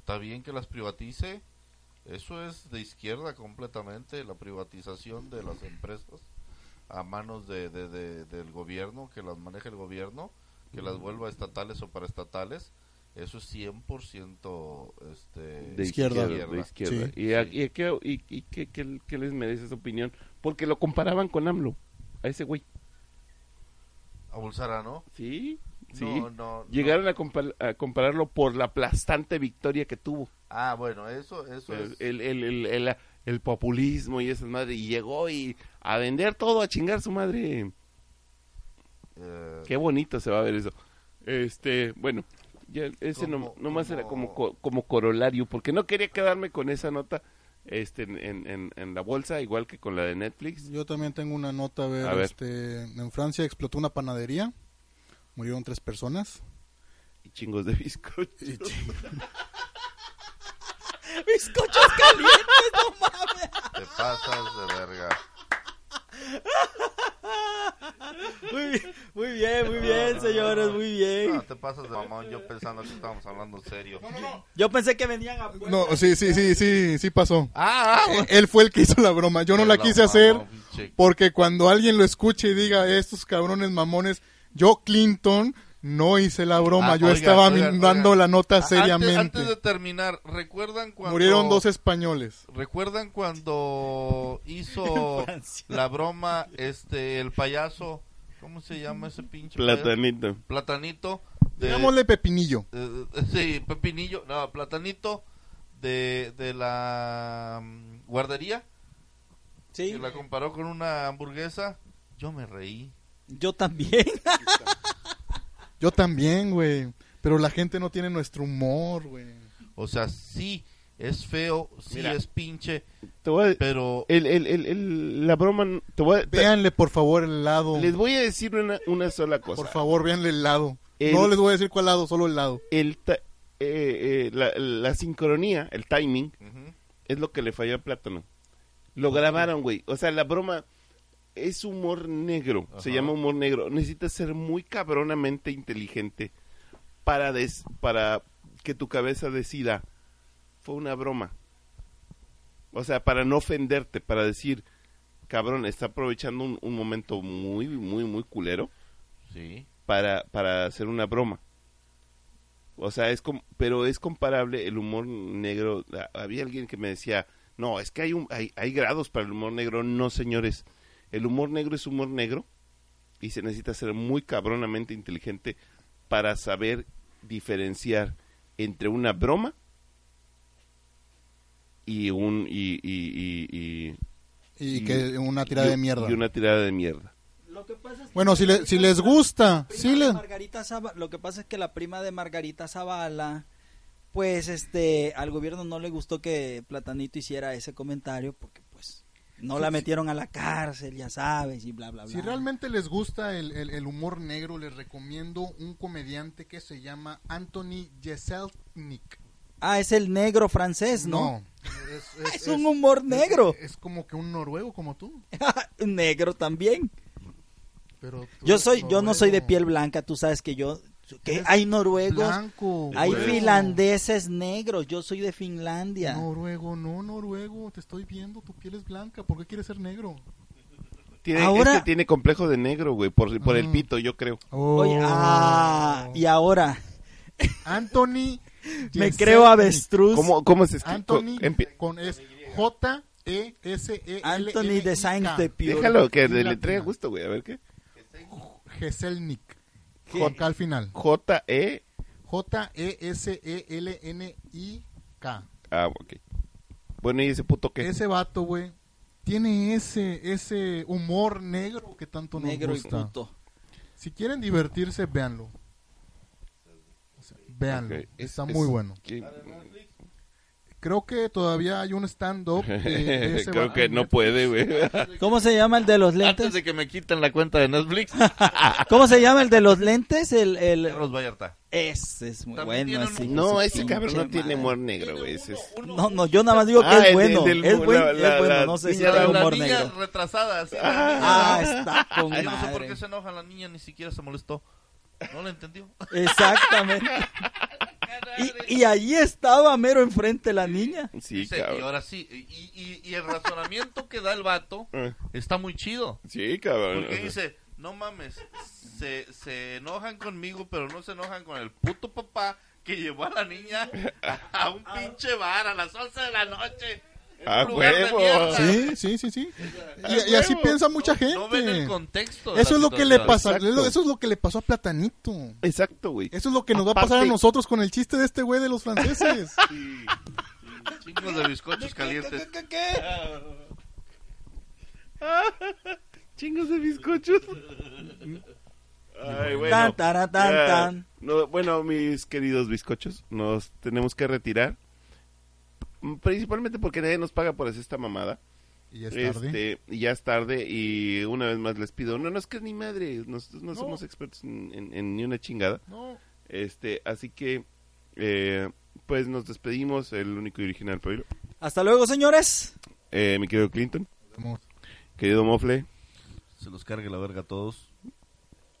[SPEAKER 3] Está bien que las privatice. Eso es de izquierda completamente, la privatización de las empresas a manos de, de- de- del gobierno, que las maneje el gobierno, que las vuelva estatales o paraestatales. Eso es 100% este,
[SPEAKER 1] de izquierda,
[SPEAKER 6] Izquierda.
[SPEAKER 1] de izquierda.
[SPEAKER 6] Sí.
[SPEAKER 1] ¿Y, a- y a qué, y- y qué- qué- qué les merece esa opinión? Porque lo comparaban con AMLO, a ese güey.
[SPEAKER 3] ¿A Bolsonaro?
[SPEAKER 1] Sí, sí.
[SPEAKER 3] No, no, no.
[SPEAKER 1] Llegaron a, compar- a compararlo por la aplastante victoria que tuvo.
[SPEAKER 3] Ah, bueno, eso, eso es...
[SPEAKER 1] El, el- el- el- el populismo y esas madres. Y llegó y a vender todo, a chingar su madre.
[SPEAKER 3] eh,
[SPEAKER 1] Qué bonito se va a ver eso. Este, bueno, ya ese no,
[SPEAKER 3] Como-
[SPEAKER 1] nomás
[SPEAKER 3] como-
[SPEAKER 1] era como, co- como corolario, porque no quería quedarme con esa nota este, en, en- en- en la bolsa, igual que con la de Netflix.
[SPEAKER 6] Yo también tengo una nota, a ver,
[SPEAKER 1] A ver.
[SPEAKER 6] Este, en Francia explotó una panadería, murieron tres personas.
[SPEAKER 1] Y chingos de bizcocho.
[SPEAKER 6] Y
[SPEAKER 2] Bizcochos calientes, no mames.
[SPEAKER 3] te pasas de verga.
[SPEAKER 2] Muy, bien, muy bien, muy bien, señores, muy
[SPEAKER 3] No,
[SPEAKER 1] Ah,
[SPEAKER 2] bien.
[SPEAKER 3] Ah, te pasas de mamón, yo pensando que estábamos hablando serio.
[SPEAKER 2] Yo pensé que venían a Puebla.
[SPEAKER 6] No, sí, sí, sí, sí, sí pasó.
[SPEAKER 3] Ah, ah,
[SPEAKER 6] Eh, Él fue el que hizo la broma, yo no la
[SPEAKER 3] Te
[SPEAKER 6] quise
[SPEAKER 3] mamó,
[SPEAKER 6] hacer
[SPEAKER 3] pinche
[SPEAKER 6] porque cuando alguien lo escuche y diga, estos cabrones mamones, yo Clinton no hice la broma,
[SPEAKER 3] Ah,
[SPEAKER 6] yo
[SPEAKER 3] oigan,
[SPEAKER 6] estaba
[SPEAKER 3] oigan,
[SPEAKER 6] dando
[SPEAKER 3] oigan.
[SPEAKER 6] la nota
[SPEAKER 3] Antes-
[SPEAKER 6] seriamente.
[SPEAKER 3] Antes, de terminar, ¿recuerdan cuando
[SPEAKER 6] Murieron dos españoles.
[SPEAKER 3] ¿Recuerdan cuando hizo
[SPEAKER 2] Francia.
[SPEAKER 3] la broma este el payaso? ¿Cómo se llama ese pinche payaso?
[SPEAKER 1] Platanito.
[SPEAKER 3] Platanito de-
[SPEAKER 6] Digámosle Pepinillo.
[SPEAKER 3] eh, sí, Pepinillo, no, Platanito de, de la mm, guardería
[SPEAKER 2] Sí,
[SPEAKER 3] que la comparó con una hamburguesa. Yo me reí.
[SPEAKER 2] yo también.
[SPEAKER 6] Yo también, güey. Pero la gente no tiene nuestro humor, güey.
[SPEAKER 3] O sea, sí es feo, sí
[SPEAKER 1] Mira.
[SPEAKER 3] es pinche,
[SPEAKER 1] Te voy a-
[SPEAKER 3] pero
[SPEAKER 1] el- el- el- el- la broma. n- te voy a- te-
[SPEAKER 6] Véanle, por favor, el lado.
[SPEAKER 1] les voy a decir una, una sola cosa.
[SPEAKER 6] Por favor, véanle el lado.
[SPEAKER 1] El-
[SPEAKER 6] No les voy a decir cuál lado, solo el lado.
[SPEAKER 1] El ta- eh, eh, la, la sincronía, el timing,
[SPEAKER 3] ujú,
[SPEAKER 1] es lo que le falló a Plátano. Lo grabaron, güey. O sea, la broma es humor negro. Se
[SPEAKER 3] Ajá.
[SPEAKER 1] llama humor negro. Necesitas ser muy cabronamente inteligente para, des- para que tu cabeza decida. Fue una broma. O sea, para no ofenderte, para decir, cabrón, está aprovechando un, un momento muy, muy, muy culero
[SPEAKER 3] sí.
[SPEAKER 1] para, para hacer una broma. O sea, es com- pero es comparable el humor negro. A- Había Ah, alguien que me decía, No, es que hay, un, hay, hay grados para el humor negro. No, señores. El humor negro es humor negro y se necesita ser muy cabronamente inteligente para saber diferenciar entre una broma y un y, y- y- y-
[SPEAKER 8] Y,
[SPEAKER 1] y-
[SPEAKER 8] que una tirada
[SPEAKER 1] y-
[SPEAKER 8] de mierda.
[SPEAKER 1] y una tirada de mierda
[SPEAKER 2] Lo que pasa es que-
[SPEAKER 8] Bueno, si, le- si les gusta,
[SPEAKER 2] prima
[SPEAKER 8] sí
[SPEAKER 2] de
[SPEAKER 8] le-
[SPEAKER 2] Margarita Zava- lo que pasa es que la prima de Margarita Zavala, pues este, al gobierno no le gustó que Platanito hiciera ese comentario porque pues no la metieron a la cárcel, ya sabes, y bla, bla, bla.
[SPEAKER 4] Si realmente les gusta el, el- el humor negro, les recomiendo un comediante que se llama Anthony Jeselnik.
[SPEAKER 2] Ah, es el negro francés, ¿no? Ah,
[SPEAKER 4] Es,
[SPEAKER 2] es, un humor negro.
[SPEAKER 4] Es, es como que un noruego como tú.
[SPEAKER 2] negro también.
[SPEAKER 4] Pero tú
[SPEAKER 2] Yo
[SPEAKER 8] Pues,
[SPEAKER 4] eres
[SPEAKER 2] soy, yo no soy de
[SPEAKER 4] noruego.
[SPEAKER 2] piel blanca, tú sabes que yo, que
[SPEAKER 4] Eres
[SPEAKER 2] hay noruegos,
[SPEAKER 4] Blanco.
[SPEAKER 2] hay
[SPEAKER 1] güey.
[SPEAKER 4] güero.
[SPEAKER 2] finlandeses negros, yo soy de Finlandia.
[SPEAKER 4] Noruego, no, noruego. Te estoy viendo. Tu piel es blanca. ¿Por qué quieres ser negro?
[SPEAKER 1] tiene,
[SPEAKER 2] Ahora-
[SPEAKER 1] este tiene complejo de negro güey por, por el
[SPEAKER 4] Ah.
[SPEAKER 1] pito yo creo Oh.
[SPEAKER 2] Oye, ah, y ahora me
[SPEAKER 4] Anthony. Jeselnik.
[SPEAKER 2] creo avestruz.
[SPEAKER 1] cómo cómo se escribe
[SPEAKER 4] Pues, Anthony con es J E S E L
[SPEAKER 2] Anthony de Sainz de Pure.
[SPEAKER 1] déjalo que
[SPEAKER 4] Latina.
[SPEAKER 1] le traiga gusto güey a ver qué
[SPEAKER 4] Geselnik.
[SPEAKER 1] ¿Qué?
[SPEAKER 4] Con K al final.
[SPEAKER 1] J E
[SPEAKER 4] J E S E L N I K.
[SPEAKER 1] ah ok bueno y ese puto qué
[SPEAKER 4] Ese vato, güey, tiene ese ese humor negro que tanto nos
[SPEAKER 2] Negro y
[SPEAKER 4] gusta.
[SPEAKER 2] puto.
[SPEAKER 4] Si quieren divertirse, véanlo. O sea, véanlo.
[SPEAKER 1] Ok, es-
[SPEAKER 4] Está
[SPEAKER 1] es-
[SPEAKER 4] muy bueno.
[SPEAKER 1] ¿Qué?
[SPEAKER 4] Creo que todavía hay un stand-up de, de ese
[SPEAKER 1] creo
[SPEAKER 4] vato.
[SPEAKER 1] que no puede güey
[SPEAKER 2] ¿Cómo se llama el de los
[SPEAKER 3] Antes
[SPEAKER 2] lentes?
[SPEAKER 3] de que me quiten la cuenta de Netflix,
[SPEAKER 2] ¿Cómo se llama el de los lentes? El, el...
[SPEAKER 3] Carlos Vallarta.
[SPEAKER 2] Ese es muy
[SPEAKER 3] También
[SPEAKER 2] bueno.
[SPEAKER 3] tiene
[SPEAKER 2] ese
[SPEAKER 3] un-
[SPEAKER 1] no
[SPEAKER 2] hijo de
[SPEAKER 1] ese cabrón no
[SPEAKER 2] pinche
[SPEAKER 1] tiene
[SPEAKER 2] madre.
[SPEAKER 1] humor negro güey ese es-
[SPEAKER 2] No, no, yo nada más digo que
[SPEAKER 1] Ah, el
[SPEAKER 2] es
[SPEAKER 1] del-
[SPEAKER 2] bueno.
[SPEAKER 1] del-
[SPEAKER 2] es bueno,
[SPEAKER 1] la- la-
[SPEAKER 2] es bueno,
[SPEAKER 1] la-
[SPEAKER 2] no sé si
[SPEAKER 3] Niña, la,
[SPEAKER 2] hay
[SPEAKER 3] la
[SPEAKER 2] humor
[SPEAKER 3] niña
[SPEAKER 2] negro.
[SPEAKER 3] retrasada. así, la
[SPEAKER 2] Ah,
[SPEAKER 3] niña.
[SPEAKER 2] está con
[SPEAKER 3] Yo no sé por
[SPEAKER 2] madre.
[SPEAKER 3] qué se enoja la niña, ni siquiera se molestó. No la entendió.
[SPEAKER 2] Exactamente. Y, y allí estaba mero enfrente la niña.
[SPEAKER 1] sí
[SPEAKER 3] Dice, y
[SPEAKER 1] cabrón
[SPEAKER 3] ahora sí. Y, y- y el razonamiento que da el vato
[SPEAKER 1] Ah,
[SPEAKER 3] está muy chido.
[SPEAKER 1] sí cabrón
[SPEAKER 3] Porque dice, no mames, se, se enojan conmigo, pero no se enojan con el puto papá que llevó a la niña a un pinche bar a las 11 de la noche. en
[SPEAKER 1] Ah,
[SPEAKER 3] un lugar de
[SPEAKER 1] huevo.
[SPEAKER 3] mierda.
[SPEAKER 8] Sí, sí, sí, sí. Y, y así piensa mucha gente.
[SPEAKER 3] No ven el contexto. de
[SPEAKER 8] Eso
[SPEAKER 3] la
[SPEAKER 8] es lo que le
[SPEAKER 3] situación.
[SPEAKER 8] pasa,
[SPEAKER 1] Exacto.
[SPEAKER 8] es lo- eso es lo que le pasó a Platanito.
[SPEAKER 1] exacto güey
[SPEAKER 8] Eso es lo que nos va a pasar a
[SPEAKER 1] Aparte-
[SPEAKER 8] nosotros con el chiste de este güey de los franceses.
[SPEAKER 3] Chingos de bizcochos calientes.
[SPEAKER 1] Chingos de bizcochos. Ay, bueno.
[SPEAKER 2] Tan, tara, tan,
[SPEAKER 1] Ya.
[SPEAKER 2] tan.
[SPEAKER 1] No, bueno, mis queridos bizcochos, nos tenemos que retirar. Mm, Principalmente porque nadie nos paga por hacer esta mamada.
[SPEAKER 4] Y es tarde.
[SPEAKER 1] Este, y ya es tarde y una vez más les pido, no, no es que ni madre, nosotros no,
[SPEAKER 4] No.
[SPEAKER 1] somos expertos en, en- en ni una chingada.
[SPEAKER 4] No,
[SPEAKER 1] Este, así que, eh, pues nos despedimos, el único y original Pablo,
[SPEAKER 2] Hasta luego, señores.
[SPEAKER 1] eh, mi querido Clinton,
[SPEAKER 4] estamos-
[SPEAKER 1] querido Mofle,
[SPEAKER 3] Se los cargue la verga a todos.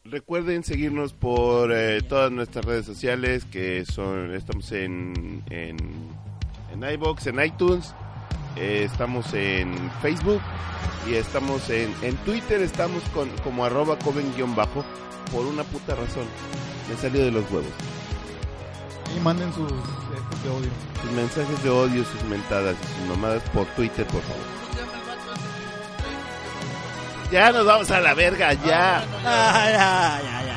[SPEAKER 1] Recuerden seguirnos por eh, todas nuestras redes sociales que son estamos en en, en iBox, en iTunes, eh, estamos en Facebook y estamos en, en Twitter estamos con como arroba coven guión bajo por una puta razón me salió de los huevos
[SPEAKER 4] Y manden sus eh, de odio.
[SPEAKER 1] sus mensajes de odio sus mentadas y sus mamadas por Twitter por favor ya nos vamos a la verga ya
[SPEAKER 2] 哎 Ay, ay, ay, ay.